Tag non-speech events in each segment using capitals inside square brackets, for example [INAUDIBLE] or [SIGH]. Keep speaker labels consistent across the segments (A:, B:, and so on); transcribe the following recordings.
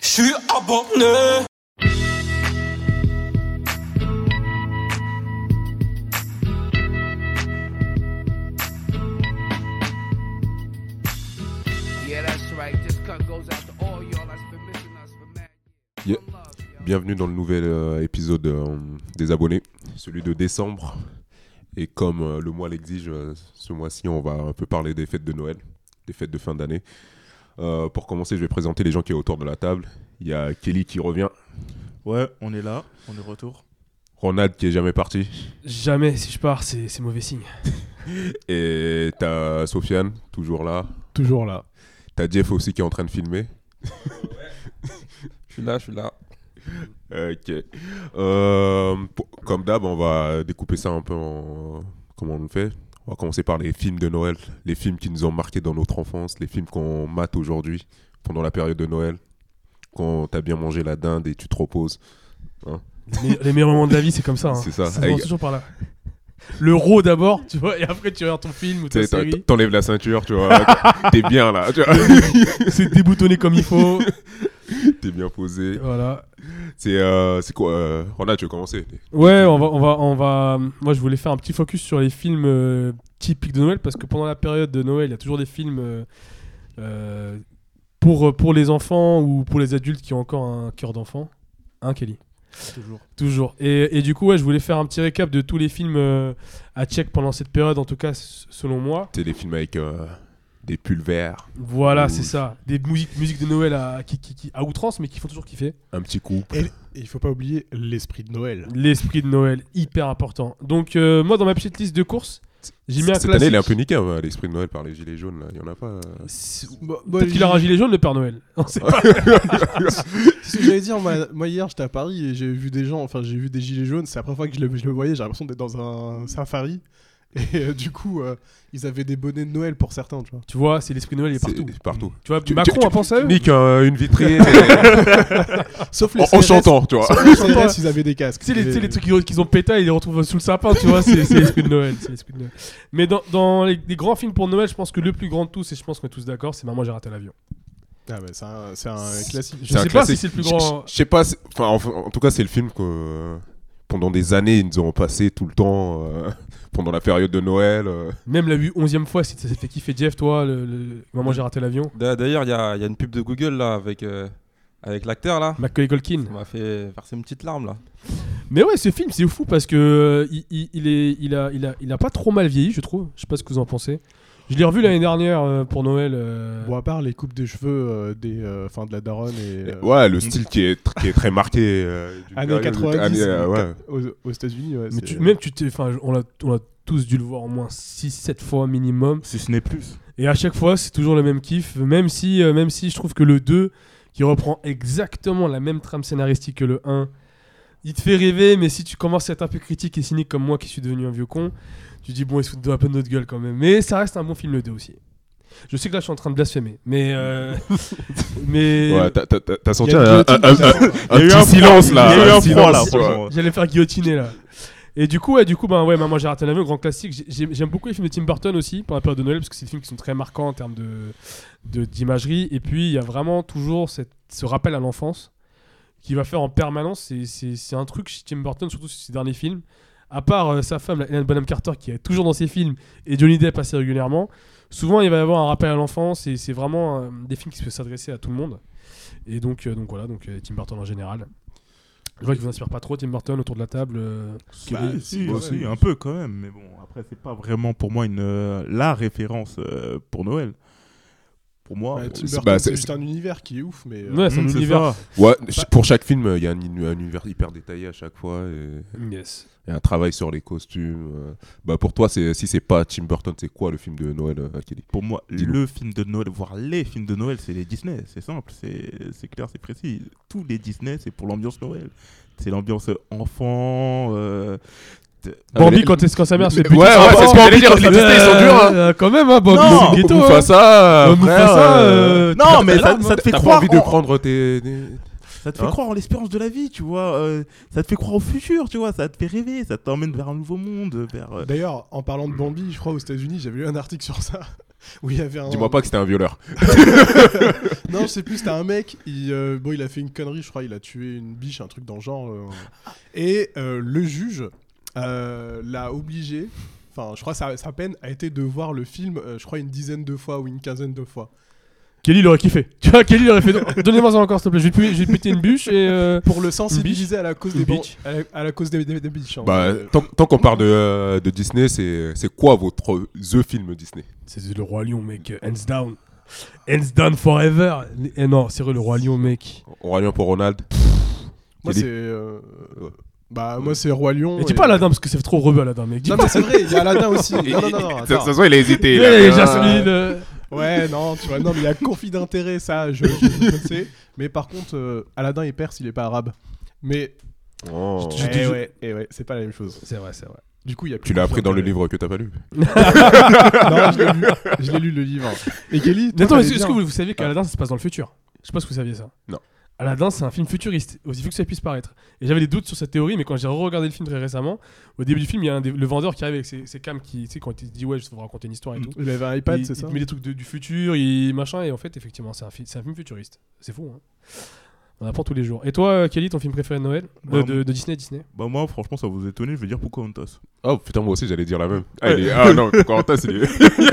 A: suis abonné.
B: Yeah, that's right. This cut goes out to all y'all that's been missing us for mad.
C: Yeah.
B: One love, yo.
C: Bienvenue dans le nouvel euh, épisode euh, des abonnés, celui de décembre. Et comme euh, le mois l'exige, euh, ce mois-ci, on va un peu parler des fêtes de Noël, des fêtes de fin d'année. Euh, pour commencer, je vais présenter les gens qui sont autour de la table. Il y a Kelly qui revient,
D: Ouais, on est là, on est de retour.
C: Ronald qui est jamais parti,
E: Jamais, si je pars, c'est c'est mauvais signe.
C: et t'as Sofiane, toujours là.
E: Toujours là.
C: T'as Jeff aussi qui est en train de filmer.
A: Je suis là, je suis là.
C: Ok. Euh, pour- comme d'hab, on va découper ça un peu en. Comment on le fait On va commencer par les films de Noël, les films qui nous ont marqués dans notre enfance, les films qu'on mate aujourd'hui pendant la période de Noël, quand t'as bien mangé la dinde et tu te reposes.
E: Les, les meilleurs moments de la vie, c'est comme ça. hein.
C: C'est ça.
E: Ça commence toujours par là. Le raw d'abord, tu vois, et après tu regardes ton film ou
C: Tu
E: ta
C: sais, t'en-
E: série.
C: T'enlèves la ceinture, tu vois. [LAUGHS] T'es bien là, tu vois.
E: [LAUGHS] C'est déboutonné comme
C: [LAUGHS]
E: il faut.
C: T'es bien posé.
E: voilà.
C: C'est euh, c'est quoi euh, Ronald, tu veux commencer
E: Ouais, on va, on va, on va. Moi, je voulais faire un petit focus sur les films euh, typiques de Noël parce que pendant la période de Noël, il y a toujours des films euh, euh, pour pour les enfants ou pour les adultes qui ont encore un cœur d'enfant. Hein, Kelly.
D: Toujours.
E: Toujours. Et, et du coup, ouais, je voulais faire un petit récap de tous les films euh, à check pendant cette période, en tout cas s- selon moi.
C: C'est des films avec euh, des pulls verts,
E: Voilà,
C: Ouh.
E: c'est ça. Des musiques, musiques de Noël à, qui, qui- qui- à outrance, mais qui font toujours kiffer.
C: un petit coup.
D: Et il faut pas oublier l'esprit de Noël.
E: L'esprit de Noël, hyper important. Donc, euh, moi, dans ma petite liste de courses, j'ai mis un
C: Cette année, il est un peu
E: classique.
C: niqué, hein, l'esprit de Noël par les gilets jaunes. Là. Il y en a pas. euh.
E: C'est-
D: Bah,
E: Peut-être qu'il a un gilet jaune, le Père Noël. On sait pas.
D: C'est ce que j'allais dire. Moi, moi, hier, j'étais à Paris et j'ai vu des gens, enfin, j'ai vu des gilets jaunes. C'est la première fois que je le, je le voyais, j'ai l'impression d'être dans un safari. Et euh, du coup, euh, ils avaient des bonnets de Noël pour certains, tu vois.
E: Tu vois, c'est l'esprit de Noël, il est partout. Ah
C: C'est- Partout.
E: Tu vois,
C: Tu-
E: Macron
C: tu- tu-
E: a pensé à eux.
C: Nique un- une
E: [LAUGHS]
C: vitrine
D: Sauf
C: en,
D: les
C: en
D: CRS,
C: chantant, tu vois.
D: sauf les CRS, ils avaient des casques.
E: Tu sais, les, tu sais,
D: Et-
E: les trucs qu'ils ont- qu'ils ont pété, ils les retrouvent sous le sapin, tu vois, c'est c'est l'esprit de Noël. c'est l'esprit de Noël. Mais dans, dans les, les grands films pour Noël, je pense que le plus grand de tous, et je pense qu'on est tous d'accord, c'est Maman, j'ai raté l'avion.
D: Ah, mais c'est un, c'est un classique.
E: Je sais pas si c'est le plus
C: Je-
E: grand.
C: Je je sais pas. c'est- Enfin, en, en tout cas, c'est le film que euh, pendant des années, ils nous ont passé tout le temps euh, pendant la période de Noël. euh.
E: Même la 11 e fois, si ça t'a fait kiffer Jeff, toi, le, le- Maman, j'ai raté l'avion.
A: D'a- D'ailleurs, il y a, il y a une pub de Google là avec, euh, avec l'acteur là.
E: Macaulay Culkin.
A: Ça m'a fait verser une petite larme là.
E: Mais ouais, ce film, c'est fou parce que euh, il, il- il est, il, a, il, a, il a pas trop mal vieilli, je trouve. Je sais pas ce que vous en pensez. Je l'ai revu l'année dernière euh, pour Noël. euh,
D: Bon, à part les coupes de cheveux euh, des, euh, enfin, de la daronne et. euh,
C: Ouais, le style qui est, tr- qui est très marqué. euh, d'une
D: Années
C: période-
D: 90,
C: année, euh, ouais.
D: Aux, aux États-Unis, ouais.
E: mais
D: c'est-
E: tu, même, tu t'es- enfin, on l'a on l'a tous dû le voir au moins 6-7 fois minimum.
F: Si ce n'est plus.
E: Et à chaque fois, c'est toujours le même kiff, même si, euh, même si je trouve que le 2, qui reprend exactement la même trame scénaristique que le 1, il te fait rêver, mais si tu commences à être un peu critique et cynique comme moi qui suis devenu un vieux con, tu dis bon, il se fout de- un peu de notre gueule quand même. Mais ça reste un bon film le 2 aussi. Je sais que là, je suis en train de blasphémer, mais. euh, mais
C: Ouais, t'as- t'as- t'as t'as senti
D: y a
C: un,
D: une
C: un-
D: guillotine
C: un-
D: qui
C: un- un
F: Il y a eu
C: petit
F: un
C: silence là.
F: Il y a eu un
C: silence,
F: froid là,
C: tu vois.
F: franchement.
E: J'allais faire guillotiner là. Et du coup, ouais, du coup, ben ouais, maman j'ai raté l'avion, grand classique. J'ai- j'ai- J'aime beaucoup les films de Tim Burton aussi pour la période de Noël parce que c'est des films qui sont très marquants en termes de de- d'imagerie. Et puis il y a vraiment toujours cette- ce rappel à l'enfance qui va faire en permanence. C'est- C'est c'est un truc chez Tim Burton, surtout sur ses derniers films. À part euh, sa femme, la- Hélène Bonham Carter, qui est toujours dans ses films, et Johnny Depp assez régulièrement. Souvent, il va y avoir un rappel à l'enfance et c'est vraiment euh, des films qui peuvent s'adresser à tout le monde. Et donc, euh, donc voilà, donc euh, Tim Burton en général. Je vois qu'il vous inspire pas trop, Tim Burton, autour de la table. euh,
F: Bah,
E: Kelly.
F: si,
D: ouais,
F: si,
D: ouais.
F: un peu quand même. Mais bon, après, c'est pas vraiment pour moi une, euh, la référence euh, pour Noël. Pour moi,
D: Ouais,
F: bon,
D: Tim
C: c'est-
D: Burton,
C: bah, c'est-
D: c'est juste un univers qui est ouf, mais. euh,
E: Ouais, c'est un
F: hmm, c'est
E: univers.
F: ça.
C: Ouais, ch- pour chaque film, il y a un, inu- un univers hyper détaillé à chaque fois. Et...
E: Yes.
C: Il y a un travail sur les costumes. euh. Bah pour toi, c'est, si c'est pas Tim Burton, c'est quoi le film de Noël, euh, Kelly
F: Pour moi,
C: Dis-nous.
F: le film de Noël, voire les films de Noël, c'est les Disney. C'est simple, c'est c'est clair, c'est précis. Tous les Disney, c'est pour l'ambiance Noël. C'est l'ambiance enfant. euh,
E: Bambi,
C: Ah, mais-
E: quand, est- quand sa mère se fait
C: Ouais, ouais, c'est ce que j'allais dire. Les Disney, ils sont durs. hein.
E: Quand même, hein, Bambi,
F: Non,
E: c'est
C: Faut
E: ghetto.
C: qu'on
E: hein.
C: fasse ça.
E: Euh, nous
C: frère,
E: fais ça,
C: euh,
E: euh,
F: Non, mais
C: t'as-
F: ça,
C: t'as-
F: ça te fait
C: t'as pas
F: croire.
C: envie de
F: en-
C: prendre tes. des-
F: Ça te fait
C: Hein
F: croire en l'espérance de la vie, tu vois. euh, ça te fait croire au futur, tu vois. Ça te fait rêver. Ça t'emmène vers un nouveau monde. Vers, euh,
D: D'ailleurs, en parlant de Bambi, je crois aux États-Unis, j'avais lu un article sur ça. [LAUGHS] où il y avait un.
C: Dis-moi pas que c'était un violeur.
D: Non, je sais plus, c'était un mec. Il, euh, bon, il a fait une connerie, je crois. Il a tué une biche, un truc dans le genre. euh, et euh, le juge euh, l'a obligé. Enfin, je crois que sa, sa peine a été de voir le film, euh, je crois, une dizaine de fois ou une quinzaine de fois.
E: Kelly, il
C: [LAUGHS]
E: aurait kiffé. Tu vois, Kelly, il aurait fait. [LAUGHS] Donnez-moi ça encore, s'il te plaît. Je vais, pu- je vais péter une bûche et. euh,
D: Pour le sensibiliser à la cause
E: Une
D: des ban-
E: bitch.
D: à, la, à la cause des, des- des biches. hein.
C: Bah, tant, tant qu'on parle de, euh, de Disney, c'est c'est quoi votre euh, The Film Disney
E: C'est le Roi Lion, mec. Hands down. Hands down forever. Eh non, sérieux, le Roi Lion, mec.
C: Aurélien pour Ronald.
D: moi,
C: il est-
D: c'est. euh,
C: Ouais.
D: Bah, moi, c'est Roi Lion.
E: Et dis
D: et-
E: pas Aladdin parce que c'est trop rebeu Aladdin, mec. Dis
D: Non,
E: pas.
D: mais c'est vrai, il y a Aladdin aussi. Non, non, non, non, attends.
C: façon, il a hésité.
E: Eh, Jasmine. euh,
D: Ouais, non, tu vois, non, mais il y a conflit d'intérêt, ça, je, je- je sais. Mais par contre, euh, Aladdin est perse, il est pas arabe. Mais.
C: Oh.
E: Je-
D: eh
E: je-
D: ouais, eh ouais, c'est pas la même chose.
E: C'est vrai, c'est vrai.
D: Du coup, il y a plus
C: Tu l'as appris dans le
D: d'intérêt.
C: livre que t'as pas lu.
D: Non, je l'ai lu, je l'ai lu le livre. Et Kelly,
E: Mais
D: toi,
E: attends,
D: t'allais
E: est-ce est-ce
D: bien.
E: que vous, vous savez qu'Aladdin, ça se passe dans le futur Je sais pas si vous saviez ça.
C: Non.
E: Aladdin, c'est un film futuriste, aussi fou que ça puisse paraître. Et j'avais des doutes sur cette théorie, mais quand j'ai regardé le film très récemment, au début du film, il y a un des- le vendeur qui arrive avec ses, ses cams qui, tu sais, quand il te dit, ouais, je vais vous raconter une histoire et tout.
D: Il avait un iPad,
E: il,
D: c'est
E: il te
D: ça
E: met des trucs de- du futur, il machin, et en fait, effectivement, c'est un, fi- c'est un film futuriste. C'est fou, hein. On apprend tous les jours. Et toi, euh, Kelly, ton film préféré de Noël de,
F: Bah,
E: de- de Disney, Disney
F: Bah moi, franchement, ça va vous étonner, je vais dire Pocahontas.
C: Oh putain, moi aussi j'allais dire la même.
F: Euh.
C: Ah, il est- ah, non, Corentin, c'est.
F: [LAUGHS]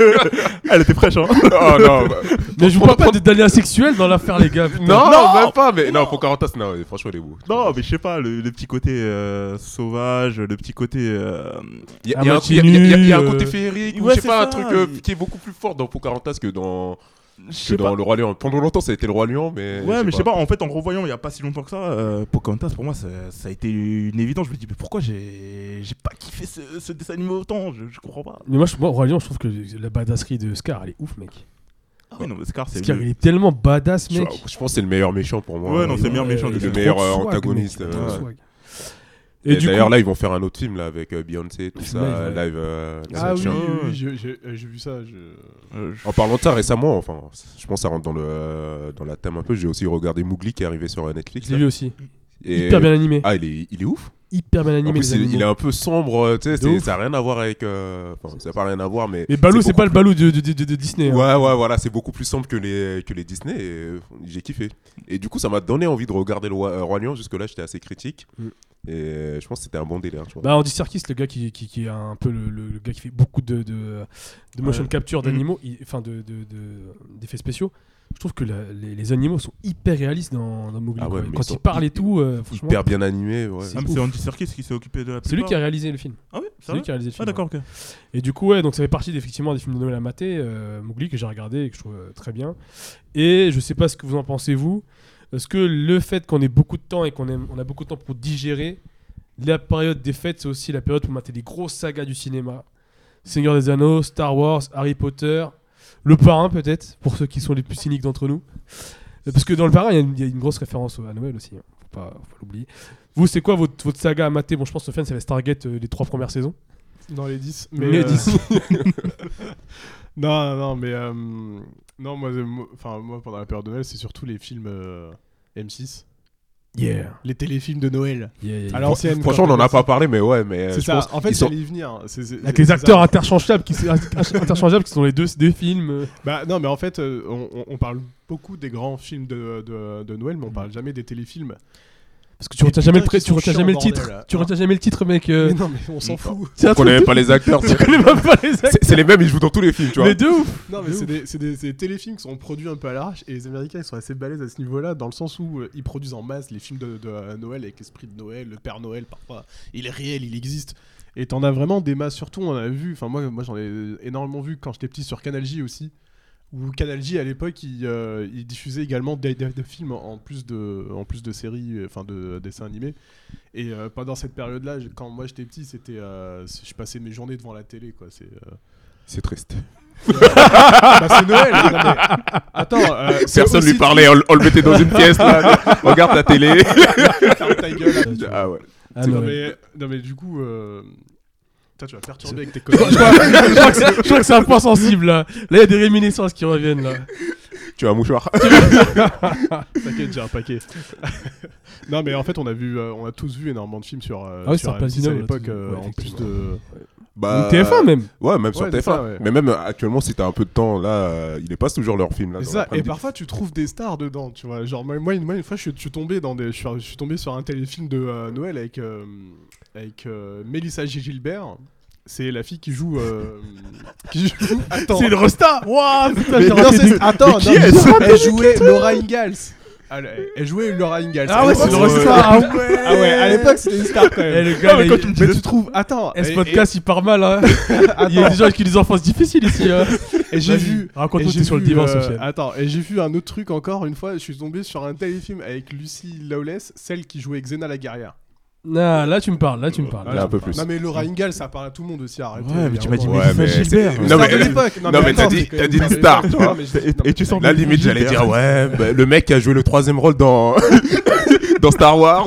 F: Elle était fraîche, hein
C: Oh non, bah-
E: Mais je vous parle pas d'aléas sexuels dans l'affaire, les gars. putain.
C: non, même pas, mais non, pour Corentin, c'est- non, franchement, il est beau.
F: Non, mais je sais pas, le, le petit côté euh, sauvage, le petit côté... euh,
C: Il y, a-
E: À
C: il y a un-
E: moitié
C: il y a- il y a- il y a un
E: nu,
C: côté
E: euh,
C: féerique, ou
F: ouais,
C: je sais
F: c'est
C: pas, un
F: ça,
C: truc euh,
F: mais-
C: qui est beaucoup plus fort dans Pocahontas que dans,
F: je
C: que
F: sais
C: dans
F: pas.
C: Le Roi Lion. Pendant longtemps, ça a été Le Roi Lion, mais.
F: Ouais, mais je sais pas, en fait, en revoyant il y a pas si longtemps que ça, euh, Pocahontas, pour moi, ça, ça a été une évidence. Je me dis, mais pourquoi j'ai j'ai pas kiffé ce, ce dessin animé autant je, je comprends pas.
E: Mais moi, je, moi, Roi Lion, je trouve que la badasserie de Scar, elle est ouf, mec.
F: Ah oui, non, mais Scar, c'est
E: Scar,
F: le-
E: il est tellement badass,
C: Je,
E: mec.
C: je pense que c'est le meilleur méchant pour moi.
F: Ouais, non, c'est le meilleur
E: Ouais,
F: méchant
E: il
F: des
E: a trop
F: deux.
E: de
C: meilleur, euh,
E: swag, mec,
C: antagoniste,
E: il a trop de
C: euh,
E: swag.
C: Et,
E: du
C: d'ailleurs,
E: coup-
C: là, ils vont faire un autre film là, avec euh, Beyoncé, tout
E: Live,
C: ça,
E: ouais.
C: live. euh, live
D: Ah oui,
C: action.
D: oui, oui, j'ai- j'ai euh, j'ai vu ça. je-
F: Euh, je-
E: Ah,
C: En parlant de ça récemment, enfin, je pense que ça rentre dans le euh, dans la thème un peu. J'ai aussi regardé Mowgli qui est arrivé sur euh, Netflix.
E: Je l'ai
C: là.
E: vu aussi.
C: Et-
E: Hyper bien animé.
C: Ah, il est, il est ouf.
E: Hyper bien
C: en
E: animé.
C: plus,
E: les
C: il, il est
E: animaux.
C: un peu sombre, euh, tu sais,
E: De
C: c'est-
E: ouf.
C: ça n'a rien à voir avec. euh, Enfin, ça n'a pas rien à voir, mais.
E: Mais Baloo, c'est
C: beaucoup
E: pas le Baloo de, de- de- de Disney. hein.
C: Ouais, ouais, voilà, c'est beaucoup plus simple que les, que les Disney et euh, j'ai kiffé. Et du coup, ça m'a donné envie de regarder le Roi, euh, Roi Lion. Jusque-là, j'étais assez critique.
E: Mm.
C: Et euh, je pense que c'était un bon délire. Tu vois.
E: Bah, Andy Serkis, le gars qui, qui, qui est un peu le, le- le gars qui fait beaucoup de, de, de motion
F: Ouais.
E: capture
C: Mm-hmm.
E: d'animaux, il- enfin de, de- de- d'effets spéciaux. Je trouve que la- les, les animaux sont hyper réalistes dans, dans Mowgli.
C: Ah ouais,
E: quoi.
C: mais ils
E: Quand
C: sont
E: ils parlent et
C: hyper-
E: tout, euh, franchement,
C: Hyper bien animé. Ouais. Bah,
E: C'est
F: Ah, mais
E: ouf.
F: c'est Andy Serkis qui s'est occupé de la
E: c'est lui
F: plupart.
E: qui a hein. réalisé le film.
F: Ah oui,
E: C'est
F: c'est
E: lui
F: vrai
E: qui a réalisé le film.
F: Ah
E: ouais.
F: d'accord, ok.
E: Et du coup, ouais, donc ça fait partie des- effectivement des films de Noël à mater, euh, Mowgli que j'ai regardé et que je trouve euh, très bien. Et je sais pas ce que vous en pensez vous. Est-ce que le fait qu'on ait beaucoup de temps et qu'on aime- on a beaucoup de temps pour digérer, la période des fêtes, c'est aussi la période pour mater des grosses sagas du cinéma. Seigneur des Anneaux, Star Wars, Harry Potter, Le Parrain peut-être, pour ceux qui sont les plus cyniques d'entre nous. Euh, Parce que dans Le Parrain, il y a une- il y, a une grosse référence à Noël aussi, hein. faut pas, faut pas l'oublier. Vous, c'est quoi votre, votre saga à mater Bon, je pense que Sofiane, c'est la Stargate euh, les trois premières saisons.
D: Dans les 10. Mais
E: Mais les
D: euh,
E: 10.
D: [LAUGHS] Non, non, non, mais. euh, Non, moi, euh, moi- enfin, moi, pendant la période de Noël, c'est surtout les films euh, M6.
E: Yeah.
D: Les téléfilms de Noël.
E: yeah, yeah, yeah.
D: À l'ancienne.
C: Franchement, on
D: quand
C: en a pas parlé, mais ouais, mais. euh,
D: C'est
C: je
D: ça.
C: pense
D: En fait,
C: ils sont- [LAUGHS]
D: j'allais y venir. C'est- c'est-
E: Avec
D: c'est-
E: les
D: c'est
E: acteurs
C: hein.
D: ça.
E: interchangeables qui, [LAUGHS] interchangeables qui sont les deux, deux films. euh.
D: Bah, non, mais en fait, euh, on, on- on parle beaucoup des grands films de, de, de Noël, mais
C: Mm.
D: on parle jamais des téléfilms.
E: Parce que tu
D: Et
E: retiens jamais le,
D: putain,
E: pré-
D: qu'ils
E: tu
D: sont
E: retiens
D: chiants,
E: jamais le
D: bordel,
E: titre.
D: là.
E: Tu retiens jamais le titre, mec.
D: Mais [LAUGHS]
E: euh.
D: non, mais on
C: mm.
D: s'en fout.
E: C'est un
C: On
E: truc
C: connaît
E: de
C: pas
E: fou.
C: les acteurs.
E: Je
C: c'est-
E: connais même pas les [LAUGHS] acteurs.
C: c'est c'est les mêmes, ils jouent dans tous les films, tu vois.
E: Mais de ouf.
D: Non, mais c'est des, c'est des- c'est des téléfilms qui sont produits un peu à l'arrache et les Américains ils sont assez balèzes à ce niveau-là, dans le sens où euh, ils produisent en masse les films de, de, euh, Noël avec l'esprit de Noël, le Père Noël parfois. Il est réel, il existe. Et t'en as vraiment des masses, surtout on en a vu, enfin moi, moi j'en ai énormément vu quand j'étais petit sur Canal J aussi, où Canal J à l'époque il, euh, il diffusait également des, des- des films en plus de, en plus de séries, euh, enfin de, euh, dessins animés. Et euh, pendant cette période-là, je- quand moi j'étais petit, c'était, euh, je passais mes journées devant la télé quoi. C'est euh,
C: C'est triste.
D: bah,
C: [LAUGHS]
D: c'est Noël. non, mais- Attends, euh, c'est
C: Personne
D: aussi-
C: lui parlait, on, on le mettait
E: [LAUGHS]
C: dans une pièce, là. Regarde la télé.
D: Ferme ta gueule.
C: ah ouais.
E: Ah,
D: non,
E: non, ouais.
D: mais, non mais du coup, euh... putain, tu vas
E: [LAUGHS]
D: perturber avec tes
E: Je crois-
D: conneries.
E: je crois que c'est- je crois que c'est un point sensible là. Là, il y a des réminiscences qui reviennent là.
C: Tu as un mouchoir.
D: T'inquiète, j'ai un paquet. [LAUGHS] non mais en fait, on a vu, euh, on a tous vu énormément de films sur, euh,
E: Ah oui,
D: sur
E: sur Platinum,
D: M6 à l'époque,
E: on a tous vu.
D: euh,
E: Ouais,
D: en plus de,
C: Bah,
E: Ou TF1 même.
C: Ouais, même sur
D: Ouais,
C: TF1.
D: c'est ça, ouais.
C: Mais même euh, actuellement, si t'as un peu de temps, là, euh, il les passe toujours leurs films. Là,
D: C'est
C: dans
D: ça, et
C: l'après-midi.
D: parfois tu trouves des stars dedans, tu vois. Genre, moi, moi, une, moi, une fois, je suis, je suis tombé dans des, je suis, je suis tombé sur un téléfilm de euh, Noël avec, euh, avec euh, Mélissa G. Gilbert. C'est la fille qui
E: [LAUGHS]
D: joue. euh, qui joue... Attends.
F: C'est une resta Waouh putain,
D: Mais
F: j'ai
D: non,
F: raté
D: c'est-
F: des-
D: Attends,
F: Mais qui
D: non, [LAUGHS]
F: est-ce
D: elle jouait Laura Ingalls. Elle, elle jouait Laura Ingalls.
E: Ah ouais,
D: À
E: c'est
D: l'époque,
E: une
D: c'était-
E: star,
D: Ah ouais, à l'époque c'était une star
E: Eh,
D: quand même.
E: le gars,
F: mais
E: là,
F: quand
E: il-
F: tu me dis
D: Mais
F: de-
D: tu trouves, attends,
E: eh, ce
D: et-
E: podcast il part mal. hein.
D: et- attends,
E: Il y a des gens qui ont des enfances difficiles ici. hein.
D: et j'ai
E: Vas-y,
D: vu, Et
E: Raconte-nous,
D: j'ai
E: t'es sur le
D: vu,
E: divan,
D: euh,
E: Sofiane.
D: Attends, et j'ai vu un autre truc encore une fois. Je suis tombé sur un téléfilm avec Lucy Lawless, celle qui jouait Xena la guerrière.
E: Ah, Là, tu me parles, là, tu me parles.
C: Là, un peu plus.
D: Non, mais Laura Ingalls, ça parle à tout le monde aussi.
E: Ah,
D: Arrêtez,
F: Ouais, mais tu m'as dit
C: Ouais,
F: Mélissa
C: mais c'est-
F: Gilbert.
C: Non,
D: Non,
C: mais-
D: mais, de l'époque. non,
C: non, mais t'as
D: attends,
C: dit-
D: c'est quand
C: t'as
D: même
C: dit
D: pas
C: une
D: de
C: star,
D: l'époque,
C: tu vois.
D: non, mais je- non,
F: Et, et tu sens
C: La limite, j'allais dire, ouais, bah, le mec qui a joué le troisième rôle dans, [LAUGHS] dans Star Wars,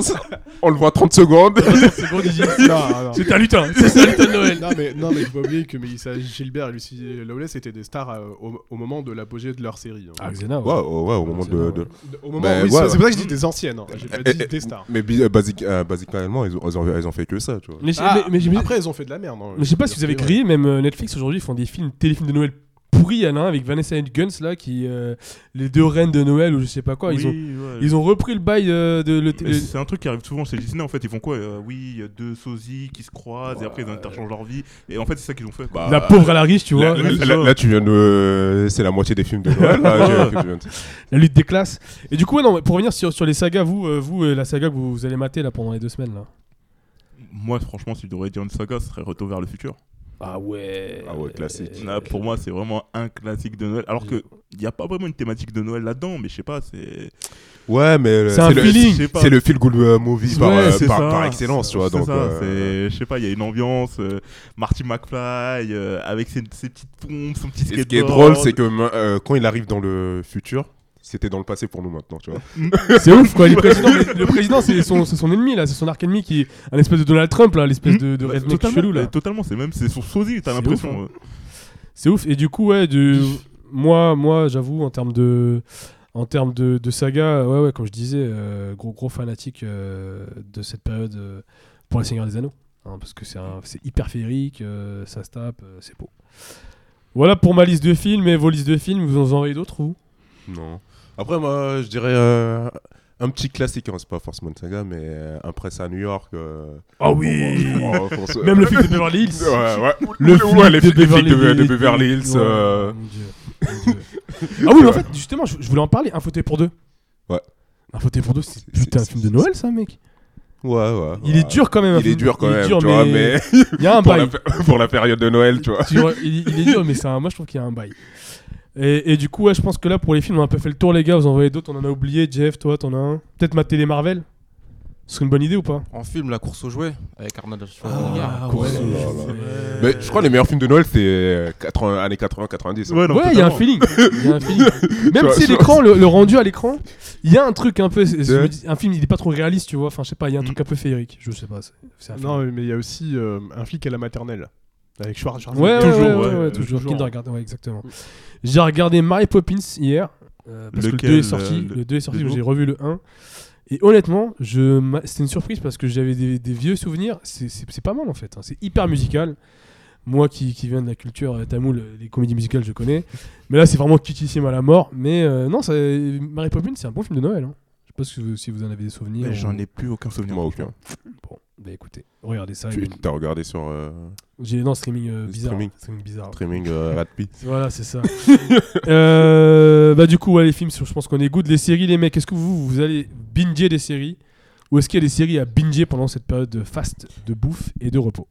C: on le voit 30 secondes.
E: C'est bon, Didier.
D: non, non.
E: C'est hein. un lutin, [LAUGHS] c'est ça, le lutin de Noël.
D: Non, mais, non, mais faut pas oublier que Mélissa Gilbert et Lucy Lawless étaient des stars euh, au, au moment de l'apogée de leur série. hein.
E: Ah, Ben
C: [LAUGHS]
E: Xena,
C: Ouais,
E: ouais.
C: ouais, ouais, au moment
E: C'est
C: de.
E: bon,
C: de-
E: ouais.
D: De- Au moment
C: Bah,
D: où ils
C: ouais,
D: sont-
C: ouais.
D: C'est pour ça que je dis
E: Mm.
D: des anciennes, hein. j'ai pas
C: Eh,
D: dit
C: eh,
D: des stars.
C: Mais bi- euh, basique, euh, basiquement, ils ont, ils, ont, ils ont fait que ça, tu vois.
E: Mais j'ai-
D: Ah,
E: mais- mais j'ai-
D: Après, ils ont fait de la merde. hein.
E: Mais je sais pas si vous avez grillé, même euh, Netflix aujourd'hui ils font des films, téléfilms de Noël pourris. Il y en a un avec Vanessa Hudgens là, qui euh, les deux reines de Noël ou je sais pas quoi. Ils ont ils ont repris le bail euh, de le.
F: Mais c'est un truc qui arrive souvent chez Disney en fait. Ils font quoi Euh, Oui, il y a deux sosies qui se croisent et après ils interchangent leur vie. Et en fait, c'est ça qu'ils ont fait.
C: Bah,
E: La pauvre à la riche, tu vois.
C: Là,
E: La,
C: là- là- là, tu viens de. euh, C'est la moitié des films de Noël. là, j'ai- que tu viens de-
D: [LAUGHS]
E: lutte des classes. Et du coup, ouais, non, mais pour revenir sur, sur les sagas, vous, euh, vous euh, la saga que vous, vous allez mater là pendant les deux semaines là.
F: Moi, franchement, si je devrais dire une saga, ce serait Retour vers le futur.
E: Ah ouais.
C: Ah ouais, classique.
E: Euh,
D: Euh,
F: Là, pour moi, c'est vraiment un classique de Noël. Alors que il n'y a pas vraiment une thématique de Noël là-dedans, mais je sais pas, c'est.
C: Ouais, mais. euh,
E: C'est un
C: le-
E: feeling.
F: je sais pas.
C: C'est le feel good euh, movie par,
E: Ouais,
C: euh,
F: c'est
C: par-
F: ça.
C: par excellence, tu vois.
F: C'est
C: Donc,
F: ça,
C: euh,
F: c'est- je sais pas, il y a une ambiance. euh, Marty McFly euh, avec ses, ses petites pompes, son petit
C: Et
F: skateboard.
C: ce qui est drôle, c'est que euh, quand il arrive dans le futur, c'était dans le passé pour nous maintenant, tu vois.
E: C'est ouf quoi. Le président, le président, c'est son, c'est son ennemi là, c'est son arc ennemi qui est un espèce de Donald Trump là, l'espèce de, de
F: Bah,
E: redneck
F: totalement,
E: chelou là.
F: mais Totalement, c'est même c'est son sosie, t'as
E: C'est hein.
F: l'impression. euh.
E: C'est ouf. Et du coup, ouais, de... moi, moi j'avoue, en termes de. En termes de, de saga, ouais, ouais, comme je disais, euh, gros, gros fanatique euh, de cette période euh, pour les Seigneurs des Anneaux. hein, parce que c'est un- c'est hyper féerique, euh, ça se tape, euh, c'est beau. Voilà pour ma liste de films et vos listes de films, vous en aurez d'autres vous
C: [LAUGHS] Non. Après, moi, je dirais euh, un petit classique, hein, c'est pas forcément une saga, mais euh, un presse à New York. euh, [LAUGHS] on- [LAUGHS]
E: Ah
C: on- on- on se-
E: Même le film de
C: [LAUGHS]
E: Beverly Hills
C: Ouais, ouais.
E: Le
C: Ouais,
E: flic
C: les flics- les flics de, de Beverly Hills.
E: Ouais,
C: euh,
E: mon Dieu, mon
C: [LAUGHS]
E: Dieu. ah oui, mais en fait, justement, je, je voulais en parler. Un fauteuil pour deux.
C: Ouais.
E: Un fauteuil pour deux, c'est
C: C'est-
E: putain un
C: c'est-
E: film de Noël, ça, mec.
C: Ouais, ouais.
E: Il est
C: ouais.
E: dur quand même. un
C: Il est
E: film.
C: dur quand
E: Il est
C: même,
E: dur,
C: tu vois,
E: mais
C: mais
E: il y a un
C: pour la,
E: bail.
C: pour la [LAUGHS] période de Noël, tu vois.
E: Tu vois, il, il est dur, mais c'est un- moi je trouve qu'il y a un bail. Et, et du coup, ouais, je pense que là pour les films, on a un peu fait le tour, les gars. Vous en voyez d'autres, on en a oublié. Jeff, toi, t'en as un. Peut-être ma télé Marvel Ce serait une bonne idée ou pas
G: En film, la course aux jouets avec Arnold Schwarzenegger.
E: Ah, ouais.
C: course, oh là là.
E: Ouais.
C: Mais je crois que les meilleurs films de Noël, c'est euh, 80 années 80-90.
F: Ouais, non,
E: Ouais, il y a un
F: totalement.
E: feeling. Il y a un feeling. Même
C: vois,
E: si
C: tu
E: l'écran, le, le rendu à l'écran, il y a un truc un peu. c'est- je
C: Ouais.
E: me dis, un film, il est pas trop réaliste, tu vois. Enfin, je sais pas, il y a un
F: Mm.
E: truc un peu féerique. Je sais pas. c'est- c'est un film.
D: Non, mais il y a aussi euh, un flic à la maternelle. Avec Schwarzenegger.
E: Ouais, ouais,
F: Toujours,
E: ouais,
F: ouais,
E: ouais,
F: euh,
E: toujours.
D: toujours.
E: Kindergarten, ouais, exactement. J'ai regardé Mary Poppins hier. euh, parce que
F: Lequel,
E: le 2 est sorti.
F: euh,
E: Le 2 est sorti,
F: le
E: donc
F: nouveau
E: j'ai revu le 1. Et honnêtement, je m'a- c'était une surprise parce que j'avais des, des vieux souvenirs. C'est- C'est c'est pas mal en fait. hein. C'est hyper musical. Moi qui, qui viens de la culture euh, tamoule, les comédies musicales, je connais. Mais là, c'est vraiment kitschissime à la mort. Mais euh, non, ça- Mary Poppins, c'est un bon film de Noël. hein. Je sais pas si vous, si vous en avez des souvenirs.
F: Mais
E: ou-
F: J'en ai plus aucun souvenir.
C: Moi, aucun.
E: Bon, bah écoutez, regardez ça.
C: Tu t'as regardé sur euh,
E: J'ai non streaming euh, bizarre.
C: Streaming.
E: streaming bizarre.
C: streaming euh, Radpi.
E: Voilà, c'est ça. [LAUGHS] Euh, bah du coup, ouais, les films, je pense qu'on est good. Les séries, les mecs, est-ce que vous, vous allez binger des séries Ou est-ce qu'il y a des séries à binger pendant cette période de faste, de bouffe et de repos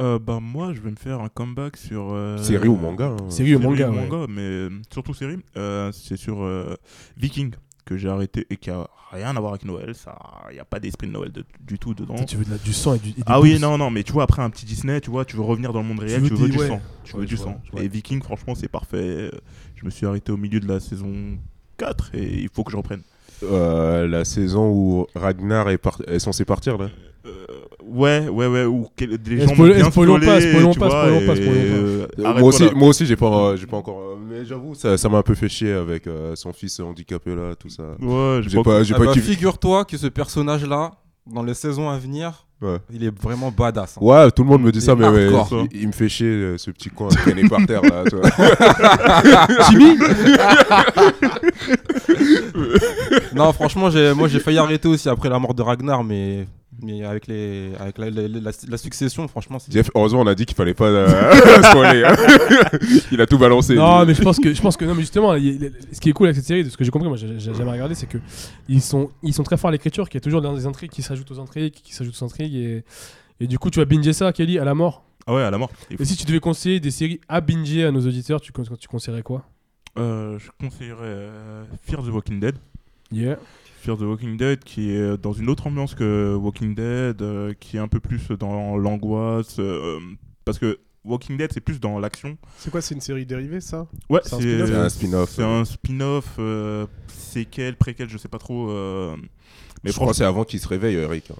F: Euh, bah, moi, je vais me faire un comeback sur. euh,
C: Série ou manga hein.
E: Série ou manga, ouais.
F: mais euh, surtout série. euh, c'est sur euh, Viking que j'ai arrêté et qui a rien à voir avec Noël. Ça, il y a pas d'esprit de Noël de- du tout dedans.
E: Putain, Tu veux de la- du sang et du et des
F: Ah oui,
E: boobs.
F: non, non, mais tu vois, après un petit Disney, tu vois, tu veux revenir dans le monde réel,
E: veux
F: tu veux,
E: des-
F: du
E: ouais.
F: sang. Tu
E: Ouais,
F: veux du
E: je vois,
F: sang.
E: je vois.
F: Et Viking, franchement, c'est parfait. Je me suis arrêté au milieu de la saison 4 et il faut que je reprenne.
C: Euh, la saison où Ragnar est, par- est censé partir là.
F: Euh, ouais, ouais, ouais, ou quel- des gens
E: Eh, spoil-
F: m'ont bien
E: spoilons
F: spoilé,
E: pas, spoilons
F: tu
E: pas,
F: vois,
E: spoilons pas,
F: et,
E: spoilons pas.
F: euh,
C: Euh,
F: arrête-toi
C: moi aussi,
F: là.
C: moi aussi j'ai pas, euh, j'ai pas encore. euh, Mais j'avoue, ça ça m'a un peu fait chier avec euh, son fils handicapé là, tout ça.
F: Ouais,
C: J'ai pas, j'ai
A: Ah
C: pas
A: bah,
C: kiffé.
A: Figure-toi que ce personnage-là, dans les saisons à venir,
C: Ouais.
A: Il est vraiment badass. hein.
C: Ouais, tout le monde me dit
A: C'est
C: ça, mais ouais,
A: hardcore.
C: il, il me fait chier euh, ce petit coin traîné par terre là.
F: [LAUGHS]
C: tu vois.
A: Non, franchement, j'ai- moi
C: [LAUGHS]
A: j'ai failli arrêter aussi après la mort de Ragnar, mais, mais avec, les, avec la, la- la- la succession, franchement, c'est.
C: Jeff, heureusement, on a dit qu'il fallait pas euh, [LAUGHS] spoiler. hein. [LAUGHS] il a tout balancé.
E: Non,
C: lui.
E: mais je
F: [LAUGHS]
E: pense que, je pense que non, mais justement, il- il- ce qui est cool avec cette série, de ce que j'ai compris, moi, j'ai j'ai jamais regardé, c'est que ils sont, ils sont très forts à l'écriture, qu'il y a toujours des intrigues qui s'ajoutent aux intrigues, qui s'ajoutent aux intrigues, et, et du coup, tu vas binger ça, Kelly, à la mort.
F: Ah ouais, à la mort. Il
E: Et si tu devais conseiller des séries à binger à nos auditeurs, tu, con- tu conseillerais quoi
F: Euh, je conseillerais euh, Fear the Walking Dead.
E: Yeah.
F: Fear the Walking Dead qui est euh, dans une autre ambiance que Walking Dead, euh, qui est un peu plus dans l'angoisse. euh, parce que Walking Dead, c'est plus dans l'action.
D: C'est quoi, c'est une série dérivée ça
F: Ouais,
D: C'est un
F: c'est
C: C'est un spin-off.
F: C'est un spin-off, euh, séquel, préquel, je sais pas trop. euh, mais
C: Mais je crois que c'est avant qu'il se réveille, Eric. hein.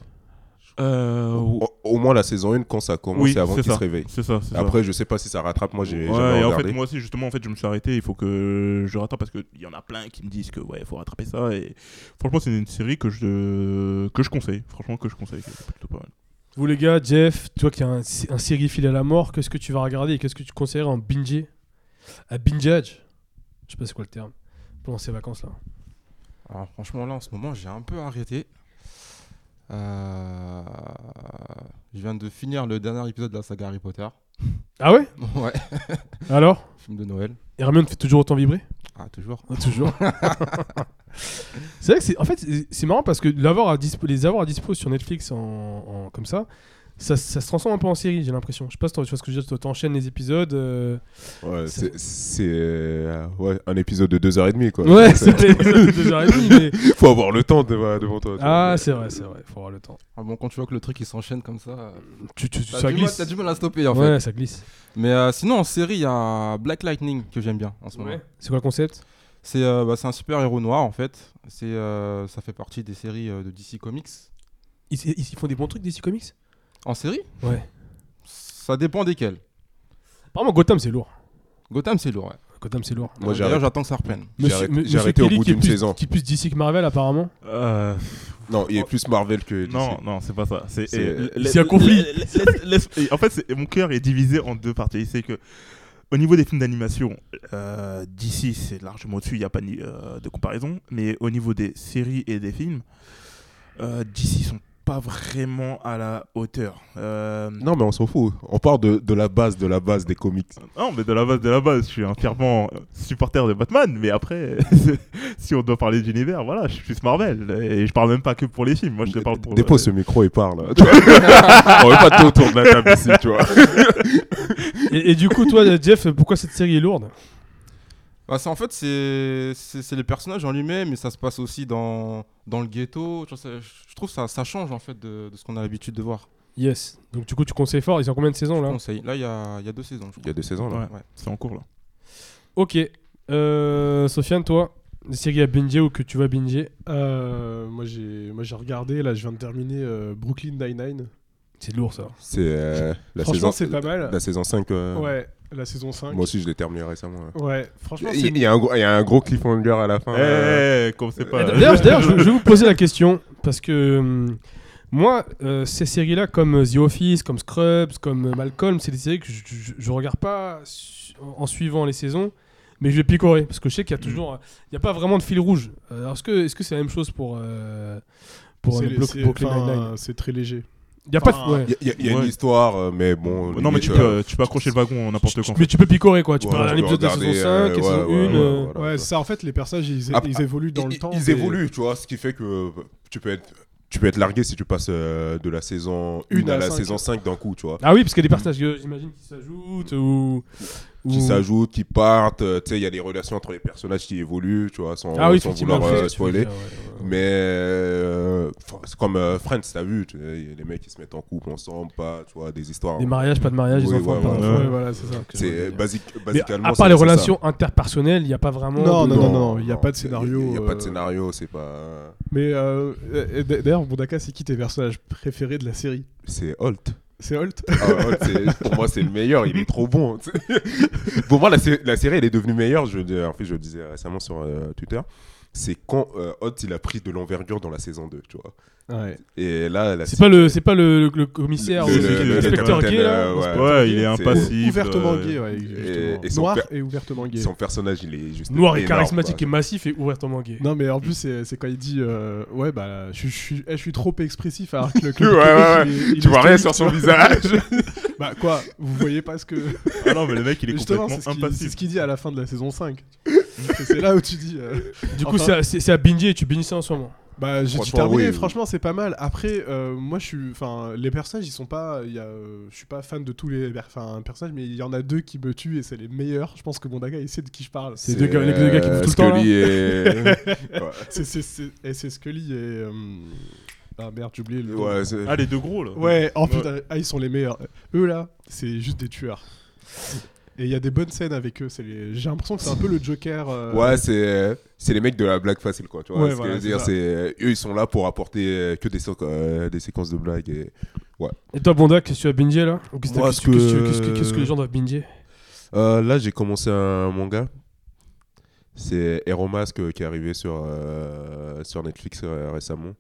F: Euh, ou-
C: Au, au moins la saison 1, quand ça commence,
F: Oui,
C: c'est avant
F: c'est
C: qu'il
F: ça.
C: se réveille.
F: c'est ça, c'est ça.
C: Après, je sais pas si ça rattrape. Moi, j'ai
F: Ouais,
C: jamais
F: et en
C: regardé.
F: fait, moi aussi, justement, en fait, je me suis arrêté. Il faut que je rattrape parce qu'il y en a plein qui me disent que ouais, faut rattraper ça. Et franchement, c'est une série que je que je conseille. Franchement, que je conseille. qui est plutôt pas mal.
E: Vous les gars, Jeff, toi qui as un, un série fil à la mort, qu'est-ce que tu vas regarder et qu'est-ce que tu conseillerais en binger À bingeage Je sais pas c'est quoi le terme. Pendant ces vacances là.
G: Alors, franchement, là, en ce moment, j'ai un peu arrêté. Euh, Je viens de finir le dernier épisode de la saga Harry Potter.
E: Ah ouais
G: ouais,
E: Alors
G: [LAUGHS] film de Noël.
E: Hermione fait toujours autant vibrer
G: Ah, toujours.
E: Toujours. [LAUGHS] c'est vrai que c'est en fait c'est- c'est marrant parce que l'avoir à dispo- les avoir à dispo sur Netflix en, en- comme ça, ça, ça se transforme un peu en série, j'ai l'impression. Je sais pas si tu vois ce que je veux dire, toi, t'enchaînes les épisodes. euh,
C: Ouais,
E: Ça-
C: c'est- c'est euh, ouais, un épisode de 2h30. Quoi.
E: [LAUGHS] Ouais,
C: C'est-
E: c'était déjà mais...
C: [LAUGHS] Faut avoir le temps devant, devant toi. tu
E: Ah,
C: vois.
E: c'est vrai, c'est vrai, faut avoir le temps.
G: Ah bon, quand tu vois que le truc il s'enchaîne comme ça, euh,
E: Tu, tu- tu-
G: t'as
E: ça
G: du, mal,
E: glisse.
G: t'as du mal à stopper en
E: ouais,
G: fait.
E: ça glisse.
G: Mais euh, sinon, en série, il y a Black Lightning que j'aime bien en ce moment.
E: C'est quoi le concept
G: C'est euh, bah, c'est un super héros noir en fait. C'est euh, ça fait partie des séries euh, de DC Comics.
E: ils, ils- ils font des bons trucs DC Comics
G: En série
E: Ouais.
G: Ça dépend desquels.
E: Apparemment, Gotham, c'est lourd.
G: Gotham c'est lourd. Ouais.
E: Gotham, c'est lourd.
C: Moi, j'ai
G: D'ailleurs,
C: arrêté-
G: j'attends que ça reprenne.
C: j'ai
E: Monsieur-
C: arrêté-
E: m-
C: j'ai
E: Monsieur
C: arrêté au
E: Kelly
C: bout
E: qui est
C: d'une
E: plus-
C: saison.
E: Qui est plus DC que Marvel, apparemment. [LAUGHS]
F: Euh,
C: Non, il est plus Marvel que.
F: non, non, c'est pas ça. C'est
C: C'est-
F: eh, la-
E: c'est
F: la-
E: un conflit.
F: la- la- la- la- En fait, c'est- mon cœur est divisé en deux parties. C'est que au niveau des films d'animation, euh, d'ici c'est largement au-dessus. Il n'y a pas ni- euh, de comparaison. Mais au niveau des séries et des films, euh, DC sont pas vraiment à la hauteur. Euh,
C: Non, mais on s'en fout. On part de, de la base, de la base des comics.
F: Non, mais de la base, de la base, je suis un fervent euh, supporter de Batman, mais après, [LAUGHS] c'est- si on doit parler d'univers, voilà, je suis plus Marvel. Et je parle même pas que pour les films, moi je te parle pour. euh,
C: Dépose ce micro et
F: [LAUGHS]
C: parle. tu vois. on veut pas tout autour de la table ici, tu vois.
E: et, et du coup, toi, Jeff, pourquoi cette série est lourde
G: Bah, c'est- en fait, c'est c'est c'est les personnages en lui-même, mais ça se passe aussi dans, dans le ghetto. Tu vois, ça- je trouve ça ça change en fait de, de ce qu'on a l'habitude de voir.
E: Yes. Donc, du coup, tu conseilles fort. Ils ont combien de saisons là
G: Conseil. Là, il y a, il y a deux saisons. Je
C: Il y a deux saisons là.
F: Ouais, c'est en cours là.
E: Ok. Euh, Sofiane, toi, des séries à binger ou que tu vas binger Ah,
D: Euh, Moi j'ai moi, j'ai regardé, là je viens de terminer euh, Brooklyn Nine-Nine.
E: C'est lourd ça.
C: C'est euh, la
D: Franchement,
C: saison.
D: c'est pas mal.
C: La saison 5.
E: Ah.
C: euh,
D: Ouais, la saison 5.
C: Moi aussi, je l'ai terminé récemment. ouais.
D: Ouais, franchement, c'est
C: Il y, a un gros- il y a un gros cliffhanger à la fin.
F: Eh,
C: euh,
F: comme c'est pas.
E: D'ailleurs, d'ailleurs, je,
C: [LAUGHS]
E: je vais vous poser la question parce que hum, moi, euh, ces séries-là, comme The Office, comme Scrubs, comme euh, Malcolm, c'est des séries que je, je, je regarde pas su- en suivant les saisons, mais je vais picorer parce que je sais qu'il y a
C: Mm.
E: toujours, euh, il y a pas vraiment de fil rouge. Euh, Alors, est-ce que, est-ce que c'est la même chose pour euh, pour
D: c'est-
E: euh, Blo-
D: c'est-
E: Brooklyn
D: enfin,
E: Nine-Nine
D: c'est très léger.
E: Il y a pas, de-
D: enfin,
E: ouais.
C: Il y a- il y a, il y a une
F: Ouais.
C: histoire, euh, mais bon.
F: non, mais
C: limite,
F: tu
C: euh,
F: peux, euh, tu peux accrocher le wagon en n'importe quand.
E: mais tu peux picorer quoi. Tu
C: Ouais,
E: peux regarder
C: tu peux
E: l'épisode de la saison
C: regarder, euh,
E: 5, et
C: ouais,
E: saison 1.
C: ouais,
E: euh,
C: ouais, Voilà,
D: ouais,
C: ouais.
D: ça en fait, les personnages ils,
C: Ah,
D: ils évoluent dans le
C: ils,
D: temps.
C: ils
D: et-
C: évoluent, tu vois, ce qui fait que euh, tu peux être, tu peux être largué si tu passes euh, de la saison 1
D: Une
C: à,
D: à
C: la
D: cinq.
C: saison 5 d'un coup, tu vois.
E: Ah oui, parce qu'il y a des personnages, euh, j'imagine, qui s'ajoutent ou.
C: Qui
E: ou-
C: s'ajoutent, qui partent, euh, tu sais, il y a des relations entre les personnages qui évoluent, tu vois, sans,
E: Ah oui,
C: sans
E: effectivement,
C: vouloir
E: c'est ce
C: euh,
E: que tu veux
C: spoiler.
E: dire, ouais, ouais, ouais.
C: Mais euh, enfin, c'est comme euh, Friends, t'as vu, tu sais, y a les mecs qui se mettent en couple ensemble, pas, tu vois, des histoires.
E: Des mariages, pas de mariage,
C: Oui,
E: des enfants,
C: ouais,
E: pas
C: ouais,
E: d'enfants.
D: Ouais, voilà, c'est ça.
E: je veux
C: c'est
E: dire.
C: basique,
E: Mais
C: basicalement.
E: à
C: c'est-
E: part les
C: c'est ça.
E: relations interpersonnelles, il n'y a pas vraiment.
D: Non,
E: de-
D: non, non, non, il y a pas de
C: c'est-
D: scénario,
C: Il n'y a pas de
D: euh,
C: scénario, c'est pas.
D: Mais euh, euh, d- d'ailleurs, Bondaka, c'est qui tes personnages préférés de la série
C: C'est Holt.
D: C'est Holt
C: Ah, Holt, c'est- pour moi, c'est le meilleur. Il est trop bon. hein. tu [LAUGHS] sais. pour moi, la, sé- la série, elle est devenue meilleure. Je, le dis- en fait, je le disais récemment sur euh, Twitter. c'est quand euh, Hoth, il a pris de l'envergure dans la saison 2, tu vois.
D: Ouais.
C: Et là, la
E: C'est pas le, c'est pas le, le- le commissaire,
C: Le-
E: ou
C: le-
E: le-
C: le-
E: l'inspecteur
C: le-
E: gay là.
C: le- ouais.
F: Ouais, il est
C: C'est-
F: impassible.
D: ouvertement
F: euh,
D: gay, ouais, justement.
C: et son
D: Noir
C: père-
D: et ouvertement gay.
C: son personnage, il est juste
E: Noir et
C: énorme,
E: charismatique
C: quoi.
E: et massif et ouvertement gay.
D: Non, mais en plus, c'est c'est quand il dit euh, Ouais, bah, je, suis- je suis- eh, je suis trop expressif
C: [LAUGHS]
D: alors que le que le
C: Ouais, ouais,
D: mec, il est- il
C: Tu
D: est
C: vois rien
D: stoïque,
C: sur son
D: tu vois.
C: visage.
D: [LAUGHS] Bah, quoi Vous voyez pas ce que.
F: Ah non, mais le mec, il est
D: Justement, c'est ce qu'il c'est
F: complètement
D: ce
F: impassible.
D: qu'il dit à la fin de la saison 5.
C: [LAUGHS]
D: C'est- c'est là où tu dis. euh,
E: Du coup,
D: Enfin-
E: c'est à- c'est c'est à binger et tu bénis ça en ce moment.
D: Bah, j'ai dû
C: Franchement,
D: terminer,
C: oui.
D: franchement, c'est pas mal. Après, euh, moi, je suis. Enfin, les personnages, ils sont pas. il y a, euh, je suis pas fan de tous les per- enfin, personnages, mais il y en a deux qui me tuent et c'est les meilleurs. Je pense que mon gars, il sait de qui je parle.
E: C'est deux gars- les deux gars qui
C: euh,
E: bouffent tout le temps, là.
C: Scully et- Ouais.
E: [LAUGHS]
D: C'est c'est- c'est- et c'est Scully et. euh, Ah merde, j'ai oublié le.
C: Ouais, c'est-
F: Ah, les deux gros là.
D: Ouais, en plus, ah, ils sont les meilleurs. Eux là, c'est juste des tueurs. Et il y a des bonnes scènes avec eux. c'est Les... J'ai l'impression que c'est un peu le Joker. euh,
E: Ah,
C: Ouais, c'est c'est les mecs de la blague facile quoi, tu vois.
D: Ouais,
C: ce que
D: voilà,
C: je veux dire,
D: c'est ça.
C: c'est eux ils sont là pour apporter euh, que des, sé- euh, des séquences de blagues et
E: Et toi, Bonda, qu'est-ce que tu as bingé là Ou Qu'est-ce que-
C: Moi,
E: qu'est-ce
C: ce
E: que
C: que-
E: qu'est-ce que- qu'est-ce que les gens doivent binger
C: Euh, là, j'ai commencé un manga. C'est Hero Mask euh, qui est arrivé sur, euh, sur Netflix euh, récemment.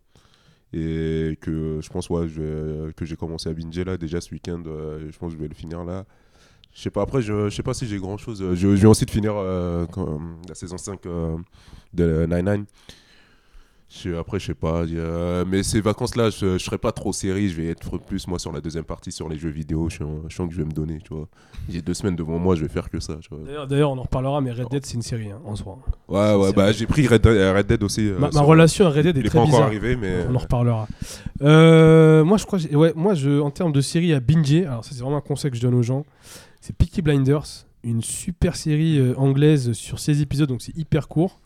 C: Et que euh, je pense ouais, je vais- que j'ai commencé à binger là déjà ce week-end. euh, je pense que je vais le finir là. Je sais pas, après, je, je sais pas si j'ai grand chose. Je, je vais ensuite finir euh, quand- la saison 5 euh, de Nine Nine. après, je sais pas. il y a- mais ces vacances-là, je, je serai pas trop série. Je vais être plus, moi, sur la deuxième partie, sur les jeux vidéo. Je, sens- je sens que je vais me donner, tu vois. J'ai deux semaines devant moi, je vais faire que ça. tu vois.
E: D'ailleurs, d'ailleurs, on en reparlera, mais Red Dead, c'est une série hein, en soi.
C: Ouais, ouais,
E: C'est
C: bah
E: vrai.
C: j'ai pris Red Dead, Red Dead aussi. euh,
E: Ma, ma
C: sur-
E: relation à Red Dead est
C: Il est
E: très
C: pas encore
E: bizarre.
C: arrivé, mais.
E: On en reparlera. Euh, moi, je crois, que j'ai- ouais, moi, je, en termes de série à binger, alors ça c'est vraiment un conseil que je donne aux gens, c'est Peaky Blinders, une super série euh, anglaise sur 16 épisodes, donc c'est hyper court.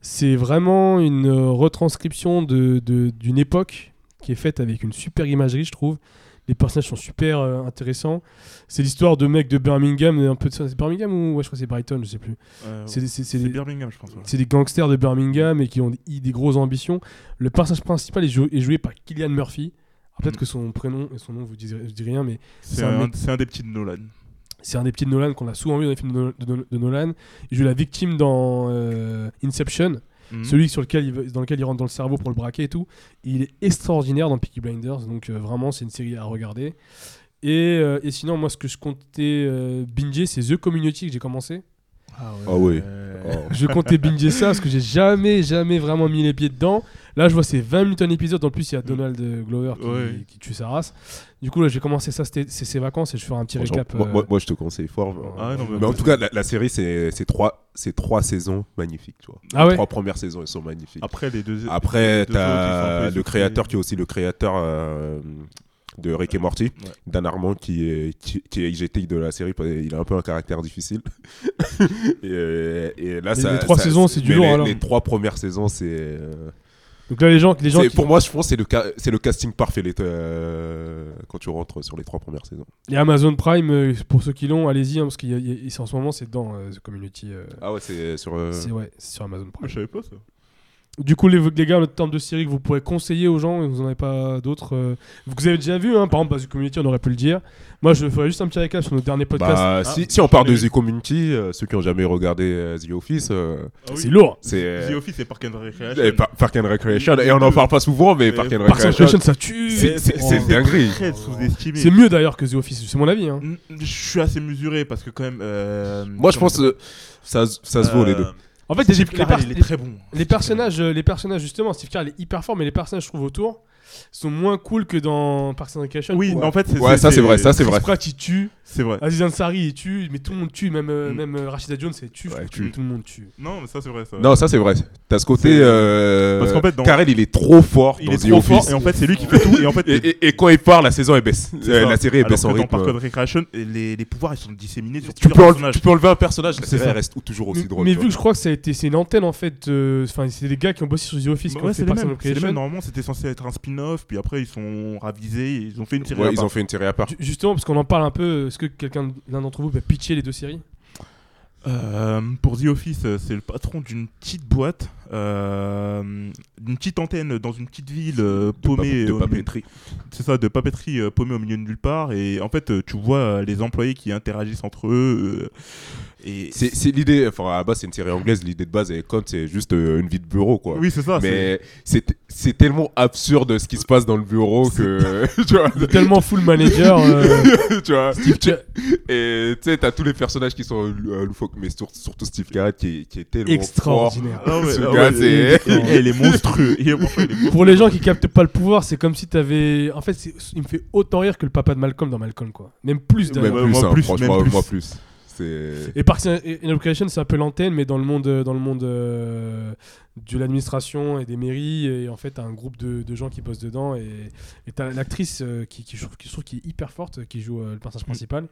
E: C'est vraiment une euh, retranscription de- de- d'une époque qui est faite avec une super imagerie, je trouve. Les personnages sont super euh, intéressants. C'est l'histoire de mecs de Birmingham, un peu de ça. C'est Birmingham ou ouais, je crois que c'est Brighton, je sais plus.
F: Euh,
E: C'est des- c'est- c'est
F: c'est
E: des-
F: Birmingham, je pense. ouais.
E: c'est des gangsters de Birmingham et qui ont des, des grosses ambitions. Le personnage principal est jou- est joué, par Killian Murphy. Alors, Peut-être
F: Mm.
E: que son prénom et son nom vous disent vous dit rien, mais
F: C'est
E: un
F: un,
E: mec-
F: c'est un des petits de Nolan.
E: c'est un des petits de Nolan qu'on a souvent vu dans les films de, Nol- de Nol- de Nolan. Il joue la victime dans euh, Inception,
F: Mhm.
E: celui sur lequel il, veut- dans lequel il rentre dans le cerveau pour le braquer et tout. Et il est extraordinaire dans Peaky Blinders, donc euh, vraiment c'est une série à regarder. Et, euh, et sinon, moi ce que je comptais euh, binger, c'est The Community que j'ai commencé.
C: Ah oui. Oh.
E: Je comptais binger ça parce que j'ai jamais, jamais vraiment mis les pieds dedans. Là, je vois c'est 20 minutes un épisode. En plus, il y a Donald euh, Glover qui,
F: Ouais.
E: qui tue sa race. Du coup, là, j'ai commencé ça, c'était c'est ses vacances et je ferai un petit
C: Franchement,
E: récap.
C: moi,
E: euh, bah,
C: moi- moi, je te conseille fort.
F: Ah, non, mais-
C: Mais en tout cas, la, la série, c'est c'est trois, c'est trois saisons magnifiques. Tu vois.
E: Ah ouais
C: Trois premières saisons, elles sont magnifiques.
F: Après, les deux.
C: Après,
F: les deux autres, ils sont un peu
C: t'as le
F: essoufflés.
C: créateur qui est aussi le créateur euh, de Rick et Morty,
F: Ouais.
C: Dan Harmon, qui est, qui, qui est IGT de la série. parce que Il a un peu un caractère difficile. [LAUGHS] et, euh, et là,
E: Les-
C: ça-
E: les trois
C: ça-
E: saisons, c'est du
C: mais
E: lourd,
C: les-
E: alors.
C: Les trois premières saisons, c'est. euh,
E: Donc là, les gens, les gens
C: C'est-
E: qui-
C: Pour moi, je pense que c'est le, ca- c'est le casting parfait les- euh, quand tu rentres sur les trois premières saisons.
E: Et Amazon Prime, euh, pour ceux qui l'ont, allez-y, hein, parce qu'il y a- il y a- c'est en ce moment, c'est dans The Community. euh,
C: Ah ouais, c'est sur. euh,
E: C'est ouais, c'est sur Amazon
F: Mais
E: Prime.
F: Ah, Je savais pas ça.
E: Du coup, les, les gars, le terme de série que vous pouvez conseiller aux gens, et vous n'en avez pas d'autres, euh, vous avez déjà vu, hein, par exemple, bah, The Community, on aurait pu le dire. Moi, je ferai juste un petit récap sur nos derniers podcasts.
C: Bah,
F: Ah,
C: si, si on parle de
F: mais-
C: The Community, euh, ceux qui ont jamais regardé euh, The Office, euh,
E: C'est lourd.
C: c'est.
F: The Office et Park and Recreation.
C: euh, Par- Park and Recreation,
F: Les-
C: et on en
F: les-
C: parle pas souvent, mais
F: les-
C: Park and
F: Parks
E: Parks and
C: Recreation,
E: Recreation, ça tue.
C: c'est- c'est c'est
F: Oh.
C: dinguerie.
F: Très sous-estimé.
E: C'est mieux d'ailleurs que The Office, c'est mon avis. hein.
F: Mm, Je suis assez mesuré parce que quand même. euh,
C: Moi, je
F: comment
C: pense que ça, se- ça se vaut les
F: Euh,
C: deux.
E: En fait, les,
F: Steve
E: les
F: Carell,
E: pers-
F: il est très bon.
E: les personnages, euh, les personnages justement, Steve Carell est hyper fort, mais les personnages je trouve autour sont moins cool que dans Parks and Recreation. euh,
F: Oui, mais en fait, c'est
C: Ouais, ça c'est vrai, ça c'est vrai.
E: Chris Pratt il tue,
F: C'est vrai.
E: Aziz Ansari il tue, mais tout le monde tue, même euh,
F: Mm.
E: même euh, Rashida Jones elle tue, je
C: Ouais,
E: trouve que
C: tue.
E: tout le monde tue.
F: Non, mais ça c'est vrai. ça.
C: Non, ça c'est vrai. T'as ce côté.
F: C'est-
C: euh,
F: Parce qu'en fait, dans-
C: Carell, il est trop fort
F: il
C: dans
F: est
C: The
F: trop fort
C: Office.
F: et en fait, c'est lui qui fait tout. Et en
C: [LAUGHS]
F: fait,
C: Et, et- et quand il part, la saison est baisse.
F: c'est
C: Euh,
F: ça.
C: La série est
F: Alors
C: baisse en
F: que dans
C: rythme.
F: Park and Recreation, les, les pouvoirs ils sont disséminés sur
C: tu
F: plusieurs
C: peux, enlever,
F: personnages.
C: tu peux enlever un personnage, la
F: C'est
C: série
F: ça.
C: elle reste toujours aussi
E: mais
C: drôle.
E: mais
C: tu
E: vu
C: vois.
E: que je crois que ça a été c'est une antenne en fait, euh, enfin c'est des gars qui ont bossé sur The Office, qui
F: Bah Ouais,
E: ont
F: c'est
E: fait
F: les
E: Parks and
F: mêmes. C'est les mêmes.
E: Recreation.
F: Normalement, c'était censé être un spin-off, puis après ils sont ravisés, et ils ont fait une série.
C: Ouais,
F: à
C: ils
F: part.
C: ont fait une série à part.
E: Ju- Justement parce qu'on en parle un peu, est-ce que quelqu'un l'un d'entre vous peut pitcher les deux séries
F: Euh, pour The Office, euh, c'est le patron d'une petite boîte euh, une petite antenne dans une petite ville euh, paumée.
C: pape- de
F: au-
C: papeterie.
F: C'est ça, de papeterie euh, paumée au milieu de nulle part. Et en fait, euh, tu vois euh, les employés qui interagissent entre eux. euh, et
C: C'est c'est l'idée, enfin à la base c'est une série anglaise, l'idée de base avec Compte c'est juste euh, une vie de bureau quoi.
F: Oui, c'est ça. c'est-
C: mais c'est c'est tellement absurde ce qui se passe dans le bureau que
F: [LAUGHS]
C: [LAUGHS] tu vois,
E: Il est tellement full manager. euh,
C: [LAUGHS] tu vois.
E: Steve Ca-
C: Et tu sais, t'as tous les personnages qui sont euh, loufoques, mais sur- surtout Steve Carell qui, est- qui est tellement fort.
E: extraordinaire.
F: Ah ouais,
C: Ce
F: ah
C: gars,
F: ouais,
C: c'est- hein,
F: il est- il est monstrueux.
C: [LAUGHS]
F: Il est monstrueux, il est monstrueux.
E: Pour les gens qui captent pas le pouvoir, c'est comme si t'avais. En fait, c'est- il me fait autant rire que le papa de Malcolm dans Malcolm, quoi. Même plus
C: Même
E: d'ailleurs.
F: Ouais,
C: plus,
F: moi
C: hein,
F: plus,
C: franchement,
F: même plus.
C: moi plus. C'est.
E: Et Parks and and Recreation, c'est un peu l'antenne, mais dans le monde, euh, dans le monde euh, de l'administration et des mairies, et en fait, t'as un groupe de, de gens qui bossent dedans, et et t'as l'actrice euh, qui, qui, je trouve- qui, je trouve qui est hyper forte, qui joue euh, le personnage principal.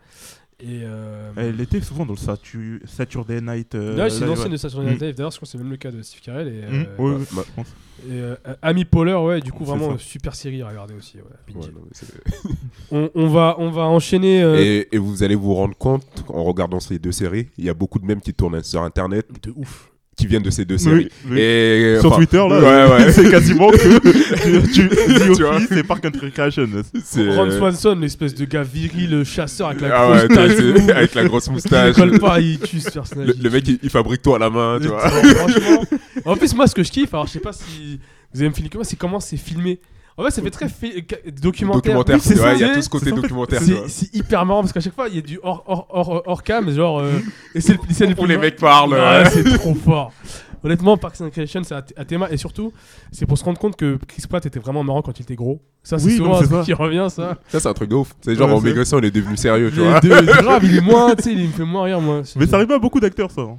E: Et euh,
F: Elle était souvent dans le Satu- Saturday Night. euh,
E: d'ailleurs, c'est une
F: Live,
E: ancienne
F: ouais.
E: de Saturday Night
F: Mm.
E: Live. D'ailleurs, je crois que c'est même le cas de Steve Carell. Et,
F: Mmh,
E: euh,
F: ouais,
C: Ouais,
F: ouais.
C: ma-
E: et, euh, Amy Poehler, ouais, du coup,
F: C'est
E: vraiment
F: ça.
E: euh, super série à regarder aussi. ouais, binge.
C: ouais, non, mais c'est-
E: on, on va, on va enchaîner. euh,
C: Et, et vous allez vous rendre compte, en regardant ces deux séries, il y a beaucoup de mèmes qui tournent sur Internet,
E: De ouf.
C: qui viennent de ces deux séries.
F: Oui, oui.
C: Et,
F: Sur
C: enfin,
F: Twitter, là,
C: ouais, ouais.
F: [LAUGHS] c'est quasiment
C: [LAUGHS]
F: que
C: Tu
F: tu, The
C: vois.
F: Office et Park and Recreation.
C: c'est-
E: Ron Swanson, l'espèce de gars viril, euh, chasseur avec la
C: euh, Ah
E: grosse
C: ouais,
E: tache
C: t'as-
E: rouge,
C: c'est- [LAUGHS] avec la grosse
E: qui ne
C: moustache.
E: colle pas, il tue ce personnage.
C: Le, le mec, il, il fabrique tout à la main, tu vois.
E: hein, Franchement, en plus, moi, ce que je kiffe, alors je sais pas si vous avez me filmer comment, c'est comment c'est filmé. En fait, ça fait très fi- ca- documentaire.
C: Documentaire,
E: Oui, c'est
C: ouais,
E: ça,
C: il y a
E: c'est-
C: tout ce côté
F: c'est ça, en fait,
C: documentaire. tu vois.
E: c'est- C'est hyper marrant parce qu'à chaque fois, il y a du hors, hors, hors, hors cam,
C: [LAUGHS]
E: genre. euh, et c'est le c'est le
C: Où
E: plus
C: les
E: mar-
C: mecs parlent. euh.
E: Ouais, c'est trop fort. Honnêtement, Parks and Recreation, c'est un th- un thème. Et surtout, c'est pour se rendre compte que Chris Pratt était vraiment marrant quand il était gros. Ça, c'est
F: Oui, non,
E: souvent un
F: c'est
E: truc
F: ça.
E: qui revient, ça.
C: Ça, c'est un truc de ouf. C'est genre,
F: Ouais,
C: en
F: c'est-
C: maigrissant, on est devenu sérieux, tu
E: Il est
C: vois. [LAUGHS]
E: de- c'est grave, il est moins, tu sais, il me fait moins rire, moi.
F: Mais ça arrive pas à beaucoup d'acteurs, ça. hein.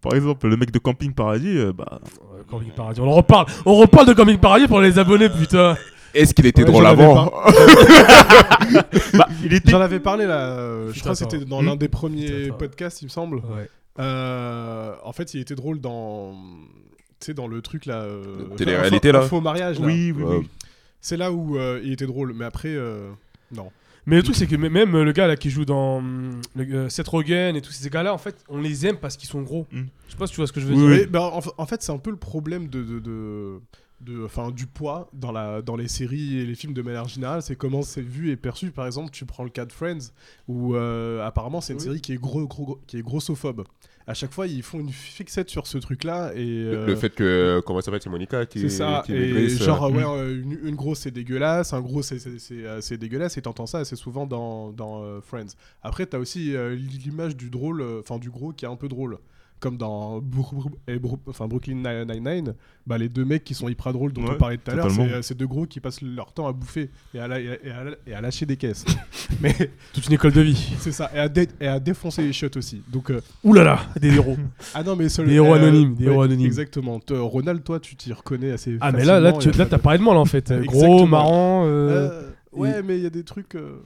F: Par exemple, le mec de Camping Paradis, euh, bah.
E: Euh, Camping Paradis, on en reparle. On reparle de Camping Paradis pour les abonnés, putain.
C: Est-ce qu'il était
D: Ouais,
C: drôle
D: j'en avais
C: avant
F: Il était.
D: J'en avais parlé là, euh, je
E: Putain,
D: crois que
E: attends.
D: c'était dans
F: Hmm.
D: l'un des premiers
E: Putain, attends.
D: podcasts, il me semble. Euh, en fait, il était drôle dans. Tu sais, dans le truc là. euh,
C: Télé-réalité,
D: enfin,
C: là.
D: Faux mariage là.
C: Euh,
F: Oui, oui, oui.
D: C'est là où euh, il était drôle, mais après. euh, Non.
E: Mais le truc, c'est que m- même euh, le gars là qui joue dans hum, le- euh, Seth Rogen et tous ces gars-là, en fait, on les aime parce qu'ils sont gros.
D: Hmm.
F: Mm.
E: Je sais pas si tu vois ce que je veux
F: Oui,
E: dire.
F: oui.
D: Mais, bah, en, fa- en fait, c'est un peu le problème de. de, de- de- enfin, du poids dans, la, dans les séries et les films de manière générale, c'est comment c'est vu et perçu. Par exemple, tu prends le cas de Friends, où euh, apparemment c'est une
E: Oui.
D: série qui est, gros, gros, gros- qui est grossophobe. À chaque fois, ils font une fixette sur ce truc-là. et
C: Le-
D: euh,
C: Le fait que, comment ça s'appelle, c'est Monica qui
D: C'est ça,
C: qui
D: et
C: maigrisse,
D: genre,
C: euh,
E: Mm.
D: ouais, euh, une, une grosse c'est dégueulasse, un gros c'est- c'est c'est, euh, c'est dégueulasse, et t'entends ça assez souvent dans, dans euh, Friends. Après, t'as aussi euh, l'image du drôle, euh, enfin du gros qui est un peu drôle. Comme dans Brou- Brou- et Brou- enfin, Brooklyn Nine-Nine, bah, les deux mecs qui sont hyper drôles dont
F: Ouais,
D: on parlait tout à l'heure, c'est
F: totalement.
D: euh, ces deux gros qui passent leur temps à bouffer et à, la- et à- et à la- et à lâcher des caisses. [LAUGHS] Mais
E: Toute une école de vie.
D: c'est ça, et à, dé- et à défoncer les chiottes aussi. Donc, euh,
E: Ouh là là, des
D: [LAUGHS]
E: héros.
D: ah non, mais seul-
E: Des héros anonymes, des héros anonymes.
D: Exactement. Te- Ronald, toi, tu t'y reconnais assez
E: ah, mais là, là, tu
D: facilement, et-
E: là, t'as parlé de moi, là, en fait. Euh, Gros,
D: Exactement.
E: marrant. euh,
D: Euh, ouais, mais il y a des trucs. euh,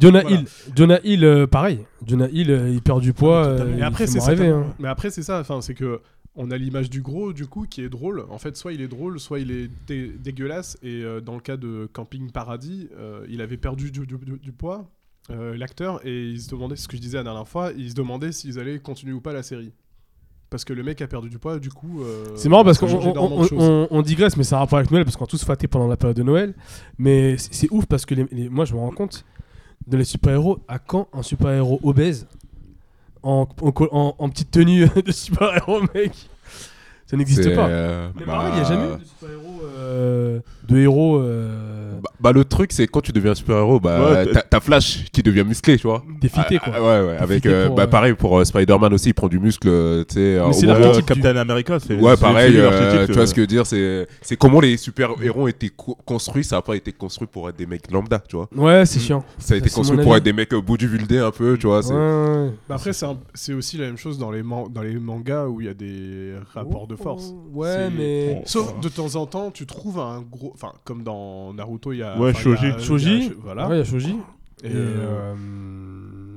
E: Jonah
D: voilà.
E: Hill, Jonah Hill euh, pareil. Jonah Hill, euh, il perd du poids. euh,
D: mais
E: il
D: après,
E: fait
D: c'est
E: m'en rêver,
D: certainement-
E: hein.
D: Mais après, c'est ça. Enfin, c'est que on a l'image du gros, du coup, qui est drôle. En fait, soit il est drôle, soit il est dé- dégueulasse. Et euh, dans le cas de Camping Paradis, euh, il avait perdu du, du- du- du poids, euh, l'acteur, et il se demandait, ce que je disais la dernière fois, il se demandait s'ils allaient continuer ou pas la série. Parce que le mec a perdu du poids, du coup. euh,
E: C'est marrant parce
D: ça
E: qu'on
D: change
E: on,
D: énormément de
E: on-
D: choses.
E: on- on digresse, mais ça a un rapport avec Noël parce qu'on a tous fâté pendant la période de Noël. Mais c'est c'est ouf parce que les- les- moi, je me rends compte, dans les super-héros, à quand un super-héros obèse en, en col- en- en petite tenue [LAUGHS] de super-héros, mec Ça n'existe
C: c'est,
E: pas.
C: euh,
E: Mais
C: bah,
E: pareil, il n'y a jamais eu de super-héros. euh, de héros. euh,
C: Bah, bah, le truc, c'est quand tu deviens super-héros, bah,
F: Ouais,
C: t'as- t'as Flash qui devient musclé, tu vois.
E: défités,
C: Ah,
E: quoi.
C: ah, ouais, ouais. Avec,
E: Défité
C: euh,
E: pour,
C: bah,
E: euh,
C: pareil pour euh, Spider-Man aussi, il prend du muscle, euh, tu sais. euh,
E: Mais c'est
C: au moment-
E: l'archétype.
F: Captain America, c'est.
C: Ouais,
F: c'est-
C: pareil,
F: c'est
C: euh,
F: l'archétype,
C: tu vois
F: euh,
C: ce que je veux dire, c'est c'est comment les super-héros étaient co- construits, ça n'a pas été construit pour être des mecs lambda, tu vois.
E: Ouais, c'est chiant.
C: Ça a été
E: c'est
C: construit
E: mon
C: pour
E: avis.
C: être des mecs au bout du vulgaire un peu, tu vois. Mm. c'est-
E: Ouais, ouais, ouais.
D: Bah après, c'est un- c'est aussi la même chose dans les, man- dans les mangas où il y a des rapports de force.
E: Ouais,
D: C'est-
E: mais.
F: Bon,
D: Sauf de temps en temps, tu trouves un gros. Enfin, comme dans Naruto, il y a.
F: Ouais,
D: enfin, il y a- il
F: Shoji.
D: y a-
E: Shoji.
D: Voilà.
E: Ouais, il y a Shoji.
D: Et,
E: Et,
D: euh,
E: euh,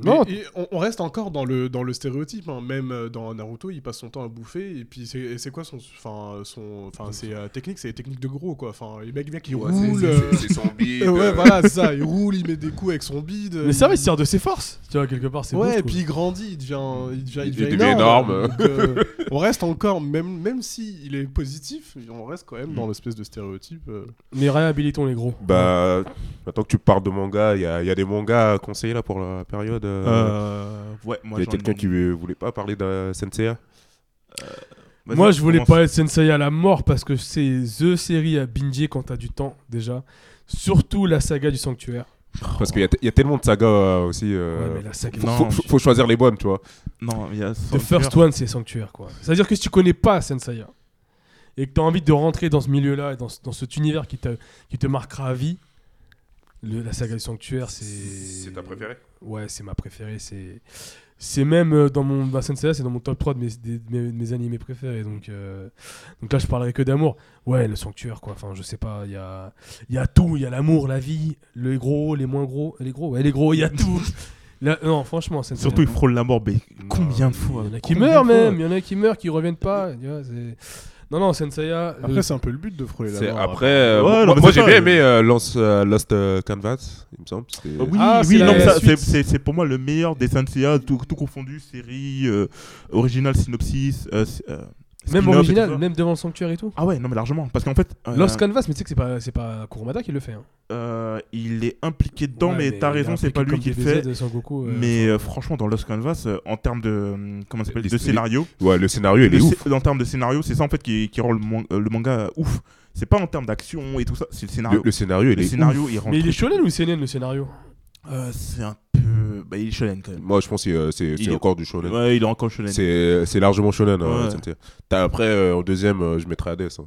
E: Non,
D: Mais- et on, on reste encore dans le, dans le stéréotype, hein. même euh, dans Naruto, il passe son temps à bouffer, et puis c'est et c'est quoi son, enfin, son, enfin, ses euh, techniques, c'est les techniques de gros, quoi, enfin, les mecs, les mecs, ils
C: Ouais, c'est-
D: roulent,
C: c'est-
D: euh,
C: C'est son
E: [LAUGHS]
C: bide.
D: euh, [LAUGHS] ouais,
C: euh,
D: voilà, c'est ça, il roule, il met des coups avec son bide,
E: mais ça va, il se sert de ses forces. Tu vois, quelque part, c'est beau, je
D: ouais, et
E: trouve.
D: puis il grandit, il devient, il devient,
C: Il
D: devient
C: devient énorme.
D: Donc, euh, on reste encore, même, même si il est positif, on reste quand même dans l'espèce de stéréotype. euh.
E: Mais réhabilitons les gros.
C: Bah, maintenant que tu parles de manga, il y, a il y a des mangas à conseiller là pour la période. euh,
F: Euh, ouais,
C: Il
F: moi
C: y a
F: j'en ai
C: quelqu'un
F: une.
C: qui euh, voulait pas parler de Senseiya
F: Vas-y,
E: Moi, je voulais
F: commence.
E: pas être Sensei à la mort parce que c'est The série à binger quand t'as du temps, déjà. Surtout la saga du sanctuaire.
C: Parce qu'il y a t- il y, a tellement de sagas euh, aussi. euh,
E: Ouais, mais la saga.
C: faut-
F: Non,
C: faut, faut choisir les bonnes, tu vois.
F: Non, il y a
E: The first one, c'est sanctuaire, quoi. C'est-à-dire que si tu connais pas Senseiya et que t'as envie de rentrer dans ce milieu-là et dans, ce- dans cet univers qui, t'a- qui te marquera à vie, le- la saga du sanctuaire, c'est. Ouais, c'est ma préférée. C'est, c'est même euh, dans mon bah, Saint Seiya, c'est dans mon top 3 de mes, des- de mes, de mes animés préférés. Donc, euh, donc là, je parlerai que d'amour. Ouais, le sanctuaire, quoi. Enfin, je sais pas. Il y a, il y a tout. Il y a l'amour, la vie, les gros, les moins gros, les gros. Ouais, les gros, il y a
D: [LAUGHS]
E: tout. Là, non, franchement, Saint Seiya.
F: Surtout, il frôle la mort, mais
E: Non,
F: combien de fois
E: Il y en a qui
D: Combien
E: meurent
D: de fois
E: même. Il y en a qui meurent, qui reviennent pas. Tu vois, c'est- Non, non, Senseiya.
D: Après, c'est un peu le but de frôler hein. la
C: C'est
D: mort,
C: après. euh,
F: Ouais,
C: moi-
F: non, mais
C: moi
F: c'est
C: j'ai
F: ça,
C: bien
F: euh,
C: aimé euh, Lance- euh, Lost euh, Canvas, il me semble. c'était-
F: Euh, Oui,
E: Ah, c'est
F: oui,
E: la
F: non, mais ça,
E: suite.
F: c'est- c'est c'est pour moi le meilleur des Saint Seiya, tout, tout confondu, série, euh, original, synopsis, euh, s- euh,
E: Même
F: spin-off et tout
E: original,
F: ça.
E: même devant le sanctuaire et tout.
F: Ah ouais, non mais largement, parce qu'en fait, euh,
E: Lost Canvas, mais tu sais que c'est pas, c'est pas Kurumada qui le fait. Hein.
F: euh, il est impliqué dedans,
E: Ouais,
F: mais, t'as
E: il a
F: raison, c'est
E: impliqué
F: pas lui
E: comme
F: qui le fait.
E: DBZ, Sangoku, euh,
F: Mais euh, franchement, dans Lost Canvas, euh, en termes de euh, comment ça s'appelle, de
C: Les-
F: scénario,
C: Ouais, le scénario, il est
F: le
C: ouf.
F: sc- en termes de scénario, c'est ça en fait qui, qui rend le, man- euh, le manga euh, ouf. C'est pas en termes d'action et tout ça, c'est le
C: Le,
F: scénario.
C: le scénario, il
F: Le
C: est
F: scénario, il rend.
E: Mais il est
F: truc-
E: shonen ou CNN le scénario
F: Euh, c'est un peu, bah, il est shonen quand même.
C: Moi, je pense que euh, c'est
F: Il
C: c'est
F: est-
C: encore du shonen.
F: Ouais, il est encore shonen.
C: C'est c'est largement shonen. hein,
F: Ouais.
C: Senseiya. T'as- après, euh, en deuxième, euh, je mettrai Hades. hein.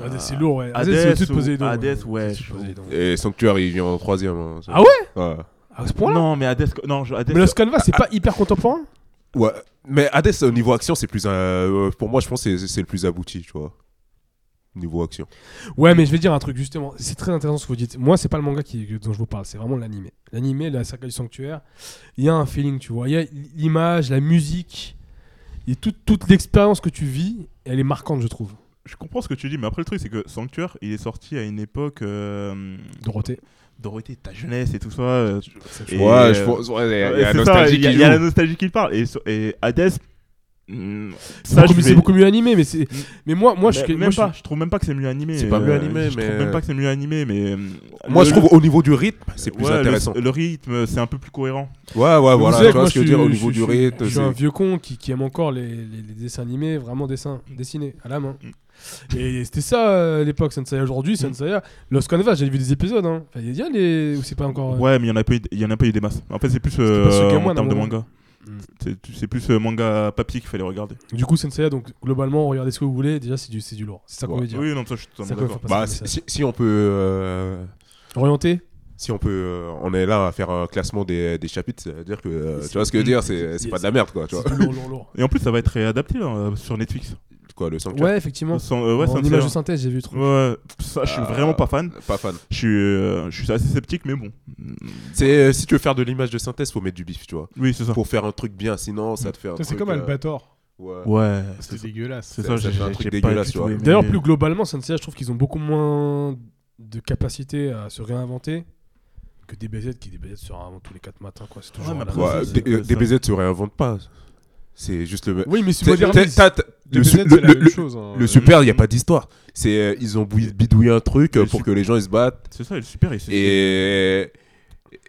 E: Hades, Ah, c'est lourd, ouais. Hades,
F: Hades
E: c'est au-dessus de
F: Ah, ou-
E: Poséidon.
F: Hades, ouais,
E: au-dessus de
F: je-
E: Poséidon.
C: Et Sanctuary, il vient en troisième. hein.
E: Ah ouais
C: Ouais.
E: À ce point-là
F: Non, Ah. mais Hades, non, je- Hades-
E: Mais Lost Canvas, c'est pas hyper contemporain
C: Ouais, mais Hades, au niveau action, c'est plus. euh, pour moi, je pense que c'est- c'est le plus abouti, tu vois. Niveau action.
E: Ouais, mais je vais dire un truc, justement. C'est très intéressant ce que vous dites. Moi, c'est pas le manga qui, dont je vous parle, c'est vraiment l'animé. L'animé, la saga du sanctuaire, il y a un feeling, tu vois. Il y a l'image, la musique, et toute, toute l'expérience que tu vis, elle est marquante, je trouve.
F: je comprends ce que tu dis, mais après le truc c'est que Sanctuaire, il est sorti à une époque euh,
E: Dorothée.
F: Dorothée, ta jeunesse et tout ça. euh, et,
C: ouais,
F: euh,
C: je pense. Ouais, il y a- il y
F: ouais,
C: a la
F: c'est ça,
C: nostalgie
F: il y a-
C: qui
F: il y a la
C: joue.
F: nostalgie qui parle. Et, so- et Hades, mm,
E: C'est
F: ça
E: beaucoup,
F: je
E: mieux- c'est
F: vais- Mm.
E: beaucoup mieux animé, mais, c'est... mais moi, moi je
F: Mais
E: suis.
F: même
E: moi, je suis-
F: pas, je trouve même pas que c'est mieux animé. euh,
C: C'est pas mieux animé,
F: je
C: mais- euh,
F: trouve même pas que c'est mieux animé, mais. euh,
C: Moi,
F: le-
C: je trouve au niveau du rythme, c'est plus
F: ouais, le-
C: intéressant.
F: Le, rythme, c'est un peu plus cohérent.
C: Ouais, ouais,
E: Vous
C: Ah, voilà.
E: savez
C: Tu
E: que moi,
C: vois ce que je veux
E: suis-
C: dire au niveau du
E: suis-
C: rythme.
E: Je suis un
C: c'est-
E: vieux con qui, qui aime encore les, les- les dessins animés, vraiment dessins, dessinés à la main.
C: Mm.
E: Et c'était ça euh, à l'époque, Senseiya. Aujourd'hui, Senseiya, Lost Canvas, j'ai vu des épisodes. hein. Enfin, Il y a des. Ou c'est pas encore. euh,
F: Ouais, mais il y en a pas eu, il y en a pas eu des masses. En fait, c'est plus euh,
E: pas sur Game One,
F: en
E: à
F: termes de
E: un moment.
F: manga.
E: Mm.
F: C'est- C'est plus euh, manga papier qu'il fallait regarder.
E: Du coup, Senseiya, donc globalement, regardez ce que vous voulez. Déjà, c'est du, c'est du lourd. C'est ça qu'on
C: Ouais.
E: veut dire.
F: Oui, non, ça, je suis
E: Ça
F: totalement
E: qu'on veut
F: d'accord.
E: faire
C: Bah,
E: passer
C: si,
E: le message.
C: si- si on peut. euh,
E: Orienté
C: si on peut. euh, on est là à faire un classement des, des chapitres, c'est-à-dire que. euh,
E: C'est-
C: tu vois ce que je veux dire C'est c'est pas de la merde, quoi. Tu vois
E: C'est du lourd,
C: [LAUGHS]
E: lourd, lourd.
F: Et en plus, ça va être réadapté là, sur Netflix.
C: Quoi, le sanctuaire
E: Ouais, effectivement.
F: Sans- euh, ouais,
E: en
F: sans
E: image de
F: tirer.
E: synthèse, j'ai vu le truc.
F: Ouais, ça, je suis
C: Ah.
F: vraiment pas fan.
C: Pas fan.
F: Je suis, euh, je suis assez sceptique, mais bon.
C: C'est, euh, si tu veux faire de l'image de synthèse, faut mettre du bif, tu vois.
F: Oui, c'est ça.
C: Pour faire un truc bien, sinon ça te fait un
D: Ça,
C: truc.
D: C'est comme
C: euh,
D: Albator,
C: ouais.
F: Ouais, c'est
D: c'était
F: ça.
D: dégueulasse.
F: C'est ça,
C: ça
F: j'ai
C: fait un
F: j'ai-
C: truc
F: j'ai pas
C: dégueulasse,
F: du
C: tu
F: tout
C: vois.
F: aimé.
E: D'ailleurs, plus globalement, Senseiya, je trouve qu'ils ont beaucoup moins de capacité à se réinventer que DBZ qui DBZ se réinvente tous les 4 matins. quoi. C'est toujours la
F: mais après,
E: même
C: Ouais,
E: chose.
F: c'est-
C: D- euh,
F: c'est-
C: DBZ se réinvente pas. C'est juste le.
E: Oui, mais c'est
C: T'es- t'es-
E: moderniste.
C: t'as- t'as-
D: Le
C: le, su-
D: c'est
C: le,
D: la
C: le-
D: même
C: le-
D: chose. hein.
C: le super, il n'y a pas d'histoire. C'est, euh, ils ont bouilli- bidouillé un truc euh,
F: Le
C: pour
F: su-
C: que les gens ils se battent.
F: C'est ça, il est super. il se-
C: Et.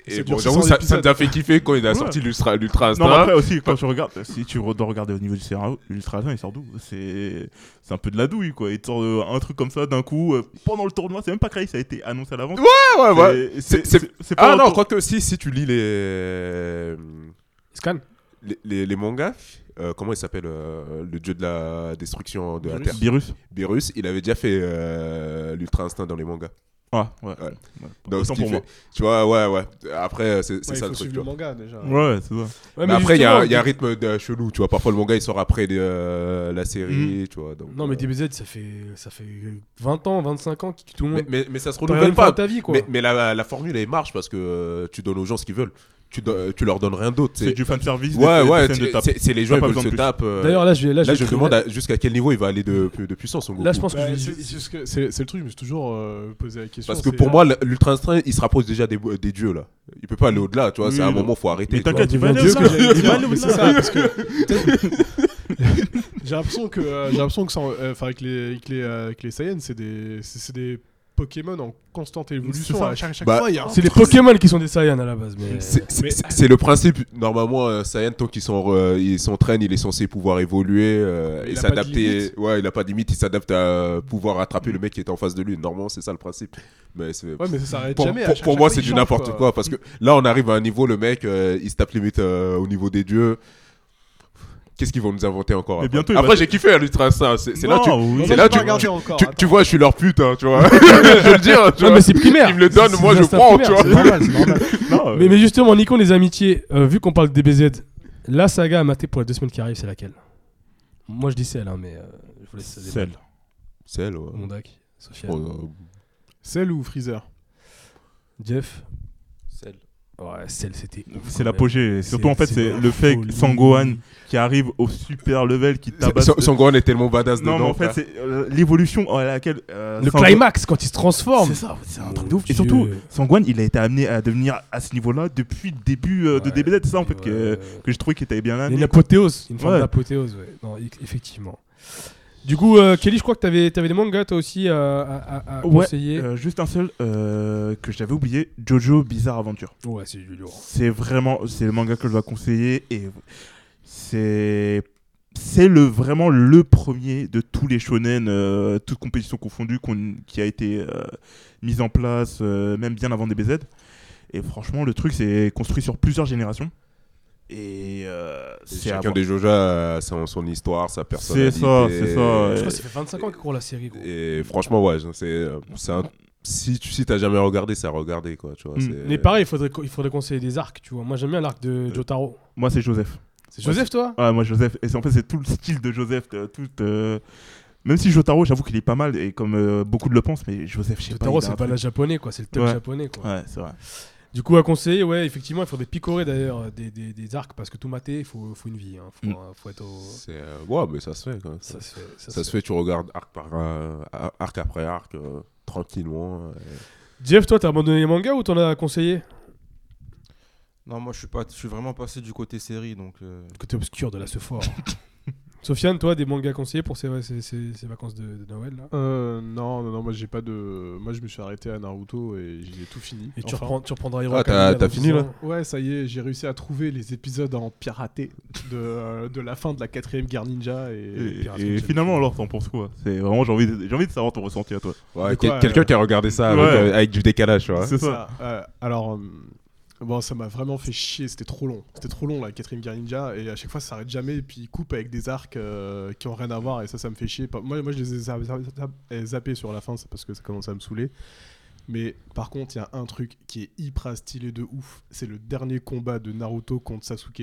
C: Et
D: C'est
C: bon,
D: dur,
C: j'avoue,
D: 600
C: ça, ça
D: épisodes.
C: nous a fait kiffer quand il a
F: Ouais.
C: sorti l'Ultra, l'Ultra
F: Non, mais
C: Instinct.
F: après aussi, quand tu regardes, si tu re- dois regarder au niveau du scénario, l'Ultra Instinct, il sort d'où C'est c'est un peu de la douille, quoi. Il te sort euh, un truc comme ça d'un coup, euh, pendant le tournoi, c'est même pas créé, ça a été annoncé à l'avance.
C: Ouais, ouais, ouais. C'est-
F: C'est- c'est-
C: c'est-
F: c'est- c'est pas
C: Ah
F: un
C: non,
F: tour-
C: quoique si, si tu lis les.
E: Scan.
C: Les, les- les mangas, euh, comment il s'appelle euh, Le dieu de la destruction de la
D: Virus.
C: Terre.
F: Virus
C: Virus, il avait déjà fait euh, l'ultra instinct dans les mangas.
F: Ah, ouais.
C: Ouais.
F: Donc,
C: ce
F: Autant
C: qui
F: pour moi.
C: fait- Tu vois, ouais, ouais. Après, c'est c'est
D: Ouais, il
C: ça le
D: faut
C: truc.
D: suivre
C: tu
D: le
C: vois.
D: manga déjà.
F: Ouais, c'est ça.
E: Ouais,
C: mais
E: mais
C: après, il y, a
E: justement,
C: un- il y a un rythme de- chelou, tu vois. Parfois, le manga, il sort après euh, la série, tu vois. donc,
E: Non, mais
C: euh,
E: DBZ, ça fait, ça fait 20 ans, 25 ans que tout le
C: mais,
E: monde.
C: mais- mais ça se
E: T'as
C: renouvelle
E: une fois
C: pas.
E: de ta vie, quoi.
C: Mais, mais la, la formule, elle marche parce que euh, tu euh, donnes aux gens ce qu'ils veulent. tu, do- tu leur donnes rien d'autre.
F: C'est du fan service.
C: Ouais,
F: des-
C: ouais,
F: des scènes de
C: c'est-
F: tape.
C: c'est c'est les gens
F: T'as
C: ils
F: pas
C: veulent
F: besoin
C: se
F: de plus.
C: taper. euh,
E: D'ailleurs, là, je vais. Là,
C: Là, je me
E: vais-
C: demande à- jusqu'à quel niveau il va aller de, de puissance, son Goku.
E: Là, je pense que
D: Bah,
E: je
D: c'est
E: vais-
D: c'est ce que- c'est- c'est le truc, je me suis toujours euh, posé la question.
C: Parce que
D: c'est-
C: pour moi, l'ultra instinct, il se rapproche déjà des, des dieux là. Il peut pas aller au-delà, tu vois.
F: Oui,
C: c'est à un
F: non.
C: moment, faut arrêter.
F: Mais
C: tu vois.
F: t'inquiète, il va
E: on
F: aller
E: devient
F: au-delà.
E: Dieu,
F: Il va aller
D: Mais c'est
F: au-delà.
D: ça, parce que [LAUGHS] j'ai l'impression que euh, j'ai l'impression que sans- euh, enfin avec les avec les, euh, avec les Saiyans, c'est des c'est c'est des Pokémon en constante évolution.
F: ça,
D: à chaque, chaque
C: Bah,
D: fois, il y a un
E: C'est les Pokémon qui sont des Saiyans à la base. Mais...
C: C'est- C'est
D: Mais-
C: c'est- c'est le principe. Normalement, euh, Saiyan, tant qu'il s'en re- il s'entraîne, il est censé pouvoir évoluer euh,
D: Mais
C: et
D: il a pas de
C: s'adapter.
D: limite.
C: Ouais, il a pas de limite, il s'adapte à pouvoir attraper le mec qui est en face de lui. Normalement, c'est ça le principe. Mais c'est-
D: Ouais, mais ça s'arrête
C: pour,
D: jamais. à
C: pour-
D: chaque-
C: pour
D: chaque
C: moi,
D: fois,
C: c'est
D: il
C: du
D: change,
C: n'importe quoi. Parce que là, on arrive à un niveau, le mec, euh, il se tape limite euh, au niveau des dieux. Qu'est-ce qu'ils vont nous inventer encore
F: Mais
C: après
F: bientôt, il va
C: Après, j'ai kiffé à l'Ultra Instinct. C'est c'est là que tu,
F: Non, oui.
D: Non,
C: c'est
D: j'ai
C: là,
D: pas
C: tu-
D: regardé encore,
C: tu,
D: attends.
C: tu vois, je suis leur pute, hein, tu
F: [LAUGHS]
C: vois. je veux le dire, tu
E: Non,
C: vois.
E: mais c'est primaire.
C: Ils me le donnent,
E: C'est-
C: moi,
E: c'est
C: je
E: un
C: prends, tu
E: primaire, c'est
C: vois.
E: normal, c'est normal.
F: Non,
E: mais, mais justement, Nikon, les amitiés, euh, vu qu'on parle de DBZ, la saga à mater pour les deux semaines qui arrivent, c'est laquelle Moi, je dis celle, hein, mais euh, je vous laisse débattre.
F: Celle.
C: Celle, ouais.
E: Mondak, Sofiane,
C: Bon, euh,
D: Cell ou Freezer
E: Jeff. Celle. Ouais, celle, c'était. ouf,
F: C'est
E: quand
F: l'apogée.
E: même.
F: Surtout en fait, c'est
E: la
F: le fait que
E: folie.
F: Sangohan qui arrive au super level qui
C: Son-
F: tabasse.
C: Son, son Gohan est tellement badass
F: Non, mais
C: dedans.
F: en fait,
C: frère.
F: c'est euh, l'évolution à laquelle. euh,
E: Le
F: Sangohan-
E: climax quand il se transforme.
F: C'est ça, c'est un
E: Mon
F: truc de ouf.
E: Dieu.
F: Et surtout, Sangwan, il a été amené à devenir à ce niveau-là depuis le début euh, de
E: Ouais.
F: DBZ. C'est ça, en fait, que,
E: Ouais.
F: que je trouvais qu'il était bien
E: Il y a une
F: amené.
E: apothéose, une forme
F: Ouais.
E: d'apothéose, ouais. Non, e- effectivement. Du coup, euh, Kelly, je crois que t'avais avais des mangas toi aussi euh, à, à- à
F: Ouais,
E: conseiller.
F: Euh, juste un seul euh, que j'avais oublié Jojo Bizarre Aventure.
E: Ouais, c'est du lourd.
F: C'est vraiment c'est le manga que je dois conseiller et c'est c'est le vraiment le premier de tous les shonen euh, toutes compétitions confondues qu'on- qui a été euh, mis en place euh, même bien avant DBZ et franchement le truc c'est construit sur plusieurs générations et euh, c'est à
C: Chacun
F: voir.
C: des Joja a son, son histoire, sa personnalité.
F: C'est ça, c'est
E: Je
F: ça.
E: crois que ça fait 25 ans que court la série.
F: Euh,
E: Gros.
C: Et franchement, ouais, c'est euh, c'est un- si tu si t'as jamais regardé, c'est à regarder quoi, tu vois.
F: Mm.
C: c'est-
E: Mais pareil, il faudrait, co- il faudrait conseiller des arcs, tu vois. Moi, j'aime bien l'arc de Jotaro.
F: moi Euh, c'est Joseph
E: C'est Joseph, toi
F: Ah, moi, Joseph. Et c'est- en fait, c'est tout le style de Joseph. euh, tout, euh, Même si Jotaro, j'avoue qu'il est pas mal, et comme euh, beaucoup de le pensent, mais Joseph, je sais pas.
E: Jotaro,
F: il a
E: c'est
F: un
E: pas la
F: truc.
E: japonais, quoi. C'est le top
F: Ouais.
E: japonais, quoi.
F: Ouais, c'est vrai.
E: Du coup, à conseiller, ouais, effectivement, il faudrait picorer d'ailleurs euh, des, des, des arcs parce que tout mater, il faut, faut une vie. hein. Faut,
F: Mm.
E: euh, faut être au.
C: c'est, euh, ouais, mais ça se fait quand même. Ça,
E: Ça se fait. ça
C: ça
E: se
C: se fait, tu regardes arc, par, euh, arc après arc, euh, tranquillement. euh,
E: fait. Jeff, toi, t'as abandonné les mangas ou t'en as conseillé
G: Non, moi je suis pas, je suis vraiment passé du côté série donc. euh,
E: Le côté obscur de la Sephora. [LAUGHS] Sofiane, toi, des mangas conseillés pour ces, ces- ces- ces vacances de, de Noël là
D: Euh, non, non, non, moi j'ai pas de. Moi je me suis arrêté à Naruto et j'ai tout fini.
E: Et tu,
D: Enfin.
E: reprends- tu reprendras Hero
C: Ah, t'as-
E: Academia
C: t'as
E: dans
C: fini,
E: dix
C: là
E: ans.
D: Ouais, ça y est, j'ai réussi à trouver les épisodes en piraté de, euh, de la fin de la quatrième guerre ninja et.
F: Et,
E: Pirates
F: et
E: Ninja.
F: finalement, alors, t'en penses quoi C'est vraiment, j'ai envie, de, j'ai envie de savoir ton ressenti à toi.
C: ouais,
D: De
C: quel-
D: quoi,
C: Quelqu'un
D: euh,
C: qui a regardé ça avec,
F: ouais.
C: euh, avec du décalage, tu vois.
F: c'est ça.
D: Ça, euh, alors, euh, bon, ça m'a vraiment fait chier. C'était trop long. C'était trop long la quatrième guerre ninja et à chaque fois ça s'arrête jamais et puis ils coupent avec des arcs euh, qui ont rien à voir et ça, ça me fait chier. Pas- Moi, moi je les ai zap- zap- zap- eh, zappés sur la fin c'est parce que ça commence à me saouler. Mais par contre, il y a un truc qui est hyper stylé de ouf. C'est le dernier combat de Naruto contre Sasuke.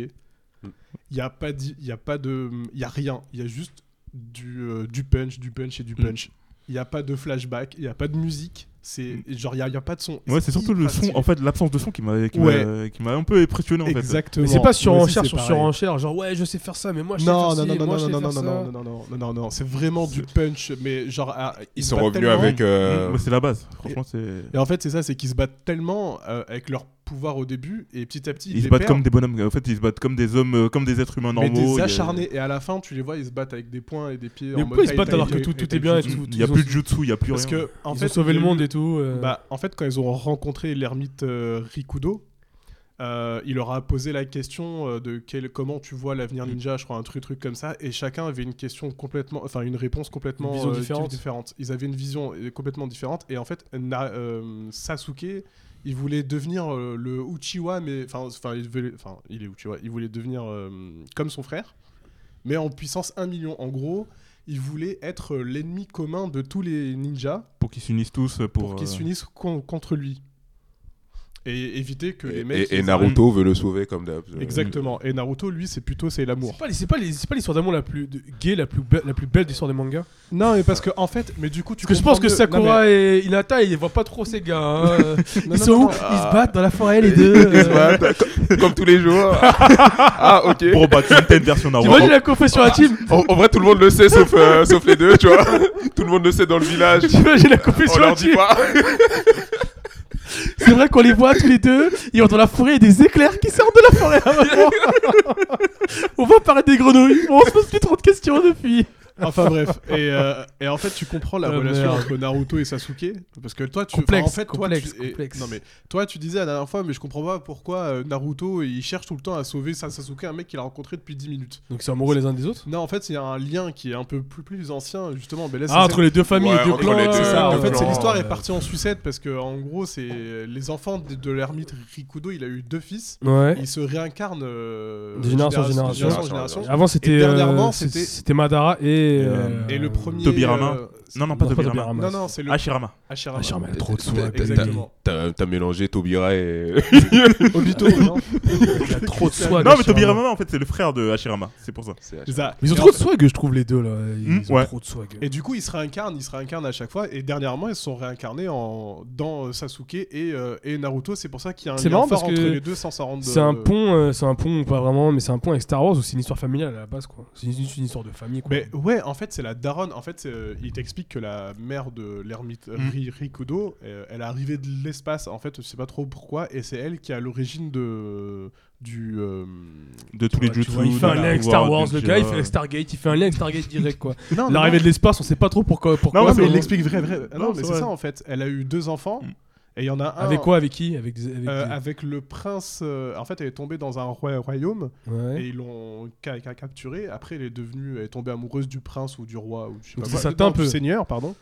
D: Il n'y a pas d'hi- il y a pas de, il y a rien. Il y a juste du, euh, du punch, du punch et
F: Mm.
D: du punch. Il n'y a pas de flashback, il n'y a pas de musique. C'est genre il n'y a, il y a pas de son.
F: Ouais, c'est surtout le
D: hyper
F: son,
D: stylé.
F: en fait, l'absence de son qui m'a qui
D: Ouais.
F: m'a- qui m'a un peu impressionné, en fait.
D: Exactement.
E: Mais c'est pas
D: Moi aussi,
E: surenchère
D: c'est
E: sur
D: pareil.
E: surenchère, genre ouais, je sais faire ça, mais moi je sais
D: Non
E: faire
D: non
E: ci,
D: non
E: moi,
D: non non
E: je
D: non
E: sais
D: non
E: faire
D: non
E: ça.
D: non non non non non c'est vraiment du punch mais genre ah,
C: Ils
D: se
C: sont
D: battent
C: revenus
D: tellement.
C: avec. euh,
D: [LAUGHS]
F: Mm, ouais, c'est la base. Franchement, c'est.
D: et en fait c'est ça c'est qu'ils se battent tellement euh, avec leur pouvoir au début et petit à petit
F: Ils
D: les
F: se battent
D: perdent,
F: comme des bonhommes. En fait, ils se battent comme des hommes, euh, comme des êtres humains
D: mais
F: normaux. il y
D: des
F: a-
D: acharnés et à la fin tu les vois ils se battent avec des poings et des pieds
E: Mais
D: en
E: pourquoi
D: mode
E: ils se battent
D: taille,
E: alors que
D: taille,
E: tout-
D: taille,
E: tout est bien et
D: taille,
E: tout-
F: Mmh. Il n'y a
E: Ils ont-
F: plus de jutsu, il n'y a plus
D: parce
F: rien.
D: que en
E: Ils
D: fait
E: ont sauvé
D: il y
E: le
D: a eu-
E: monde et tout. euh.
D: Bah, en fait, quand ils ont rencontré l'ermite euh, Rikudo, euh, il leur a posé la question euh, de quel, comment tu vois l'avenir
E: Mm.
D: ninja, je crois, un truc, truc comme ça, et chacun avait une question complètement, enfin une réponse complètement
E: Une vision
D: euh,
E: différente.
D: Ils avaient une vision euh, complètement différente, et en fait, Na- euh, Sasuke, il voulait devenir euh, le Uchiwa, mais enfin, enfin, il, voulait- enfin, il est Uchiwa, il voulait devenir euh, comme son frère, mais en puissance 1 million. En gros, il voulait être euh, l'ennemi commun de tous les ninjas
F: Pour qu'ils s'unissent tous. euh, Pour,
D: pour qu'ils
F: euh,
D: s'unissent con- contre lui. et éviter que les
C: Et-
D: mecs.
C: et, et
D: ils
C: Naruto veut le sauver comme d'hab. Euh, [LAUGHS]
D: arrivent- Exactement. Et Naruto, lui, c'est plutôt c'est l'amour.
E: C'est pas, les- c'est pas les- c'est pas l'histoire d'amour la plus de- gay, la plus, be- la plus belle d'histoire des mangas.
D: Non, mais parce que en fait, mais du coup, tu.
E: Parce que je pense
D: comprends
E: que
D: mieux- non,
E: Sakura et Hinata, ils voient pas trop ces gars. hein.
D: mais-
E: Ils
D: [LAUGHS] non,
E: sont
D: non,
E: où
D: non.
E: Ils
C: Ah.
E: se battent dans la forêt, les
C: [LAUGHS]
E: deux. euh.
C: Comme- Comme tous les
D: [LAUGHS]
C: jours. ah, ok.
F: Bro, bah, Tintin version Naruto.
E: T'imagines la confession
C: Ah.
E: [LAUGHS] intime
C: En, en vrai, tout le monde le sait, sauf, euh, sauf les deux, tu vois. [LAUGHS] Tout le monde le sait dans le
D: [LAUGHS]
C: village.
E: T'imagines la
C: On
E: confession
C: leur dit
E: intime
C: pas.
E: C'est vrai qu'on les voit tous les deux, ils vont dans la forêt, il y a des éclairs qui sortent de la forêt à un
D: [LAUGHS]
E: moment. On voit apparaître des grenouilles, on se pose plus trop de questions depuis.
D: Enfin bref, et, euh, et en fait tu comprends la
E: Ah,
D: relation
E: merde.
D: entre Naruto et Sasuke parce que toi tu
E: Complexe,
D: enfin, en fait toi,
E: complexe,
D: tu- et-
E: complexe.
D: non mais toi tu disais la dernière fois mais je comprends pas pourquoi euh, Naruto il cherche tout le temps à sauver Sa- Sasuke un mec qu'il a rencontré depuis 10 minutes.
E: Donc ils sont amoureux les uns des autres
D: Non en fait il y a un lien qui est un peu plus, plus ancien justement mais là,
E: Ah,
D: c'est-
E: entre les deux familles,
C: Ouais,
E: les deux
C: entre
E: clans.
C: les deux,
E: c'est
D: Ah,
E: ça,
D: en
C: deux
E: euh,
D: fait,
C: clans.
D: c'est
C: genre,
D: l'histoire est partie en sucette parce que en gros, c'est euh, les enfants de, de l'ermite Rikudo, il a eu deux fils.
E: Ouais.
D: Ils se réincarnent euh,
E: De génération en
D: de
E: génération.
D: en génération.
E: Avant c'était
D: dernièrement,
E: euh, c'est-
D: c'était-
E: c'était Madara et euh,
D: Et le premier
F: Tobirama.
D: euh, c'est-
F: Non, non, pas
E: Non, pas
F: Tobirama.
E: Tobirama.
D: Non non, c'est le
F: Hashirama.
D: Hashirama.
E: Ah, j'ai remarqué trop de soins.
D: T'as- Exactement.
C: T'as t'as mélangé Tobira et.
D: [LAUGHS]
C: [LAUGHS]
D: Obito, non
E: Il y a trop de swag.
F: Non, mais
E: Hashirama.
F: Tobirama, en fait, c'est le frère de Hashirama. C'est pour ça.
D: C'est ça.
E: Mais ils ont
D: Et
E: trop
D: en
E: de
D: fait-
E: swag, je trouve, les deux là. Ils
F: Hmm,
E: ont
F: ouais.
E: trop de swag.
D: Et du coup, ils se réincarnent, ils se réincarnent à chaque fois. Et dernièrement, ils se sont réincarnés en... dans euh, Sasuke et, euh, et Naruto. C'est pour ça qu'il y a un
E: C'est
D: lien
E: marrant
D: fort
E: parce
D: entre
E: que
D: les deux sans s'en rendre
E: C'est un
D: euh,
E: pont, euh, c'est un pont, pas vraiment, mais c'est un pont avec Star Wars où c'est une histoire familiale à la base, quoi. C'est une, une histoire de famille, quoi.
D: Mais ouais, en fait, c'est la daronne. En fait, c'est, euh, il t'explique que la mère de l'ermite euh,
F: Mm.
D: Ri- Rikudo, euh, elle est arrivée de l'espace. En fait, je sais pas trop pourquoi. Et c'est elle qui est à l'origine de du. euh,
F: De tous les
E: Tu
F: jutsu.
E: vois, il fait
F: de
E: un lien
F: la
E: avec
F: Power,
E: Star Wars,
F: de
E: le
F: Kira.
E: gars, il fait avec Stargate, il fait un lien avec Stargate direct,
D: [LAUGHS]
E: quoi.
D: Non, non,
E: L'arrivée de Mm. l'espace, on sait pas trop pourquoi. pourquoi
D: non,
F: Ouais,
D: mais
F: c'est
D: il
F: vrai.
D: l'explique vrai, vrai. Ah non,
F: Non,
D: mais
F: c'est
D: c'est
F: vrai.
D: ça en fait. Elle a eu deux enfants
F: Mm.
D: et il y en a un.
E: Avec quoi Avec qui Avec. avec,
D: euh,
E: des-
D: Avec le prince. euh, en fait, elle est tombée dans un roi- royaume
E: Ouais.
D: et ils l'ont ca- ca- capturée. Après, elle est devenue, elle est tombée amoureuse du prince ou du roi ou je sais
E: Donc
D: pas
E: c'est
D: quoi.
E: satin
D: Non,
E: un peu.
D: du seigneur, pardon.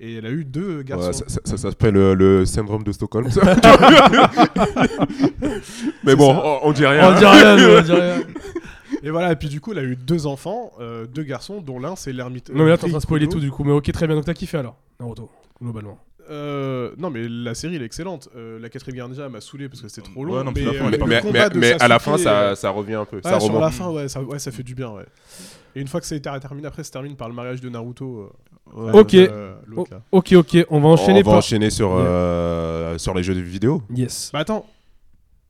D: Et elle a eu deux garçons.
C: Ouais, ça ça- ça s'appelle euh, le syndrome de Stockholm. ça.
D: [LAUGHS]
C: Mais bon, on, on dit rien.
E: Oh, On dit rien, nous, on dit rien.
D: [LAUGHS] Et voilà, et puis du coup, elle a eu deux enfants, euh, deux garçons, dont l'un c'est l'ermite.
E: Non, mais là, t'es en train
D: Rikudo.
E: de spoiler tout, du coup. Mais ok, très bien. Donc, t'as kiffé alors, Naruto, globalement.
D: Euh, non, mais la série elle est excellente. Euh, la quatrième guerre ninja m'a saoulé parce que c'était trop long.
F: Ouais, non, mais
D: mais,
F: sur la fin,
D: euh,
C: Mais,
F: on
D: le
C: mais-
D: combat
C: mais-
D: de
C: mais à la fin,
D: Sasuke,
C: ça,
D: euh,
C: ça revient un peu.
D: ouais,
C: ça
D: sur
C: remonte.
D: la fin, ouais, ça, ouais, ça fait du bien, ouais. Et une fois que ça été terminé, après, se termine par le mariage de Naruto.
E: Ok.
D: euh,
E: Oh.
D: avec, euh, l'autre, là.
E: Ok, ok, on va
D: Oh,
E: enchaîner
C: on va
E: par-
C: enchaîner sur, euh, sur les jeux de vidéo.
E: Yes.
D: Bah attends.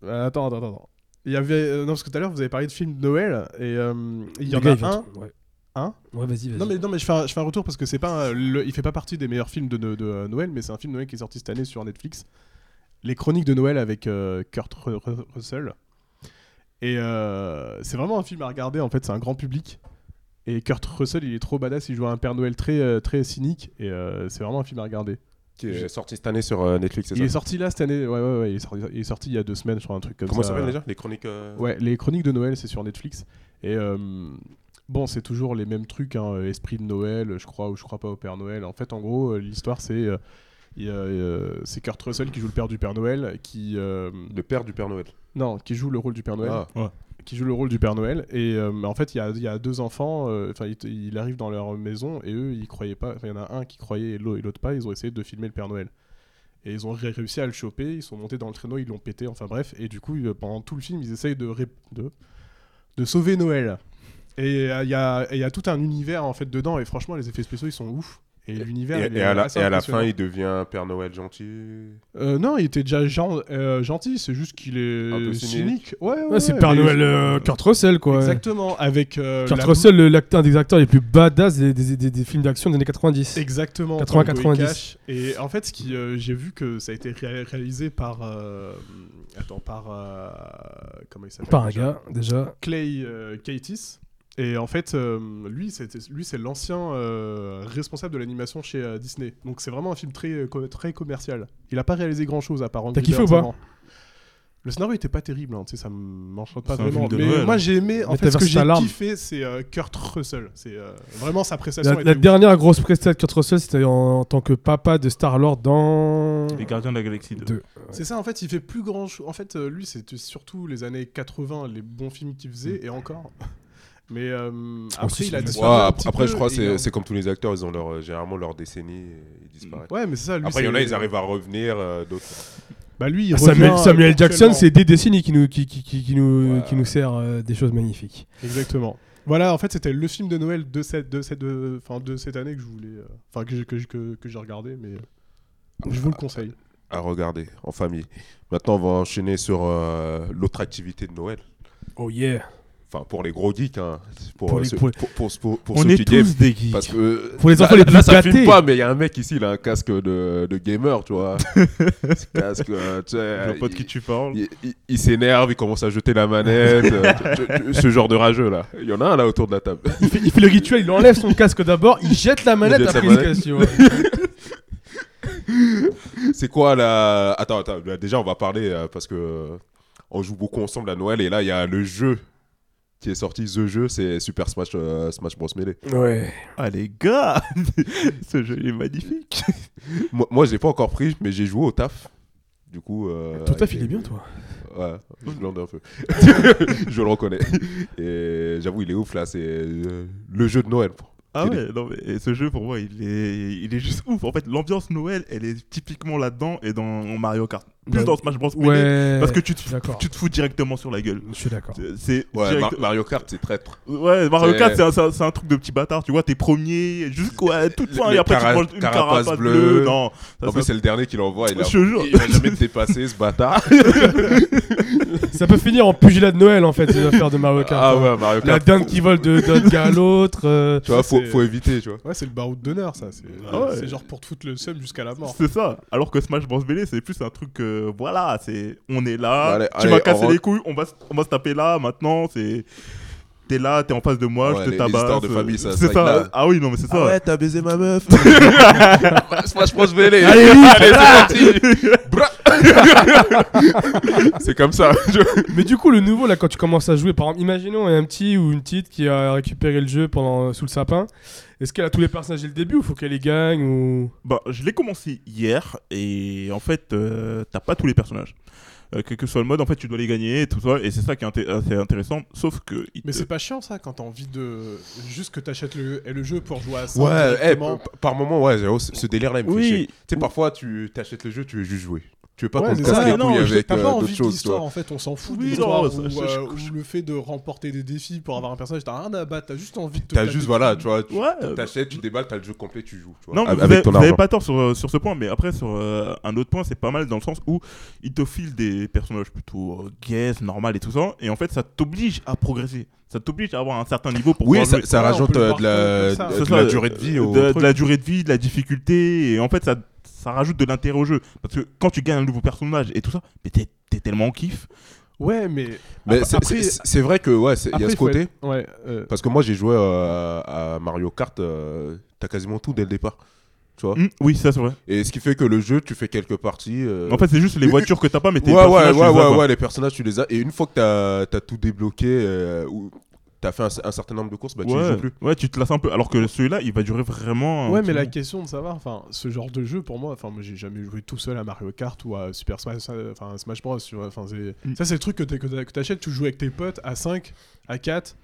D: Euh, attends, attends, attends. Il y avait. euh, non, parce que tout à l'heure, vous avez parlé de films de Noël. Et euh, il y
E: Le
D: en
E: gars,
D: a
E: il va
D: un.
E: te- Ouais,
D: Hein
E: Ouais, vas-y, vas-y.
D: Non mais, non mais je fais un, je fais un retour parce que c'est pas un- le- il fait pas partie des meilleurs films de, de- de, euh, Noël mais c'est un film de Noël qui est sorti cette année sur Netflix. Les chroniques de Noël avec euh, Kurt Ru- Ru- Russell. Et euh, c'est vraiment un film à regarder en fait, c'est un grand public. Et Kurt Russell, il est trop badass, il joue un Père Noël très euh, très cynique et euh, c'est vraiment un film à regarder.
C: Qui est sorti cette année sur euh, Netflix, c'est
D: Il
C: ça
D: est sorti là cette année. Ouais ouais ouais, il est sorti, il est sorti il y a deux semaines, je crois un truc comme
C: Comment ça
D: ça.
C: s'appelle déjà Les chroniques. euh,
D: Ouais, les chroniques de Noël, c'est sur Netflix. Et euh, bon, c'est toujours les mêmes trucs, hein, euh, esprit de Noël, je crois ou je crois pas au Père Noël. En fait, en gros, euh, l'histoire, c'est euh, il y a, euh, c'est Kurt Russell qui joue le père du Père Noël, qui euh,
C: Le père du Père Noël.
D: non, qui joue le rôle du Père Noël,
C: Ah.
D: qui joue le rôle du Père Noël. Et euh, en fait, il y a, il y a deux enfants. euh, Enfin, il, il arrive dans leur maison et eux, ils croyaient pas. Enfin, il y en a un qui croyait et l'au- et l'autre pas. Ils ont essayé de filmer le Père Noël. Et ils ont ré- réussi à le choper, ils sont montés dans le traîneau, ils l'ont pété, enfin bref. Et du coup, euh, pendant tout le film, ils essayent de, ré- de, de sauver Noël. Et euh, il y, a, et il y a tout un univers en fait dedans, et franchement, les effets spéciaux, ils sont ouf. Et l'univers.
C: Et,
D: il
C: et
D: est
C: à la,
D: assez
C: et à la
D: impressionnant.
C: fin, il devient Père Noël gentil.
D: Euh, non, il était déjà gen- euh, gentil, c'est juste qu'il est
C: Un peu cynique.
D: cynique. Ouais, ouais,
E: Ouais, c'est
D: ouais,
E: Père
D: mais-
E: Noël euh, Kurt Russell, quoi.
D: Exactement, avec euh,
E: Kurt
D: la
E: Russell, le- l'acteur, un des acteurs les plus badass des, des- des- des films d'action des années 90.
D: Exactement.
E: 80,
D: Tango et
E: 90.
D: Cash. Et en fait, ce qui, euh, j'ai vu que ça a été ré- réalisé par, euh, attends, par, euh, comment il s'appelle
E: Par un
D: déjà
E: gars, déjà.
D: Clay euh, Kaitis. Et en fait, euh, lui, c'était- lui, c'est l'ancien euh, responsable de l'animation chez euh, Disney. Donc c'est vraiment un film très, euh, co- très commercial. Il a pas réalisé grand chose à part Angry
E: kiffé
D: Birds
E: ou pas
D: avant. Le scénario était pas terrible, hein, tu sais, ça m'enchante pas
F: C'est un
D: vraiment.
F: film de
D: Mais
F: Noël.
C: hein.
D: moi j'ai aimé, en
E: Mais
D: fait,
E: t'as
D: ce que
E: versé
D: j'ai
E: ta larme.
D: kiffé, c'est euh, Kurt Russell. C'est euh, vraiment sa prestation.
E: La,
D: était
E: la
D: ouf.
E: dernière grosse prestation de Kurt Russell, c'était en, en tant que papa de Star-Lord dans... Ah,
F: Les gardiens de la galaxie 2.
E: Deux.
D: C'est ça, en fait, il fait plus grand chose. En fait, euh, lui, c'était surtout les années 80, les bons films qu'il faisait, et encore. [LAUGHS] Mais euh, après,
E: Mm. Oh, si,
D: il a
E: c'est-
D: disparu.
C: Ouais,
D: un
C: ap-
D: petit
C: après,
D: peu,
C: je crois que
D: et
C: c'est
D: il
C: c'est comme tous les acteurs, ils ont leur, euh, généralement leur décennie et ils disparaissent.
D: a- Ouais, mais c'est ça, lui.
C: Après, il y en a,
D: c'est-
C: ils arrivent à revenir, euh, d'autres.
D: Bah lui, il
E: Ah, Samuel,
D: revient
E: Samuel Jackson,
D: actuellement.
E: c'est des décennies qui nous, qui, qui, qui, qui nous, qui nous sert euh, des choses magnifiques.
D: Exactement. Voilà, en fait, c'était le film de Noël de cette, de cette, de, enfin, de cette année que je voulais, euh, enfin que j'ai que, j'ai- que, que j'ai regardé, mais euh,
C: Ah,
D: je
C: bah,
D: vous le conseille.
C: à regarder en famille. Maintenant, on va enchaîner sur euh, l'autre activité de Noël.
E: Oh yeah.
C: Enfin, pour les gros geeks, hein. pour,
E: Pour
C: euh,
E: les-
C: ceux-
E: pour les-
C: pour, pour- pour- pour
F: On
C: ceux qui
F: est
C: game.
F: tous des geeks.
C: Parce que
E: Pour les
C: là-
E: enfants les
C: là,
E: plus
C: ça filme
E: gâtés.
C: pas, mais il y a un mec ici, il a un casque de, de gamer, tu
E: [LAUGHS]
C: vois. Ce casque, euh, tu sais,
F: Je vois pas de
C: il-
F: qui tu parles.
C: il, il- il s'énerve, il commence à jeter la manette, euh, tu- tu- tu- ce genre de rageux là. Il y en a un là autour de la table.
E: Il fait, il fait le rituel, il enlève son casque d'abord, il jette la manette
C: jette
E: après
C: la
E: il
C: manette.
E: se casse,
C: [LAUGHS]
E: tu vois.
C: C'est quoi la. Attends, attends, bah, déjà on va parler euh, parce que euh, on joue beaucoup ensemble à Noël et là il y a le jeu qui est sorti. The jeu, c'est Super Smash, euh, Smash Bros. Melee.
E: Ouais.
F: Ah les gars, [LAUGHS] ce jeu il est magnifique.
C: moi, moi j'ai pas encore pris, mais j'ai joué au taf. Du coup. euh,
E: Ton taf,
C: et-
E: il est bien, toi.
C: Ouais, je blinde un peu. [LAUGHS] je le reconnais. Et j'avoue, il est ouf là, c'est euh, le jeu de Noël.
F: Ah
C: Il
F: ouais, non mais et ce jeu pour moi il est, il est juste ouf. En fait l'ambiance Noël elle est typiquement là-dedans et dans Mario Kart. Plus
E: Ouais.
F: dans Smash Bros. Melee,
E: Ouais.
F: Parce que tu te,
E: je suis d'accord.
F: tu te fous directement sur la gueule.
E: Je suis
C: [LAUGHS]
E: d'accord.
F: C'est
C: Ouais,
F: direct-
C: Mar- Mario Kart, c'est traître.
F: Ouais, Mario
C: C'est-
F: Kart, c'est un- c'est un, c'est un truc de petit bâtard, tu vois, t'es premier, jusqu'au à toute fin,
C: Le-
F: et après
C: cara-
F: tu te manges une
C: carapace
F: carapace,
C: bleue.
F: bleue. Non, ça,
C: en plus,
F: ça-
C: c'est le dernier qui l'envoie. Il, a-
F: Je te jure.
C: il va jamais te dépasser, ce
F: [LAUGHS]
C: bâtard.
E: Ça peut finir en pugilat de Noël, en fait, ces affaires de Mario Kart.
C: Ah
E: hein.
C: ouais, Mario
E: La
C: Kart.
E: dinde qui vole de- d'un gars à l'autre. euh,
C: Tu vois, faut,
D: C'est-
C: faut éviter, tu vois.
D: Ouais, c'est le baroud d'honneur, ça. C'est
F: Ah ouais.
D: c'est genre pour te foutre le seum jusqu'à la mort.
F: c'est ça. Alors que Smash Bros. Melee, c'est plus un truc, euh, voilà, c'est on est là,
C: Bah, Allez,
F: tu
C: allez,
F: vas
C: on
F: casser
C: va-
F: les couilles, on va, se- on va se taper là, maintenant, c'est. T'es là, t'es en face de moi,
C: Ouais,
F: je
C: les- les
F: te tabasse.
C: histoires de
F: euh,
C: famille, ça,
F: C'est
C: c'est vrai que là-
F: ça. Ah oui, non, mais c'est ça.
C: t'as baisé ma
E: [LAUGHS]
C: meuf. Franchement, je vais aller.
E: Allez, vite.
C: C'est comme ça. tu vois.
E: Mais du coup, le nouveau, là, quand tu commences à jouer, par exemple, imaginons un petit ou une petite qui a récupéré le jeu pendant, euh, sous le sapin. Est-ce qu'elle a tous les personnages dès le début ou faut qu'elle les gagne ou...
F: Bah, je l'ai commencé hier et en fait, euh, t'as pas tous les personnages. Euh, quel que soit le mode, en fait, tu dois les gagner et tout ça, et c'est ça qui est inté- assez intéressant. Sauf que. il
D: Mais
F: te-
D: c'est pas chiant ça quand t'as envie de juste que t'achètes le, le jeu pour jouer à ça.
C: Ouais, eh,
D: directement.
C: p- par moment, ouais, j'avoue, ce ce délire-là, il me fait chier.
F: Oui,
C: Tu sais, parfois, tu t'achètes le jeu, tu veux juste jouer. Tu veux pas
D: Ouais,
C: qu'on te
D: c'est
C: casse
D: ça,
C: les
F: non,
C: couilles
F: je-
C: avec
D: T'as
C: euh,
D: pas
C: d'autres
D: envie de
C: choses, tu
D: l'histoire
C: vois.
D: en fait, on s'en fout
F: Oui,
D: de l'histoire
F: non,
D: ou,
F: ça-
D: euh,
F: je- je-
D: ou le fait de remporter des défis pour avoir un personnage, t'as rien à battre, t'as juste envie de te
C: T'as
D: taper
C: juste, voilà, tu vois, tu
F: ouais. euh,
C: t'achètes, tu déballes, t'as le jeu complet, tu joues. Tu vois,
F: Non, mais
C: Avec
F: vous, avez,
C: ton
F: vous avez
C: argent.
F: pas tort sur, euh, sur ce point, mais après, sur euh, un autre point, c'est pas mal dans le sens où ils te filent des personnages plutôt euh, gays, normal et tout ça, et en fait, ça t'oblige à progresser. Ça t'oblige à avoir un certain niveau pour
C: Oui,
F: pouvoir
C: ça,
F: jouer.
C: ça
D: Ouais, on
C: rajoute
D: peut le
C: euh,
D: voir
C: de la,
D: comme ça.
C: de-
F: C'est
C: de
F: ça,
C: la
F: euh,
C: durée de vie au
F: de, de
C: truc.
F: la durée de vie, de la difficulté, et en fait, ça, ça rajoute de l'intérêt au jeu. Parce que quand tu gagnes un nouveau personnage et tout ça, mais t'es t'es tellement en kiff.
D: Ouais, mais
C: Mais
D: Après-
C: c'est- c'est- c'est c'est vrai que ouais, c'est- il y a
D: après,
C: ce
D: faut
C: côté.
D: être- Ouais, euh,
C: Parce que moi, j'ai joué euh, à à Mario Kart, euh, t'as quasiment tout dès le départ. Tu vois
F: Mm, oui, ça c'est vrai.
C: Et ce qui fait que le jeu, tu fais quelques parties. euh,
F: En fait, c'est juste les
C: euh,
F: voitures que t'as pas, mais tes
C: ouais, ouais, ouais,
F: personnages, tu les as,
C: ouais,
F: quoi.
C: ouais, les personnages, tu les as. Et une fois que t'as as tout débloqué, euh, ou t'as fait un, un certain nombre de courses, bah tu les
F: Ouais,
C: joues plus.
F: ouais, tu te lasses un peu. Alors que celui-là, il va durer vraiment. un
D: Ouais,
F: petit
D: mais la
F: moment.
D: question de savoir, enfin, ce genre de jeu pour moi, enfin, moi j'ai jamais joué tout seul à Mario Kart ou à Super Smash, euh, enfin, à Smash Bros. tu vois, Enfin, c'est-
F: Mm.
D: ça c'est le truc que t'es- que t'as- que t'achètes, tu joues avec tes potes à 5, à 4,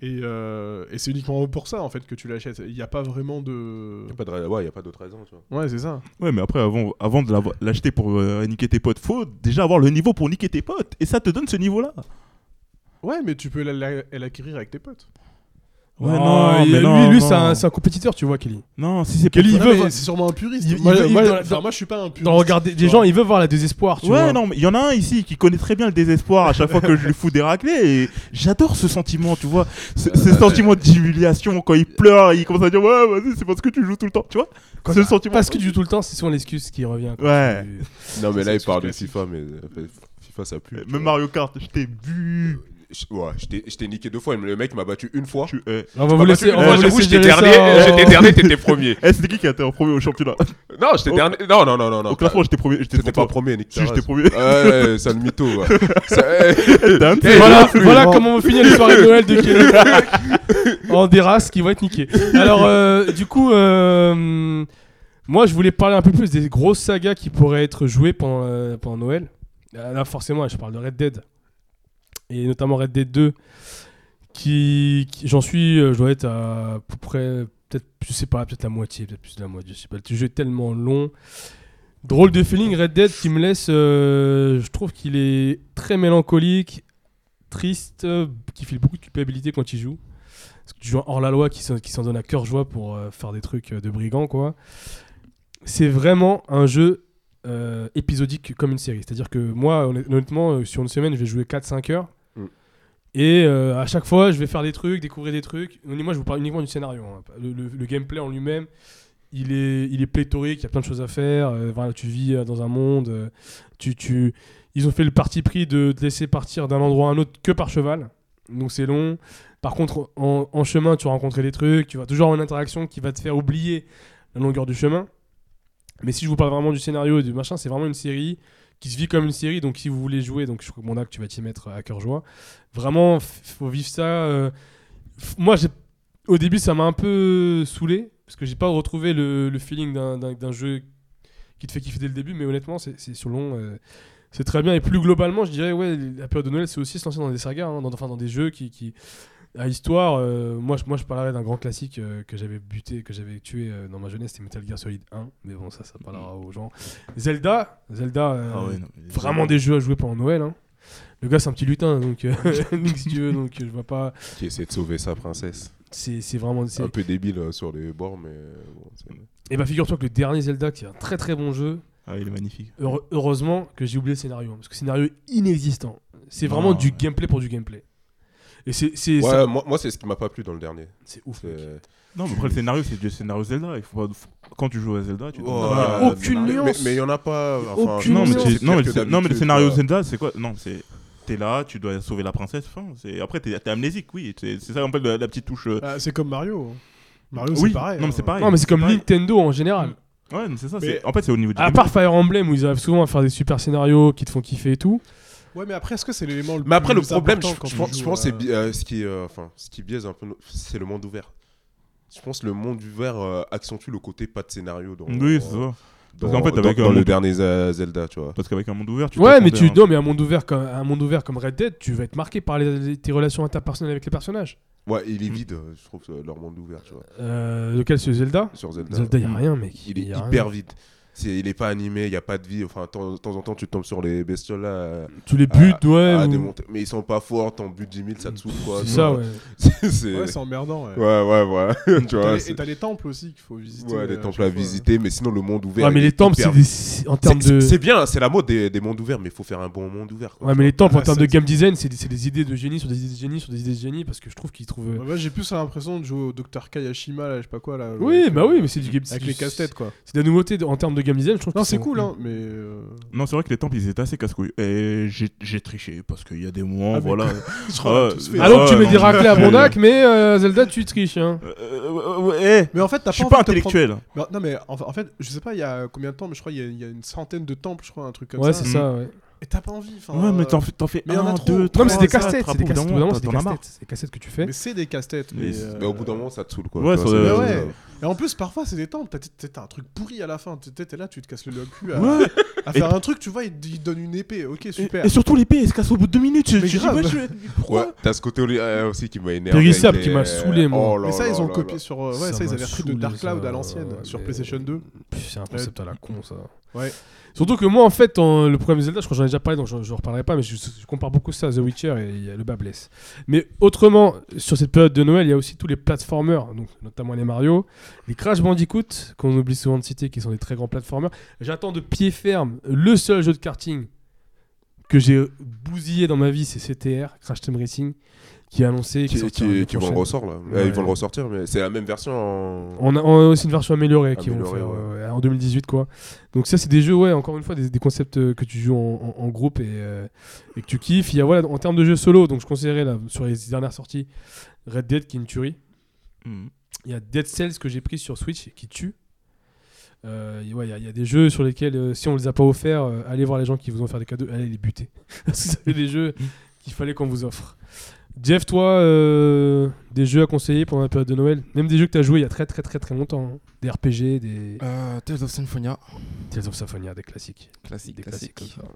D: et, euh, et c'est uniquement pour ça en fait que tu l'achètes. Il n'y a pas vraiment de.
C: Y a pas de ra- Ouais, y a pas d'autre raison, tu vois.
D: Ouais, c'est ça.
F: Ouais, mais après, avant, avant de l'avo- l'acheter pour euh, niquer tes potes, faut déjà avoir le niveau pour niquer tes potes. Et ça te donne ce niveau-là.
D: Ouais, mais tu peux la- la- l'acquérir avec tes potes.
F: Ouais,
E: Oh,
F: non,
E: il-
F: mais
E: lui,
F: non,
E: lui,
F: non.
E: c'est un, c'est un compétiteur, tu vois, Kelly.
F: Non, si c'est
E: Kelly,
F: pas
E: il
D: Non,
E: veut
D: mais
E: voir-
D: c'est sûrement un puriste.
E: il- il
D: moi,
E: veut-
D: moi-
E: dans la-
D: enfin,
E: dans-
D: moi, je suis pas un puriste.
E: Dans regarder des gens, il veut voir la désespoir, tu
F: Ouais,
E: vois.
F: non, mais il y en a un ici qui connaît très bien le désespoir à chaque fois que je lui fous des raclées. Et j'adore ce sentiment, tu vois.
E: Euh,
F: Ce, ce sentiment d'humiliation quand il pleure et il commence à dire Ouais, vas-y, c'est parce que tu joues tout le temps, tu vois.
E: Quand-
F: ce sentiment.
E: bah, Parce que tu joues tout le temps, c'est souvent l'excuse qui revient. quoi. Bah,
F: Ouais.
E: Tu-
C: Non, mais là, il
D: c'est
C: parle de
D: classique.
C: FIFA, mais euh, FIFA, ça pue. tu vois.
F: Euh, Même Mario Kart, je t'ai bu.
C: Je- Ouais, je t'ai- je t'ai niqué deux fois, mais le mec m'a battu une fois.
F: Tu- eh.
E: On va vous laisser. euh, on
C: Moi,
E: va vous
C: j'avoue,
E: laisser
C: j'étais
E: gérer ça
C: dernier,
F: euh,
E: en-
C: j'étais dernier, t'étais
F: [LAUGHS]
C: premier.
F: Eh, c'était qui qui a été en premier au championnat
C: Non, j'étais
F: Au-
C: dernier. Non, non, non, non, non.
F: Au classement, j'étais premier. J'étais
C: T'étais
F: devant
C: Bah, pas
F: toi.
C: premier, Nick.
F: [LAUGHS] Si, j'étais
C: Terrasse.
F: premier.
C: Ouais, ouais, c'est le mytho. ouais. C'est- [LAUGHS]
F: Dan,
E: [LAUGHS] Et voilà,
D: plus,
E: voilà
D: non.
E: comment on finit les soirées de Noël de Kelly. en des races qui vont être niquées. Alors, euh, du coup, euh, moi, je voulais parler un peu plus des grosses sagas qui pourraient être jouées pendant, euh, pendant Noël. Euh, Là, forcément, je parle de Red Dead. Et notamment Red Dead 2. Qui, qui- j'en suis, euh, je dois être à peu près, peut-être, je sais pas, peut-être la moitié, peut-être plus de la moitié, je sais pas. Le jeu est tellement long Drôle de feeling, Red Dead qui me laisse. euh, je trouve qu'il est très mélancolique, triste, euh, qui file beaucoup de culpabilité quand il joue. Parce que tu joues un hors-la-loi qui s'en qui s'en donne à cœur joie pour euh, faire des trucs euh, de brigands, quoi. C'est vraiment un jeu euh, épisodique comme une série. C'est-à-dire que moi, honn- honnêtement, euh, sur une semaine, je vais jouer 4-5 heures.
C: Mm.
E: Et euh, à chaque fois, je vais faire des trucs, découvrir des trucs. Moi, je vous parle uniquement du scénario. hein. Le- le- le gameplay en lui-même, il est, il est pléthorique, il y a plein de choses à faire. euh, voilà, tu vis euh, dans un monde. euh, tu, tu... Ils ont fait le parti pris de te laisser partir d'un endroit à un autre que par cheval. Donc c'est long. Par contre, en, en chemin, tu vas rencontrer des trucs. Tu vas toujours avoir une interaction qui va te faire oublier la longueur du chemin. Mais si je vous parle vraiment du scénario et du machin, c'est vraiment une série qui se vit comme une série. Donc si vous voulez jouer, donc je recommande que tu vas t'y mettre à cœur joie. Vraiment, f- faut vivre ça. euh, f- Moi, j'ai au début, ça m'a un peu saoulé parce que j'ai pas retrouvé le, le feeling d'un- d'un d'un jeu qui te fait kiffer dès le début, mais honnêtement, c'est c'est sur le long. euh, c'est très bien. Et plus globalement, je dirais, ouais, la période de Noël, c'est aussi se lancer dans des sagas, hein, dans, enfin dans des jeux qui. qui- à histoire, euh, moi, je, moi je parlerais d'un grand classique euh, que j'avais buté, que j'avais tué euh, dans ma jeunesse, c'était Metal Gear Solid 1, mais bon, ça, ça parlera aux gens. Zelda, Zelda, euh,
F: Ah ouais, non, mais-
E: vraiment des jeux à jouer pendant Noël. hein. Le gars, c'est un petit lutin, donc, euh, [LAUGHS] si tu veux, donc je vois pas.
C: Qui essaie de sauver sa princesse.
E: C'est c'est vraiment. c'est-
F: Ah.
C: Un peu débile euh, sur les bords, mais euh, bon, c'est-
E: Et bah figure-toi que le dernier Zelda, qui est un très très bon jeu,
F: Ah, il est magnifique.
E: heure- heureusement que j'ai oublié le scénario, hein, parce que scénario inexistant. C'est vraiment
F: Non,
E: du
F: ouais.
E: gameplay pour du gameplay. Et c'est c'est-
C: Ouais,
E: ça-
C: moi, moi, c'est ce qui m'a pas plu dans le dernier.
E: c'est ouf. mec.
C: C'est-
F: Non, mais après, le scénario, c'est du scénario Zelda. Il faut pas... faut- Quand tu joues à Zelda, tu.
C: Oh,
F: Non, mais-
E: a aucune
C: mais-
E: nuance.
C: Mais il y en a pas. enfin,
E: Aucune
F: Non, mais,
E: nuance.
F: c'est-
C: c'est pire
F: non, mais le,
C: que
F: scé- non, mais le
C: d'habitude,
F: scénario
C: quoi.
F: Zelda, c'est quoi Non, c'est. T'es là, tu dois sauver la princesse. Enfin, c'est- après, t'es t'es amnésique, oui. C'est c'est ça, en fait, la, la petite touche. euh,
D: Ah, c'est comme Mario. Mario,
F: oui,
D: c'est pareil.
F: non, mais c'est
D: hein.
F: pareil.
E: Non, mais c'est comme
F: pareil.
E: Nintendo en
F: Mm.
E: général.
F: Ouais, non, c'est ça.
C: Mais-
F: c'est- En fait, c'est au niveau du.
E: À part Fire Emblem où ils arrivent souvent à faire des super scénarios qui te font kiffer et tout.
D: Ouais, mais après, est-ce que c'est l'élément le
C: Mais après, le
D: plus
C: problème, je,
D: important quand
C: je
D: on
C: pense,
D: joue
C: je pense c'est
D: à-
C: bi- euh, ce qui, euh, enfin, ce qui biaise un peu, no- c'est le monde ouvert. Je pense que le monde ouvert euh, accentue le côté pas de scénario dans,
F: Oui, c'est ça.
C: dans,
F: Parce qu'en fait,
C: dans-
F: avec
C: dans
F: un
C: le
F: monde-
C: dernier euh, Zelda, tu vois.
F: Parce qu'avec un monde ouvert, tu.
E: ouais,
F: t'attendais
E: mais tu
F: à-
E: non, mais un monde ouvert comme un monde ouvert comme Red Dead, tu vas être marqué par les- les- tes relations interpersonnelles avec les personnages.
C: Ouais, il
F: Mm.
C: est vide, euh, je trouve, euh, leur monde ouvert, tu vois.
E: Euh, lequel c'est Zelda
C: Sur Zelda, Mm.
E: Zelda, y a rien, mec.
C: il est
E: Y a rien.
C: hyper vide. C'est, il est pas animé, il y a pas de vie. Enfin, de temps de temps en temps, tu tombes sur les bestioles là. euh,
E: Tu les butes,
C: à-
E: ouais.
C: à
E: ou-
C: démonter. Mais ils sont pas forts, t'en butes 10 000, ça te saoule, quoi.
E: C'est
C: tu
E: ça,
C: vois.
E: ouais.
C: [LAUGHS] c'est...
D: Ouais, c'est emmerdant. ouais.
C: Ouais, ouais, ouais. [LAUGHS] tu
D: T'as
C: vois,
D: les-
C: c'est-
D: Et t'as les temples aussi qu'il faut visiter.
C: Ouais, des
D: euh,
C: temples
D: chaque
C: à
D: fois.
C: visiter, mais sinon le monde ouvert.
E: Ouais, mais
C: il
E: les
C: est
E: temples,
C: hyper
E: c'est des- c'est- en termes
C: C'est-
E: de.
C: c'est- C'est bien, hein, c'est la mode des, des mondes ouverts, mais il faut faire un bon monde ouvert. Quoi.
E: Ouais, mais les temples,
D: Ah,
E: en termes
D: ça,
E: de game design, c'est des, c'est des idées de génie sur des idées de génie sur des idées de génie parce que je trouve qu'ils trouvent. euh,
D: Ouais, Moi, j'ai plus l'impression de jouer au Docteur Kayashima, là, je sais pas quoi. Là,
E: Oui,
D: avec,
E: bah
D: euh,
E: oui, mais c'est du game
D: Avec les casse-têtes, quoi.
E: C'est de la nouveauté de- en termes de game design, je trouve
D: Non,
E: qu'ils
D: c'est
E: sont-
D: cool, hein, mais. euh,
F: Non, c'est vrai que les temples, ils étaient assez casse-couilles. Et j'ai j'ai triché parce qu'il y a des moments,
D: Ah, mais
F: voilà.
D: Je crois qu'on a
F: Ouais.
D: tous fait, hein.
E: Alors que Ah, tu
F: Ouais,
E: mets
F: non,
E: des
F: mais-
E: raclés à Bondac, mais euh, Zelda, tu triches. Hein.
F: Euh, euh, ouais, ouais,
D: Mais en fait, t'as
F: je suis
D: envie
F: pas
D: de te prendre-
F: intellectuel.
D: Mais- Non, mais en, en fait, je sais pas il y a combien de temps, mais je crois il y a- il y, a une centaine de temples, je crois, un truc comme
E: Ouais,
D: ça.
E: c'est ça,
F: Mm.
E: ouais.
D: Et t'as pas envie. enfin,
F: Ouais, mais t'en
D: euh,
F: fais, t'en fais
D: mais y en a
F: un,
D: trop.
F: deux,
E: Non,
F: trois.
E: mais c'est des
F: quatre,
E: casse-têtes,
F: après,
E: c'est des
F: au bout d'un
E: casse-têtes. au bout d'un moment,
F: moment,
E: c'est des
F: t'en as marre.
E: casse-têtes, c'est des casse-têtes que tu fais.
D: Mais c'est des casse-têtes.
F: Mais
D: Mais,
F: c'est-
D: euh,
C: Mais au bout d'un moment, ça te saoule. Quoi.
F: Ouais,
C: Tu vois,
F: ça-
C: c'est-
D: Mais
F: euh,
D: ouais. Et en plus, parfois, c'est des temples. T'as- T'as t'as un truc pourri à la fin. T'es t'es là, tu te casses le cul à,
F: Ouais,
D: à
F: Et-
D: faire un truc, tu vois, il te il te donne une épée. Ok, super.
F: Et, et surtout l'épée, elle se casse au bout de deux minutes. Je,
D: Mais
F: je dis,
D: grave.
F: ouais, je- pourquoi
C: Ouais, t'as ce côté euh, aussi qui m'a énervé.
E: Périssable
C: avec
E: qui
C: les-
E: m'a saoulé, moi.
C: là
D: mais ça,
C: Oh là
D: ils ont
C: là
D: copié
C: là.
D: sur. euh, ouais,
E: Ça
D: ça, ils
E: m'a
D: avaient repris de
E: saoulé,
D: Dark Cloud
E: ça,
D: à l'ancienne,
E: ouais,
D: sur
E: mais-
D: PlayStation 2.
E: Pff, C'est un concept à la con, ça.
D: Ouais.
E: Surtout que moi, en fait, en- le problème Zelda, je crois que j'en ai déjà parlé, donc je, je reparlerai pas, mais je, je compare beaucoup ça à The Witcher et il y a le bas blesse. Mais autrement, sur cette période de Noël, il y a aussi tous les platformers, donc notamment les Mario, les Crash Bandicoot, qu'on oublie souvent de citer, qui sont des très grands platformers. J'attends de pied ferme le seul jeu de karting que j'ai bousillé dans ma vie, c'est CTR, Crash Team Racing, qui est annoncé.
C: Qui,
E: sortira
C: qui-
E: l'année
C: qui vont le
E: prochaine.
C: ressortir là.
E: Ouais.
C: Eh, Ils vont le ressortir, mais c'est la même version en.
E: On a, on a aussi une version améliorée, qui vont
C: euh, Améliorée,
E: faire
C: ouais.
E: euh, ouais, en 2018 quoi. Donc ça c'est des jeux ouais encore une fois des, des concepts euh, que tu joues en, en- en groupe et, euh, et que tu kiffes. Il y a voilà en termes de jeux solo donc je conseillerais là sur les dernières sorties Red Dead qui est une tuerie.
F: Mhm.
E: Il y a Dead Cells que j'ai pris sur Switch et qui tue. Euh, et ouais, il y, a- il y a des jeux sur lesquels, euh, si on les a pas offerts, euh, allez voir les gens qui vous ont offert des cadeaux, allez les buter. [LAUGHS] C'est des jeux qu'il fallait qu'on vous offre. Jeff, toi, euh, des jeux à conseiller pendant la période de Noël Même des jeux que tu as joué il y a très très très très longtemps. hein. Des RPG, des
H: Euh, Tales of Symphonia.
E: Tales of Symphonia, des classiques.
H: Classique,
E: Des classiques
H: classique.
E: comme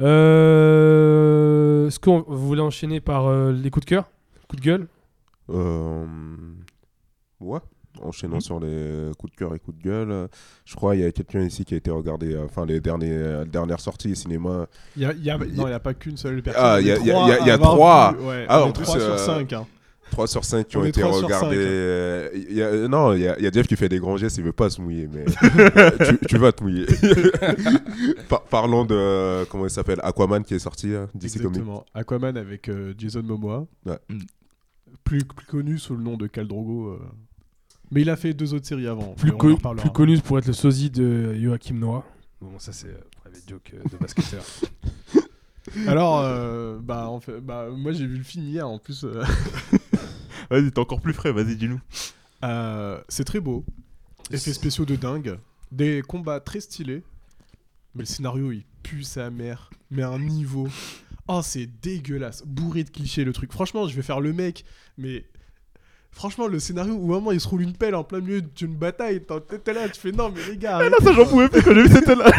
E: Euh, Est-ce que vous voulez enchaîner par euh, les coups de cœur Coups de gueule
C: Euh, Ouais.
D: Mhm.
C: enchaînant sur les coups de cœur et coups de gueule. euh, Je crois il y a quelqu'un ici qui a été regardé, euh, enfin les derniers, euh, dernières sorties cinéma.
D: Il y a, il y a- non, il n'y a pas qu'une seule personne.
C: Ah, il y a- il y a- il y a- il y a trois. Ah, en plus,
D: 3 sur hein.
C: euh,
D: 5.
C: 3 sur 5 qui
D: On
C: ont
D: est
C: été
D: trois sur cinq,
C: regardés.
D: hein.
C: euh, il y a- non, il y, a il y a Jeff qui fait des grands gestes, il veut pas se mouiller,
D: [LAUGHS]
C: mais euh, tu, tu vas te mouiller. Par- parlons de, euh, comment il s'appelle, Aquaman qui est sorti, hein, DC Comics.
D: Exactement. Aquaman avec euh, Jason Momoa.
C: Ouais.
F: Mm.
D: Plus, plus connu sous le nom de Khal Drogo. euh. Mais il a fait deux autres séries avant.
E: Plus,
D: mais on en
E: connu-
D: reparlera.
E: plus connu pour être le sosie de Joachim Noah. Bon, ça c'est euh, private joke euh, de basketteur.
D: [LAUGHS] Alors, euh, bah, en fait, bah, moi j'ai vu le film hier en plus. euh,
F: Vas-y, t'es encore plus frais, vas-y, dis-nous.
D: euh, c'est très beau. Effets spéciaux de dingue. Des combats très stylés. Mais le scénario il pue sa mère. Mais à un niveau. Oh, c'est dégueulasse. Bourré de clichés le truc. Franchement, je vais faire le mec. Mais. Franchement, le scénario où vraiment il se roule une pelle en plein milieu d'une bataille, t'en- t'es t'es là, tu fais non, mais les gars.
F: Ah non, ça, j'en pouvais plus quand j'ai vu cette là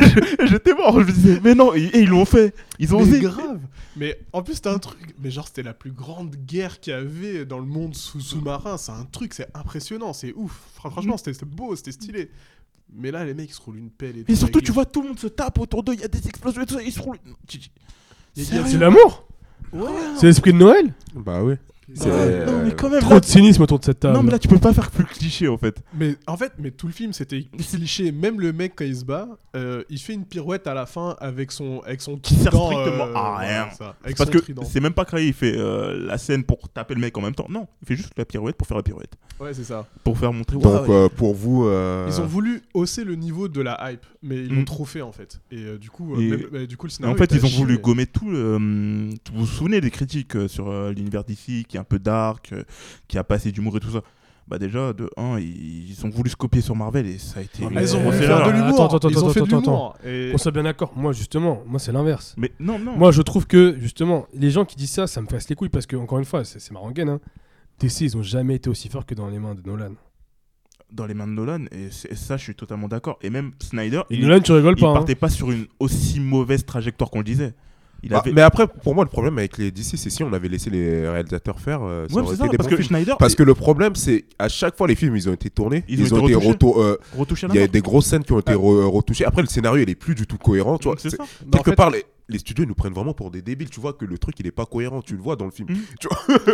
F: J'étais mort, [LAUGHS] je me disais, mais non, et, et ils l'ont fait. Ils ont
D: C'est
F: osé.
D: grave. Mais en plus, t'as un truc. Mais genre, c'était la plus grande guerre qu'il y avait dans le monde sous- sous-marin. C'est un truc, c'est impressionnant, c'est ouf. Fra-
F: Mm.
D: Franchement, c'était c'était beau, c'était stylé. Mais là, les mecs, ils se roulent une pelle. Et tout
F: Et surtout,
D: avec
F: tu
D: les-
F: vois, tout le monde se tape autour d'eux, il y a des explosions et tout ça, ils se roulent. Tu- tu-
D: Il y a- il y a-
E: c'est l'amour
D: Ouais.
E: C'est l'esprit de Noël
C: Bah oui. C'est,
F: Ah, Non, mais quand même.
E: Trop
F: là,
E: de cynisme autour de cette table.
F: Non, mais là, tu peux pas faire plus cliché en fait.
D: Mais en fait, mais tout le film, c'était cliché. Même le mec, quand il se bat, euh, il fait une pirouette à la fin avec son, avec son
F: Qui sert
D: trident,
F: strictement
D: euh,
F: à
D: voilà,
F: rien.
D: ça,
F: C'est
D: avec
F: Parce
D: son
F: que
D: trident.
F: c'est même pas créé, il fait euh, la scène pour taper le mec en même temps. Non, il fait juste la pirouette pour faire la pirouette.
D: Ouais, c'est ça.
F: Pour faire montrer.
C: Donc
F: waouh,
C: euh, pour vous, euh,
D: Ils ont voulu hausser le niveau de la hype, mais ils l'ont
F: Mm.
D: trop fait en fait. Et euh, du coup, euh,
F: Et-
D: même- euh, du coup, le
F: Et en
D: scénario.
F: fait,
D: est à
F: ils ont
D: chier.
F: voulu gommer tout. le, hum, vous vous souvenez des critiques euh, sur euh, l'univers d'ici qui est un peu dark, euh, qui a pas assez d'humour et tout ça Bah, déjà, de 1, ils, ils ont voulu se copier sur Marvel et ça a été.
E: Ah,
F: une
E: mais-
D: Ils ont
E: Attends,
D: voulu
F: grosse
D: euh, faire
F: erreur.
D: de
E: attends,
D: l'humour.
E: attends,
D: Ils ont
E: attends,
D: fait de
E: attends,
D: l'humour. Et...
E: On soit bien d'accord. Moi, justement, moi, c'est l'inverse.
F: Mais non, non.
E: Moi, je trouve que, justement, les gens qui disent ça, ça me casse les couilles parce que, encore une fois, c'est c'est marangaine. Hein. DC, ils ont jamais été aussi forts que dans les mains de Nolan.
F: Dans les mains de Nolan, et, c'est- et ça, je suis totalement d'accord. Et même Snyder,
E: Et
F: il,
E: Nolan, tu rigoles
F: il
E: pas. hein.
F: partait pas sur une aussi mauvaise trajectoire qu'on le disait. Il
C: bah,
F: avait.
C: Mais après, pour moi, le problème avec les DC, c'est si on avait laissé les réalisateurs faire, euh, ça
F: Ouais,
C: aurait
F: c'est
C: été
F: ça,
C: des
F: parce
C: bons
F: que
C: films.
F: Snyder,
C: Parce que le problème, c'est à chaque fois les films, ils ont été tournés,
F: Ils
C: ils,
F: ont été
C: ont, été
F: retouchés.
C: retour- euh,
F: retouché
C: Il
F: à la
C: y a
F: marge.
C: des grosses scènes qui ont été re- retouchées. Après, le scénario, il est plus du tout cohérent. Tu vois.
F: C'est
C: C'est-
F: ça.
D: Bah, en
C: Quelque
D: fait,
C: part, les, les studios ils nous prennent vraiment pour des débiles. Tu vois que le truc, il est pas cohérent. Tu le vois dans le film.
F: Mm.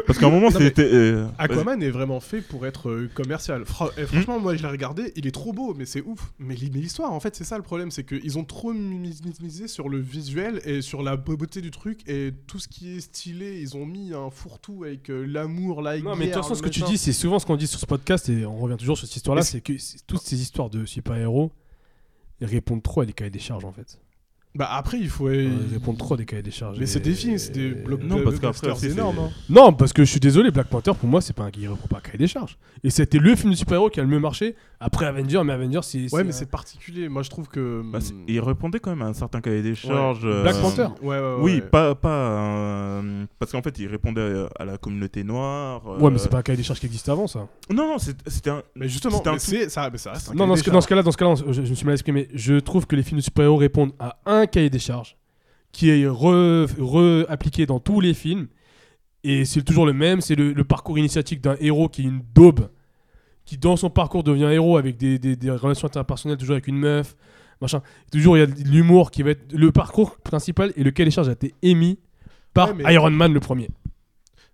F: Parce qu'à un moment,
D: Non, mais-
F: c'était. euh,
D: Aquaman est vraiment fait pour être euh, commercial. Fra- et franchement, moi, je l'ai regardé, il est trop beau, mais c'est ouf. Mais li- mais l'histoire, en fait, c'est ça le problème, c'est qu'ils ont trop mis- mis- misé sur le visuel et sur la beau- beauté du truc et tout ce qui est stylé. Ils ont mis un fourre-tout avec euh, l'amour, la
E: Non, mais de toute
D: guerre,
E: façon,
D: le
E: ce que tu
D: machin.
E: dis, c'est souvent ce qu'on dit sur ce podcast, et on revient toujours sur cette histoire-là, c'est que c'est- toutes ces histoires de super-héros ils répondent trop à des cahiers des charges, en fait.
D: Bah après, il faut.
E: Ils répondent trop à des cahiers des charges.
D: Mais
E: et-
D: c'est des films, c'est des blocs
F: Non, parce qu'après, c'est-
D: énormes. hein.
E: Non, parce que je suis désolé, Black Panther, pour moi, c'est pas un qui répond pas à cahier des charges. Et c'était le film de super-héros qui a le mieux marché après Avengers, mais Avengers, c'est.
D: Ouais, mais
E: un-
D: c'est particulier. Moi, je trouve que. hmm,
F: Bah, c'est- il répondait quand même à un certain cahier des charges. euh,
E: Black Panther.
D: Ouais, ouais, ouais,
F: Oui,
D: ouais.
F: pas. pas euh, parce qu'en fait, il répondait euh, à la communauté noire. euh,
E: Ouais, mais c'est pas un cahier des charges qui existe avant, ça.
F: Non, non, c'est- c'était un.
D: Mais justement,
F: C'était un
D: mais
F: tout.
D: c'est ça, mais ça reste un
E: Non,
D: cahier
E: dans
D: des
E: ce,
D: charges.
E: dans ce cas-là, dans ce cas-là, on- je, je me suis mal exprimé. Je trouve que les films de super-héros répondent à un cahier des charges qui est re- re-appliqué dans tous les films. Et c'est toujours le même, c'est le, le parcours initiatique d'un héros qui est une daube, qui dans son parcours devient héros avec des, des- des relations interpersonnelles, toujours avec une meuf, machin. Toujours il y a de l'humour qui va être... Le parcours principal et le cahier des charges a été émis par
D: Ouais, mais-
E: Iron Man le premier.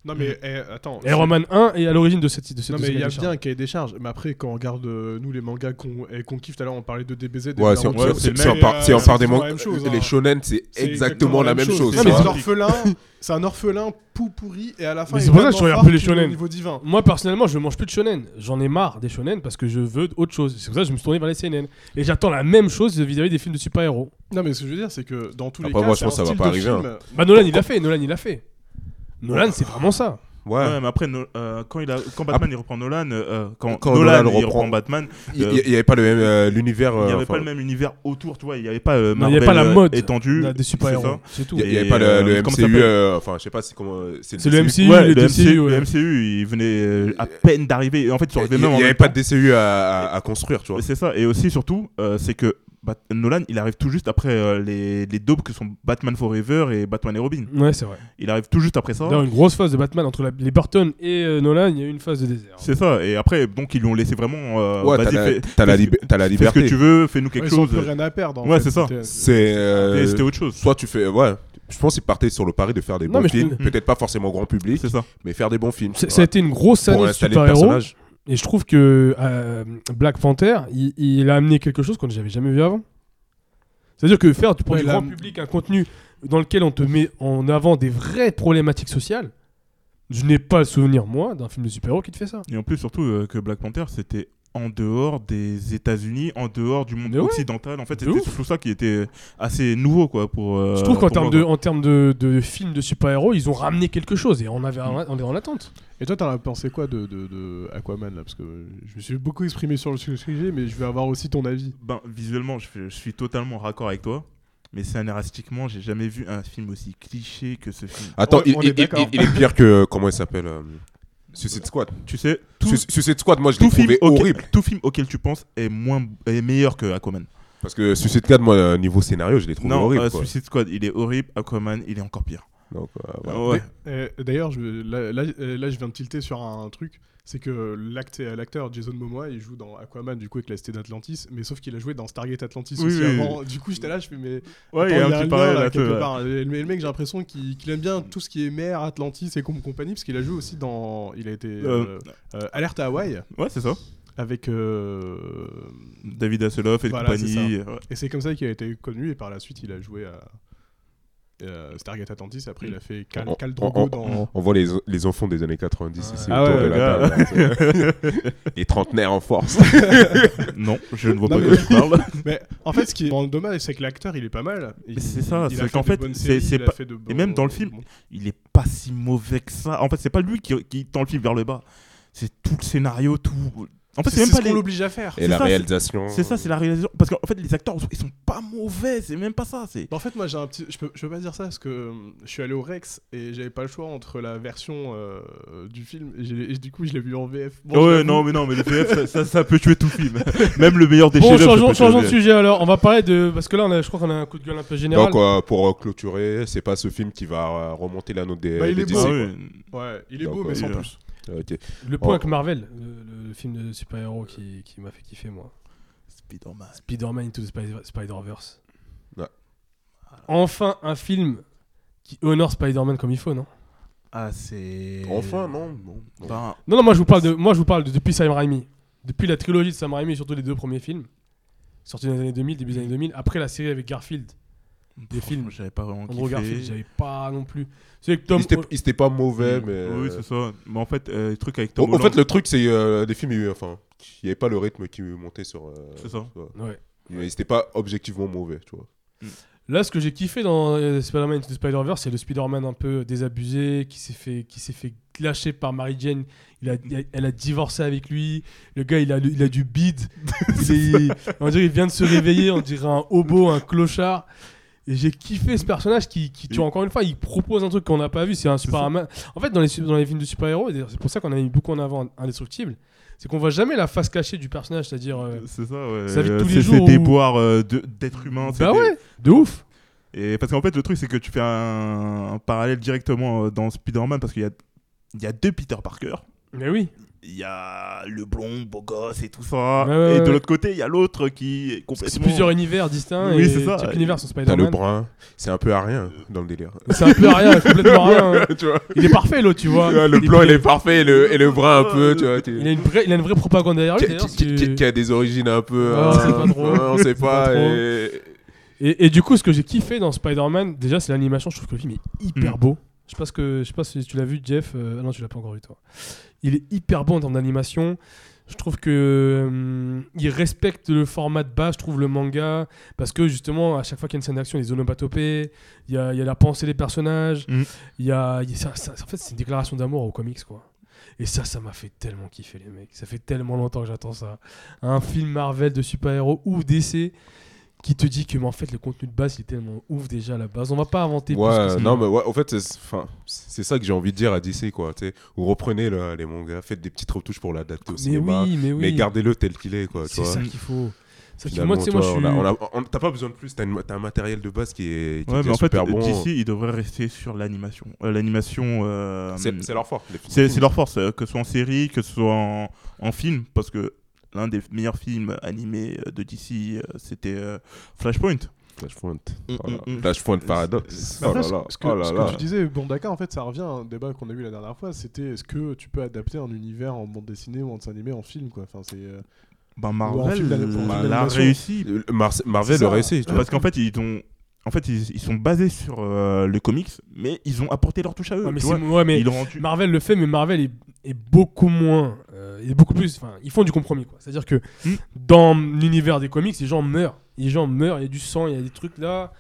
D: Non, mais eh, attends.
E: Iron Man 1 est à l'origine de cette de cette-
D: Non
E: de
D: mais
E: ce
D: il
E: cahier
D: y a
E: des charges.
D: bien un cahier des charges, mais après quand on regarde euh, nous les mangas qu'on et qu'on kiffe, tout à l'heure on parlait de DBZ, des
C: Ouais, si
D: Black
C: on,
D: Panther,
F: Mm. ouais,
C: si-
F: c'est le
C: si on
F: même,
C: part, si
D: euh,
C: on part des
D: c'est la
C: mangas,
D: même chose, hein.
C: les shonen, c'est
D: c'est
C: exactement la même chose.
D: C'est
C: tu
D: des
C: vois.
D: orphelins, c'est un orphelin pou pourri et à la fin
E: Mais
D: il
E: c'est pour ça
D: devient
E: que je
D: un
E: regarde
D: phare
E: plus les
D: qui est au
E: shonen.
D: niveau divin.
E: Moi personnellement, je mange plus de shonen. J'en ai marre des shonen parce que je veux autre chose. C'est pour ça que je me suis tourné vers les CNN. Et j'attends la même chose vis-à-vis des films de super-héros.
D: Non mais ce que je veux dire c'est que dans tous les
C: Après,
D: cas,
C: moi, je
D: c'est
C: pense
D: un
C: que ça va
D: style
C: pas
D: de
C: arriver,
D: film.
E: Bah Nolan, il l'a fait. Nolan, il l'a fait. Nolan, c'est vraiment ça.
C: Ouais.
F: Ouais, mais après, no- euh, quand, il a, quand Batman il reprend Nolan, euh, quand,
C: Quand
F: Nolan,
C: Nolan
F: il reprend
C: reprend-
F: Batman,
C: Il il y avait pas le même euh, l'univers.
F: il n'y
C: euh,
F: avait
C: enfin,
F: pas le même univers autour, tu vois, il n'y avait pas euh,
E: Non, il
F: Marvel
E: y avait pas la
F: euh,
E: mode
F: étendue.
E: Là, des
F: c'est ça.
E: super-héros. C'est tout.
C: Il y a- il y avait
F: Et,
C: pas le, le
F: euh, comment
C: MCU.
F: ça s'appelle
C: euh, enfin, je sais pas c'est comment. euh,
E: C'est le MCU,
F: Ouais,
E: les
F: le,
E: DCU,
F: MCU,
E: ouais.
F: le MCU, il venait euh, à peine d'arriver. Et En fait, ils sont
C: Il
F: arrivés
C: n'y
F: même en
C: avait
F: même
C: pas
F: temps.
C: de DCU à, à- à construire, tu vois.
F: C'est ça. Et aussi, surtout, euh, c'est que Bat- Nolan, il arrive tout juste après euh, les, les daubes que sont Batman Forever et Batman et Robin.
E: Ouais, c'est vrai.
F: Il arrive tout juste après ça.
E: D'ailleurs, une grosse phase de Batman entre la- les Burton et euh, Nolan, il y a eu une phase de désert.
F: C'est ça. Et après, donc, ils lui ont laissé vraiment. euh,
C: Ouais,
F: vas-y,
C: t'as la,
F: fais-
C: t'as la
F: fais-
C: lib- t'as la
F: fais ce que
C: liberté.
F: tu veux, fais-nous quelque
D: Ils ont
F: chose.
D: plus rien à perdre. en
F: Ouais,
D: fait.
F: c'est ça.
D: C'était-
C: C'est.
F: Et
C: euh,
F: C'était autre chose.
C: Soit tu fais. Ouais. Je pense qu'ils partaient sur le pari de faire des
E: Non,
C: bons
E: mais je
C: films.
E: trouve-
C: Peut-être pas forcément grand public,
F: C'est ça.
C: mais faire des bons films.
E: C'est- Ça a été une grosse
C: Pour
E: année de
C: installer le
E: super-héros.
C: personnage.
E: Et je trouve que euh, Black Panther, il, il a amené quelque chose qu'on n'avait jamais vu avant. C'est-à-dire que faire pour
D: Ouais,
E: du
D: il a-
E: grand public un contenu dans lequel on te met en avant des vraies problématiques sociales, je n'ai pas le souvenir, moi, d'un film de super-héros qui te fait ça.
F: Et en plus, surtout euh, que Black Panther, c'était en dehors des États-Unis, en dehors du monde
E: Mais ouais.
F: occidental. En fait,
E: De
F: c'était
E: ouf.
F: surtout ça qui était assez nouveau, quoi. Pour, euh,
E: je trouve qu'en
F: pour
E: termes
F: moi,
E: de,
F: quoi.
E: en termes de, de films de super-héros, ils ont ramené quelque chose et on, avait, on est en attente.
D: Et toi, t'en as pensé quoi de, de, de Aquaman là Parce que euh, je me suis beaucoup exprimé sur le sujet, mais je vais avoir aussi ton avis.
F: Ben, visuellement, je, fais- je suis totalement raccord avec toi. Mais scénaristiquement, j'ai jamais vu un film aussi cliché que ce film.
C: Attends,
D: On-
C: il,
D: on
C: il-
D: est d'accord.
C: il- il est pire que. Comment il s'appelle euh, Suicide Squad.
F: Tu sais, tout,
C: Su- Suicide Squad, moi je l'ai
F: tout film
C: trouvé
F: auquel-
C: horrible.
F: tout film auquel tu penses est, moins, est meilleur que Aquaman.
C: Parce que Suicide Squad, moi, euh, niveau scénario, je l'ai trouvé
F: non,
C: horrible.
F: euh,
C: quoi.
F: Suicide Squad, il est horrible. Aquaman, il est encore pire.
C: Donc, euh, voilà.
F: Ouais.
D: Euh, D'ailleurs, je- là, là, euh, là, je viens de tilter sur un truc. C'est que l'acte- l'acteur Jason Momoa, il joue dans Aquaman, du coup, avec la Cité d'Atlantis, mais sauf qu'il a joué dans Stargate Atlantis
F: Oui,
D: aussi
F: oui, oui.
D: avant. Du coup, j'étais là, je fais, mais. attends,
F: Ouais, il y a un
D: lien,
F: petit parallèle
D: là,
F: un peu,
D: quelque
F: ouais.
D: part. Et le, et le mec, j'ai l'impression qu'il qu'il aime bien tout ce qui est mer, Atlantis et com- compagnie, parce qu'il a joué aussi dans. Il a été. euh,
F: Euh,
D: euh, alerte à Hawaï
F: Ouais, c'est ça.
D: avec. euh,
F: David Hasselhoff et
D: Voilà,
F: compagnie. euh, ouais.
D: Et c'est comme ça qu'il a été connu, et par la suite, il a joué à euh, Stargate Atlantis. Après, il a fait Cal,
C: On-
D: Cal
C: on-
D: Drogo
C: on-
D: dans.
C: On voit les, les enfants des années 90 ici
E: Ah
C: autour
E: ouais,
C: de la
F: gars.
C: table. là, c'est- les trentenaires en force.
F: [LAUGHS] Non, je ne vois
D: Non,
F: pas de
D: mais-
F: quoi tu parles.
D: Mais en fait, ce qui est dans le dommage, c'est que l'acteur, il est pas mal. Il-
F: c'est ça,
D: il
F: c'est
D: a
F: qu'en
D: des
F: fait,
D: bonnes
F: c'est-
D: séries,
F: c'est
D: il a
F: pas-
D: fait de
F: et même
D: bons-
F: dans le film,
D: bons-
F: Il est pas si mauvais que ça. En fait, c'est pas lui qui, qui tend le film vers le bas. C'est tout le scénario, tout. En fait,
D: C'est
F: c'est même
D: ce
F: pas
D: qu'on
F: les.
D: l'oblige à faire.
C: Et
F: C'est
C: la
F: ça,
C: réalisation.
F: C'est ça, c'est la réalisation. Parce qu'en fait, les acteurs, ils sont pas mauvais. C'est même pas ça. C'est.
D: Mais En fait, moi, j'ai un petit. Je peux, je peux pas dire ça parce que euh, je suis allé au Rex et j'avais pas le choix entre la version euh, du film et, j'ai- et du coup, je l'ai vu en VF. Bon, je
F: ouais,
D: l'avoue.
F: non, mais non, mais le VF, ça, ça, ça peut tuer tout film. [LAUGHS] Même le meilleur des
E: Bon,
F: chefs-d'œuvre
E: changeons,
F: peut tuer le
E: changeons de
F: VF.
E: sujet alors. On va parler de. Parce que là, on a- je crois qu'on a un coup de gueule un peu général.
F: Bah,
C: Donc, euh, pour euh, clôturer, c'est pas ce film qui va euh, remonter l'anneau des,
D: Bah, il
C: des
D: est
C: DC,
D: beau.
C: quoi.
F: Ah ouais.
D: Ouais, il est
C: Donc,
D: beau,
C: euh,
D: mais sans
F: il-
D: plus.
C: Ok.
E: Le
C: Oh.
E: point avec Marvel, le, le- le film de super-héros qui, qui m'a fait kiffer, moi.
F: Spider-Man.
E: Spider-Man Into the Spider- Spider-Verse.
C: Ouais.
E: Enfin, un film qui honore Spider-Man comme il faut, non
F: Ah, c'est.
C: Enfin, non. bon, bon.
F: Ben,
E: Non, non, moi je vous parle de, moi, je vous parle de depuis Sam Raimi. Depuis la trilogie de Sam Raimi, surtout les deux premiers films, sortis dans les années 2000, début des années 2000. Après la série avec Garfield,
F: franchement,
E: films.
F: J'avais pas vraiment
E: Andrew
F: kiffé.
E: Garfield, j'avais pas non plus. C'est que Tom.
C: Il s'était- il s'était pas mauvais,
F: Mm.
C: mais.
F: Oui, c'est ça. Mais en fait, euh, le truc avec
C: Au,
F: Tom
C: au fait,
F: Holland,
C: le truc, c'est euh, des films, euh, enfin, il n'y avait pas le rythme qui montait sur. euh,
F: C'est ça.
C: sur-
E: Ouais.
C: Mais c'était pas objectivement mauvais, tu vois.
E: Là, ce que j'ai kiffé dans euh, Spider-Man Into the Spider-Verse, c'est le Spider-Man un peu désabusé qui s'est fait, qui s'est fait lâcher par Mary Jane. Il a, il a- elle a divorcé avec lui. Le gars, il a, le- il a du bide. Il est- on dirait il vient de se réveiller. On dirait un hobo, un clochard. Et j'ai kiffé ce personnage qui, qui tu vois, encore une fois, il propose un truc qu'on n'a pas vu. C'est un Superman. En fait, dans les, su- dans les films de super-héros, et d'ailleurs, c'est pour ça qu'on a mis beaucoup en avant Indestructible, c'est qu'on voit jamais la face cachée du personnage, c'est-à-dire. euh,
F: C'est ça, ouais.
E: Sa vie de tous les
F: C'est-
E: jours
F: C'est
E: où-
F: déboire euh, de- d'être humain. c'est
E: bah
F: des-
E: ouais, de ouf.
F: Et parce qu'en fait, le truc, c'est que tu fais un, un parallèle directement euh, dans Spider-Man parce qu'il y a, il y a deux Peter Parker.
E: Mais oui.
F: Il y a le blond, beau gosse et tout ça.
E: Ouais, ouais,
F: et de
E: ouais.
F: l'autre côté, il y a l'autre qui est complètement.
E: C'est plusieurs univers distincts.
F: Oui,
E: et
F: c'est ça.
E: Chaque univers sont
C: T'as le
E: Spider-Man.
C: brun, c'est un peu à rien dans le délire.
E: C'est un peu rien, complètement rien.
C: [LAUGHS] tu vois,
E: Il est parfait, l'autre, tu vois.
C: le blanc, il
E: il,
C: est parfait et le, et le brun, un peu, tu vois. tu-
E: il a une vraie, il a une vraie propagande derrière lui,
C: qui,
E: d'ailleurs.
C: qui- qui-
E: c'est-
C: qui- qui a des origines un peu. hein.
E: Ouais, on sait pas trop.
C: ouais, on sait pas.
E: pas trop.
C: et-
E: Et, et du coup, ce que j'ai kiffé dans Spider-Man, déjà, c'est l'animation. Je trouve que le film est hyper
F: Mm.
E: beau. Je sais pas, ce que, je sais pas si tu l'as vu, Jeff. Euh, ah non, tu l'as pas encore vu, toi. Il est hyper beau en termes d'animation. Je trouve que hum, il respecte le format de base, je trouve, le manga. Parce que justement, à chaque fois qu'il y a une scène d'action, il y a des onomatopées, il y a, il y a la pensée des personnages.
F: Mm.
E: Il y a, il y a- ça- ça- en fait, c'est une déclaration d'amour aux comics, quoi. Et ça, ça m'a fait tellement kiffer, les mecs. Ça fait tellement longtemps que j'attends ça. Un film Marvel de super-héros ou DC qui te dit que, mais en fait, le contenu de base, il est tellement ouf déjà à la base. On va pas inventer plus que
C: Ouais,
E: ça.
C: non, mais ouais, au fait, c'est- enfin, c'est ça que j'ai envie de dire à DC, quoi. tu sais. Vous reprenez le- les mangas, faites des petites retouches pour l'adapter au
E: Mais
C: cinéma,
E: oui, mais oui.
C: mais gardez-le tel qu'il est, quoi. tu
E: c'est
C: vois.
E: ça qu'il faut. Sauf que
C: Finalement,
E: moi, tu sais,
C: tu
E: moi, je
C: vois,
E: suis.
C: on a- on a- on- T'as pas besoin de plus, t'as une- t'as un matériel de base qui est, qui est
F: Ouais, mais
C: déjà
F: en fait,
C: super bon.
F: DC, il devrait rester sur l'animation. Euh, l'animation. euh,
C: C'est c'est leur fort. les films.
F: C'est c'est leur force, euh, que ce soit en série, que ce soit en, en film, parce que l'un des meilleurs films animés euh, de DC, euh, c'était euh, Flashpoint.
C: Flashpoint. Oh
F: Mm,
C: là
F: mm, mm.
C: là. Flashpoint paradoxe.
D: Mais
C: Oh
D: après,
C: là
D: ce-
C: là.
D: ce que,
C: Oh là
D: ce que
C: là.
D: tu disais, bande Dakar, en fait, ça revient à un débat qu'on a eu la dernière fois. C'était est-ce que tu peux adapter un univers en bande dessinée ou en dessin animé en film quoi enfin, c'est, euh,
F: Ben
D: Ou en
F: Marvel
D: film d'animation.
F: l'a-
D: En film
F: l'a
D: d'animation.
F: réussi.
C: Le- Mar- Marvel
D: C'est
C: le
D: ça.
C: réussi. tu vois.
F: Parce qu'en fait, ils ont. En fait, ils, ils sont basés sur euh, le comics, mais ils ont apporté leur touche à eux.
E: Ouais, Ah, mais
F: tu
E: c'est-
F: vois.
E: ouais, mais
F: Ils l'ont rendu-
E: Marvel le fait, mais Marvel est, est beaucoup moins. euh, est beaucoup plus. Enfin, ils font du compromis, quoi. C'est-à-dire que
F: Hmm.
E: dans l'univers des comics, les gens meurent. Les gens meurent, il y a du sang, il y a des trucs là.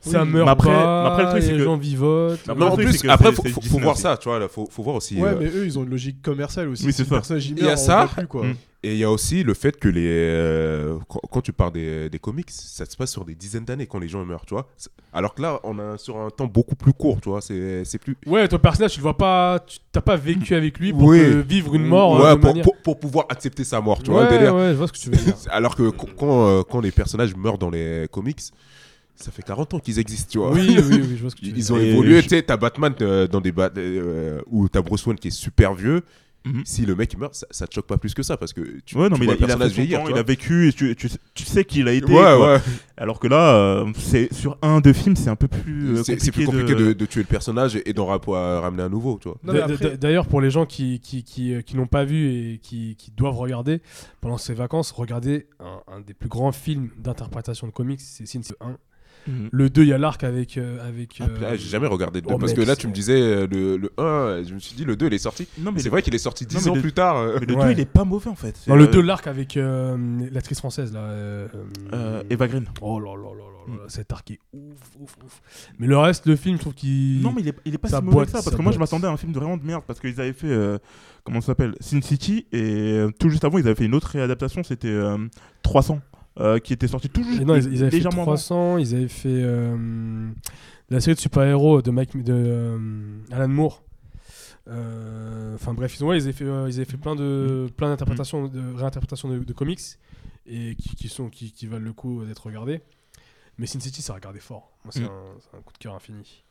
E: Ça
F: Oui,
E: meurt.
F: mais après-
E: pas,
F: mais après, le truc, c'est
E: les
F: que-
E: gens vivotent.
F: Mais
C: Non, en
F: Après,
C: plus,
F: c'est que
C: après,
F: c'est-
C: faut,
F: c'est
C: faut- faut
F: Disney
C: voir
F: aussi.
C: ça, tu vois. là, faut, faut voir aussi.
D: Ouais,
C: euh,
D: mais eux, ils ont une logique commerciale aussi.
F: Oui, c'est
D: Si
F: ça.
D: Le personnage, il
A: Il y a
D: meurt, on
A: ça.
D: le voit plus, quoi.
F: Mm.
C: Et il y a aussi le fait que les. euh, quand, quand tu parles des, des comics, ça se passe sur des dizaines d'années quand les gens meurent, tu vois. C'est- Alors que là, on est sur un temps beaucoup plus court, tu vois. C'est c'est plus.
E: Ouais, ton personnage, tu le vois pas. tu- T'as pas vécu avec lui pour
C: Oui.
E: que vivre une mort
C: Ouais,
E: euh, de
C: pour,
E: manière.
C: pour- pour pouvoir accepter sa mort, tu vois.
E: ouais,
C: le délire.
E: ouais, je vois ce que tu veux dire.
C: Alors que quand, quand, euh, quand les personnages meurent dans les comics, ça fait 40 ans qu'ils existent, tu vois.
E: oui, oui, oui, je vois ce que tu veux
C: Ils
E: dire.
C: ils ont
F: Et
C: évolué,
F: je-
C: tu sais, t'as Batman euh, dans des bat euh, ou t'as Bruce Wayne qui est super vieux.
F: Mhm.
C: Si le mec il meurt, ça, ça te choque pas plus que ça parce que tu,
F: Ouais, non,
C: tu
F: mais
C: vois le
F: il a, il a fait
C: personnage
F: son
C: vieillir,
F: temps,
C: tu
F: il
C: vois.
F: a vécu, et tu, tu, tu sais qu'il a été.
C: Ouais,
F: quoi.
C: ouais.
F: Alors que là, euh, c'est sur un, deux films, c'est un peu plus. euh,
C: C'est c'est plus compliqué de... de tuer le personnage et, et d'en rapp- à ramener un nouveau, tu vois.
D: Non, mais
E: D'a-
D: après-
E: d'a- D'ailleurs, pour les gens qui, qui, qui, euh, qui n'ont pas vu et qui, qui doivent regarder, pendant ces vacances, regardez un, un des plus grands films d'interprétation de comics, c'est Sin 1.
F: Mhm.
E: Le 2, il y a l'arc avec... euh, avec euh,
C: Ah, J'ai jamais regardé le
E: oh,
C: 2 parce
E: mec,
C: que là
E: c'est-
C: tu me disais euh, le, le 1, je me suis dit le 2 il est sorti.
F: Non,
C: Mais
F: mais
C: c'est
F: le-
C: vrai qu'il est sorti 10
F: mais
C: ans
F: le-
C: plus tard. euh.
F: mais le
E: Ouais.
F: 2, il est pas mauvais en fait. C'est,
E: Dans le
F: euh,
E: 2, l'arc avec euh, l'actrice française, là... euh,
F: euh, Eva Green.
E: Oh là là là
C: Hmm.
E: là là, cet arc est ouf, ouf, ouf. Mais le reste, le film, je trouve qu'il...
F: Non, mais il est, il est pas
E: Ça
F: si mauvais
E: boite,
F: que ça, parce
E: ça
F: que moi je
E: boite.
F: m'attendais à un film de vraiment de merde, parce qu'ils avaient fait, euh, comment ça s'appelle, Sin City, et euh, tout juste avant ils avaient fait une autre réadaptation, c'était euh, 300, euh, qui était sorti tout juste
E: Et non, ils, ils avaient fait
F: légèrement avant.
E: 300, ils avaient fait euh, la série de super-héros de, Mike, de euh, Alan Moore. Euh, Enfin bref, ils, ont- ouais, ils, avaient fait, euh, ils avaient fait plein de plein d'interprétations, de réinterprétations de, de comics et qui, qui sont qui, qui valent le coup d'être regardés. Mais Sin City, ça a regardé fort. Moi, c'est
F: Mm.
E: un, c'est un coup de cœur infini.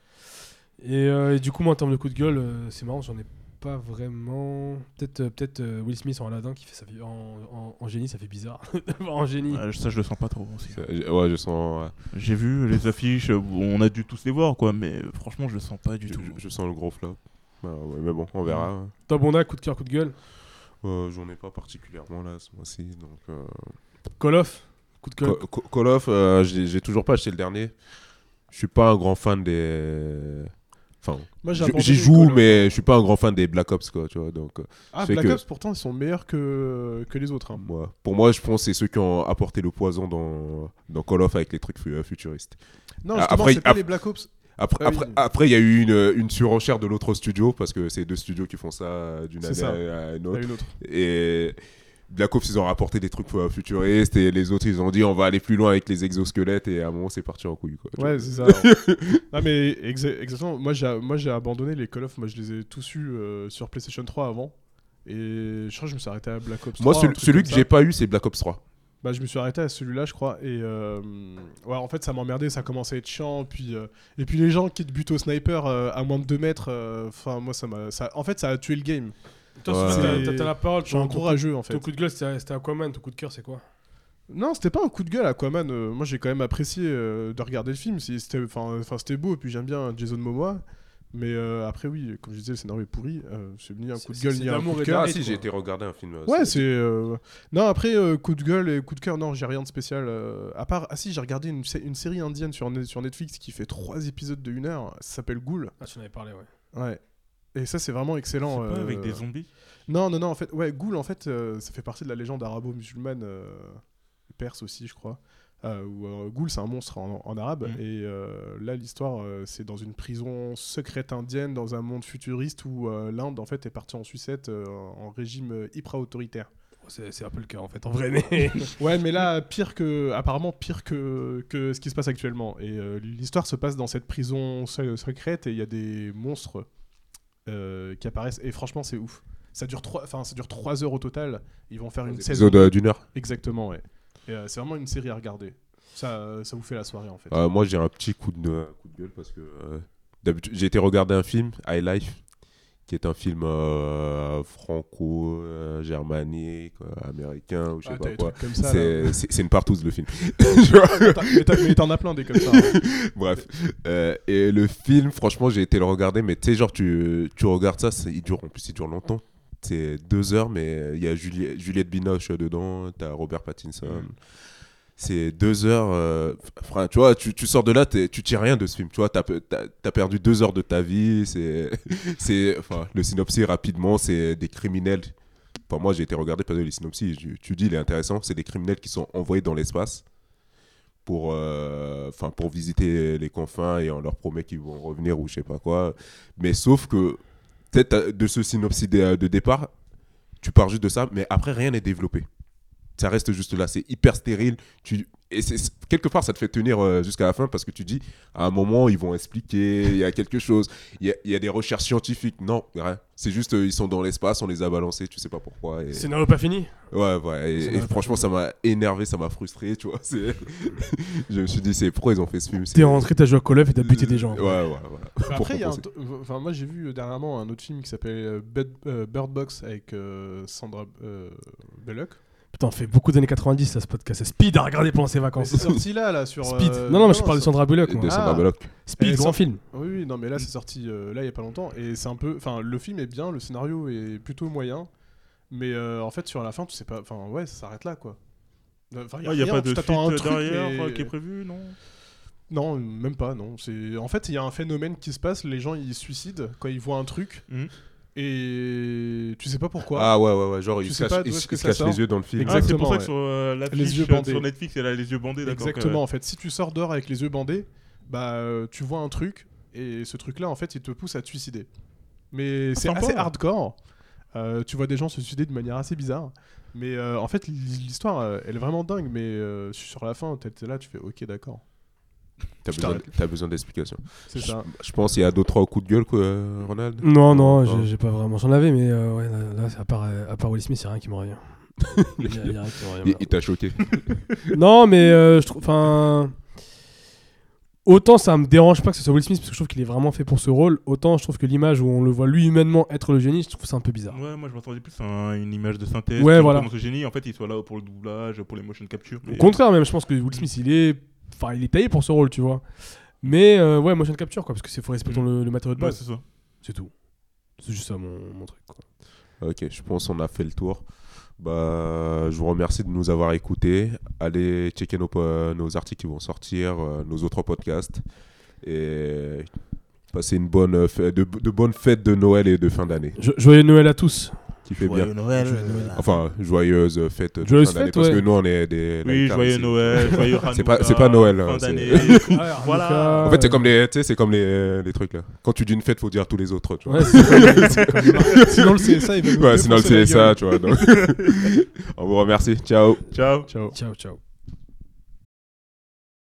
E: Et, euh, et du coup, moi, en termes de coup de gueule, euh, c'est marrant, j'en ai pas vraiment. Peut-être, euh, peut-être euh, Will Smith en Aladdin qui fait sa vie en, en- en génie, ça fait bizarre. [LAUGHS] en génie.
F: Ouais, Euh, ça je le sens pas trop aussi.
C: C'est- Ouais, je sens, ouais.
F: J'ai vu les affiches, euh, on a dû tous les voir quoi, mais euh, franchement je le sens pas du
C: Je,
F: tout.
C: je- je sens le gros flop. Bah, ouais, mais bon,
D: Mm.
C: on verra. ouais.
E: Toi, Bonda, coup de cœur, coup de gueule.
C: Euh, J'en ai pas particulièrement là ce mois-ci. Donc, euh,
E: Call of, coup de gueule.
C: Co- Co- Call of, euh, j'ai j'ai toujours pas acheté le dernier. Je suis pas un grand fan des. Enfin,
D: Moi, j'ai
C: je-
D: abandonné
C: j'y
D: le
C: joue,
D: Call of.
C: mais je suis pas un grand fan des Black Ops, quoi, tu vois. Donc, euh,
D: Ah,
C: c'est
D: Black
C: que-
D: Ops, pourtant, ils sont meilleurs que, que les autres. hein.
C: moi, pour moi, je pense que c'est ceux qui ont apporté le poison dans, dans Call of avec les trucs fu- euh, futuristes.
D: Non,
C: Ah,
D: justement,
C: après,
D: c'est pas
C: après-
D: les Black Ops.
C: Après,
D: Ah oui.
C: après, après, il y a eu une, une surenchère de l'autre studio, parce que c'est deux studios qui font ça euh, d'une
D: C'est
C: année
D: ça.
C: à à une
D: Ah,
C: autre.
D: une autre.
C: Et Black Ops, ils ont rapporté des trucs euh, futuristes, et les autres, ils ont dit on va aller plus loin avec les exosquelettes, et à un moment, c'est parti en couille, quoi. tu
D: Ouais,
C: vois. [LAUGHS]
D: c'est ça. non, mais exa- exactement. Moi, j'ai moi, j'ai abandonné les Call of. Moi, je les ai tous eus euh, sur PlayStation 3 avant. Et je crois que je me suis arrêté à Black Ops 3.
C: Moi,
D: un
C: celui,
D: truc
C: celui
D: comme
C: que
D: ça.
C: j'ai pas eu, c'est Black Ops 3.
D: Bah, je me suis arrêté à celui-là, je crois. Et euh, ouais, en fait, ça m'emmerdait, ça commençait à être chiant. Puis, euh, et puis les gens qui te butent au sniper euh, à moins de 2 mètres, euh, enfin, moi, ça m'a. ça- En fait, ça a tué le game.
E: Toi,
C: Ouais.
E: c'est- t'as- t'as- t'as la parole.
D: Je suis
E: Ton,
D: un
E: ton,
D: gros rageux, en fait.
E: ton coup de gueule, c'était c'était Aquaman. Ton coup de cœur, c'est quoi
D: Non, c'était pas un coup de gueule, Aquaman. euh, moi, j'ai quand même apprécié euh, de regarder le film. C'est- C'était, enfin, enfin, c'était beau. Et puis j'aime bien Jason Momoa. Mais euh, après, oui, comme je disais, le scénario est pourri. Euh, c'est ni un
E: C'est-
D: coup de
E: c'est-
D: gueule
E: c'est
D: ni un
E: d'amour
D: coup de
E: et
D: cœur.
E: d'art.
C: Ah
E: Arrête,
C: si,
E: quoi.
C: j'ai été regardé un film. euh,
D: Ouais,
C: sur-
D: c'est. euh, Non, après, euh, coup de gueule et coup de cœur, non, j'ai rien de spécial. euh, À part. Ah si, j'ai regardé une, sé- une série indienne sur, Net- sur Netflix qui fait trois épisodes de 1 heure. Ça s'appelle Ghoul.
E: Ah, tu en avais parlé, ouais.
D: Ouais. Et ça, c'est vraiment
F: C'est
D: excellent.
F: pas
D: euh,
F: avec des zombies.
D: Non, non, non, en fait, ouais, Ghoul, en fait, euh, ça fait partie de la légende arabo-musulmane, euh, perse aussi, je crois. Euh, où, euh, Ghoul, c'est un monstre en, en arabe.
F: Mhm.
D: Et euh, là, l'histoire, euh, c'est dans une prison secrète indienne, dans un monde futuriste où euh, l'Inde, en fait, est partie en sucette euh, en régime euh, hyper-autoritaire.
E: Oh, C'est c'est un peu le cœur, en fait, en vrai. Mais... [LAUGHS]
D: Ouais, mais là, pire que. Apparemment, pire que, que ce qui se passe actuellement. Et euh, l'histoire se passe dans cette prison se- secrète et il y a des monstres euh, qui apparaissent. Et franchement, c'est ouf. Ça dure, trois, enfin, ça dure 3 heures au total. Ils vont faire
C: un
D: une saison.
C: épisode euh, d'une heure.
D: Exactement, ouais. Et, euh, c'est vraiment une série à regarder. Ça, euh, ça vous fait la soirée en fait.
C: Euh, moi, j'ai un petit coup de, coup de gueule parce que euh, d'habitude, j'ai été regarder un film, High Life, qui est un film euh, franco-germanique, euh, américain, ou je sais
D: Ah, t'as
C: pas
D: des
C: quoi.
D: trucs comme ça. là.
C: C'est c'est- c'est une partouze le film. [LAUGHS] Tu vois
D: T'as- mais t'as- Mais t'en as plein des comme ça.
C: [LAUGHS]
D: hein.
C: Bref. Euh, et le film, franchement, j'ai été le regarder, mais tu sais, genre, tu, tu regardes ça, c'est- il dure, en plus, il dure longtemps. C'est deux heures, mais il y a Juliette, Juliette Binoche dedans, t'as Robert Pattinson. C'est deux heures. euh, enfin, tu vois, tu, tu sors de là, t'es- tu tires rien de ce film. Tu vois, t'as pe- t'as as perdu deux heures de ta vie. C'est, [LAUGHS] c'est, enfin, le synopsis rapidement, c'est des criminels. Enfin, moi, j'ai été regardé parce que les synopsis, tu, tu dis, il est intéressant. C'est des criminels qui sont envoyés dans l'espace pour, euh, enfin, pour visiter les confins et on leur promet qu'ils vont revenir ou je sais pas quoi. Mais sauf que, peut-être de ce synopsis de, de départ, tu pars juste de ça, mais après, rien n'est développé. Ça reste juste là, c'est hyper stérile. Tu... Et c'est- c'est- quelque part, ça te fait tenir euh, jusqu'à la fin parce que tu dis, à un moment, ils vont expliquer, il y a quelque chose, il y a, il y a des recherches scientifiques. Non, rien. C'est juste, euh, ils sont dans l'espace, on les a balancés, tu sais pas pourquoi. et-
E: Scénario pas fini
C: Ouais, ouais.
E: Ça
C: Et,
E: m'a
C: et
E: pas
C: franchement, ça m'a énervé, ça m'a frustré, tu vois. c'est- [LAUGHS] je me suis dit, c'est pro, ils ont fait ce film. c'est-
E: T'es rentré, t'as joué à Call of et t'as
D: Euh,
E: buté des gens.
C: Ouais, ouais, voilà. Pour
D: Après, il y a un
C: compenser.
D: t- euh, enfin, moi j'ai vu dernièrement un autre film qui s'appelle euh, Bed- euh, Bird Box avec euh, Sandra euh, Bullock.
E: Putain, on fait beaucoup d'années 90 ça, ce podcast. C'est Speed à regarder pendant ses
D: Mais
E: vacances. [LAUGHS]
D: C'est sorti là, là, sur.
E: Speed.
D: euh,
E: non, non, mais je parle de
D: sur-
E: Sandra Bullock. moi.
C: De Sandra
D: Ah.
C: Bullock.
E: Speed,
D: Elle
E: grand
D: sort-
E: film.
D: Oui, oui, non, mais là, c'est sorti euh, là, il y a pas longtemps. Et c'est un peu. Enfin, le film est bien, le scénario est plutôt moyen. Mais euh, en fait, sur la fin, tu sais pas. Enfin, ouais, ça s'arrête là, quoi. Enfin,
F: Il n'y a
D: Ah, rien,
F: pas
D: tu
F: de suite
D: t'attends à un truc,
F: derrière
D: mais-
F: euh, qui est prévu, non
D: Non, même pas, non. C'est... En fait, il y a un phénomène qui se passe, les gens ils se suicident quand ils voient un truc,
F: Mhm.
D: et tu sais pas pourquoi.
C: Ah, ouais, ouais, ouais. Genre,
D: Tu
C: ils se
D: sais pas
C: cachent
D: d'où
C: ils
D: est-ce
C: se-
D: que
C: ils se
D: ça
C: cachent
D: sort.
C: les yeux dans le film.
F: Ah, c'est
D: Exactement,
F: pour ça que
D: ouais.
F: sur euh, l'affiche,
D: Les yeux
F: euh,
D: bandés.
F: sur Netflix, elle a les yeux bandés, d'accord.
D: Exactement, en fait, si tu sors dehors avec les yeux bandés, bah euh, tu vois un truc, et ce truc-là, en fait, il te pousse à te suicider. Mais c'est
F: sympa.
D: assez hardcore. Euh, tu vois des gens se suicider de manière assez bizarre. Mais euh, en fait, l'histoire, euh, elle est vraiment dingue. Mais euh, sur la fin, t'es t'es là, tu fais OK, d'accord.
C: T'as
D: Je
C: besoin-
D: t'arrête.
C: T'as besoin d'explications.
D: C'est ça.
C: Je pense qu'il y a deux, trois coups de gueule, quoi, euh, Ronald.
E: Non, non,
D: Ah.
C: Oh.
E: j'ai- j'ai pas vraiment. J'en avais, mais euh, ouais, là, là, à, part, euh, à part Will Smith, y a rien qui me
D: [LAUGHS]
E: revient. Y a- y a rien qui me revient,
C: Il il t'a choqué.
E: [LAUGHS] Non, mais euh, je trouve. Enfin. Autant ça me dérange pas que ce soit Will Smith parce que je trouve qu'il est vraiment fait pour ce rôle, autant je trouve que l'image où on le voit lui humainement être le génie, je trouve ça un peu bizarre.
F: Ouais, moi je m'attendais plus à un- une image de synthèse.
E: Ouais,
F: qui
E: voilà.
F: représente Ce génie, en fait, il soit là pour le doublage, pour les motion capture.
E: Au
F: mais-
E: contraire, même, je pense que Will Smith, il est, enfin, il est taillé pour ce rôle, tu vois. Mais euh, ouais, motion capture, quoi, parce que c'est faut respecter
F: Mm.
E: le, le matériau de
F: Ouais,
E: base,
F: c'est ça.
E: c'est tout. C'est juste ça mon, mon truc. Quoi.
C: Ok, je pense qu'on a fait le tour. Bah, je vous remercie de nous avoir écoutés. Allez checker nos, po- nos articles qui vont sortir, euh, nos autres podcasts. Et passez une bonne, euh, fête- de, de bonnes fêtes de Noël et de fin d'année.
E: Jo- Joyeux Noël à tous.
C: Qui fait bien.
F: Noël.
C: Enfin, joyeuse fête de
E: Joyeuse
C: fin d'année.
E: fête,
C: Parce que
E: ouais.
C: nous, on est des.
F: Oui,
C: laïcards
F: joyeux
C: ici.
F: Noël, joyeux
C: [LAUGHS] C'est pas-
F: Hanouka,
C: c'est pas Noël, hein,
F: Fin
C: c'est- [LAUGHS]
F: d'année.
E: Hanouka,
F: [LAUGHS] voilà.
C: En fait, c'est comme les, tu sais, c'est comme les, les trucs là. Quand tu dis une fête, faut dire tous les autres. Tu vois.
E: euh, Ouais, c'est-
D: sinon, le CSA, il va nous
C: Ouais, sinon
D: défoncer
C: [LAUGHS]
D: la
C: c'est ça,
D: gueule.
C: tu vois. donc. on vous remercie. Ciao.
F: Ciao.
D: Ciao.
E: ciao, ciao.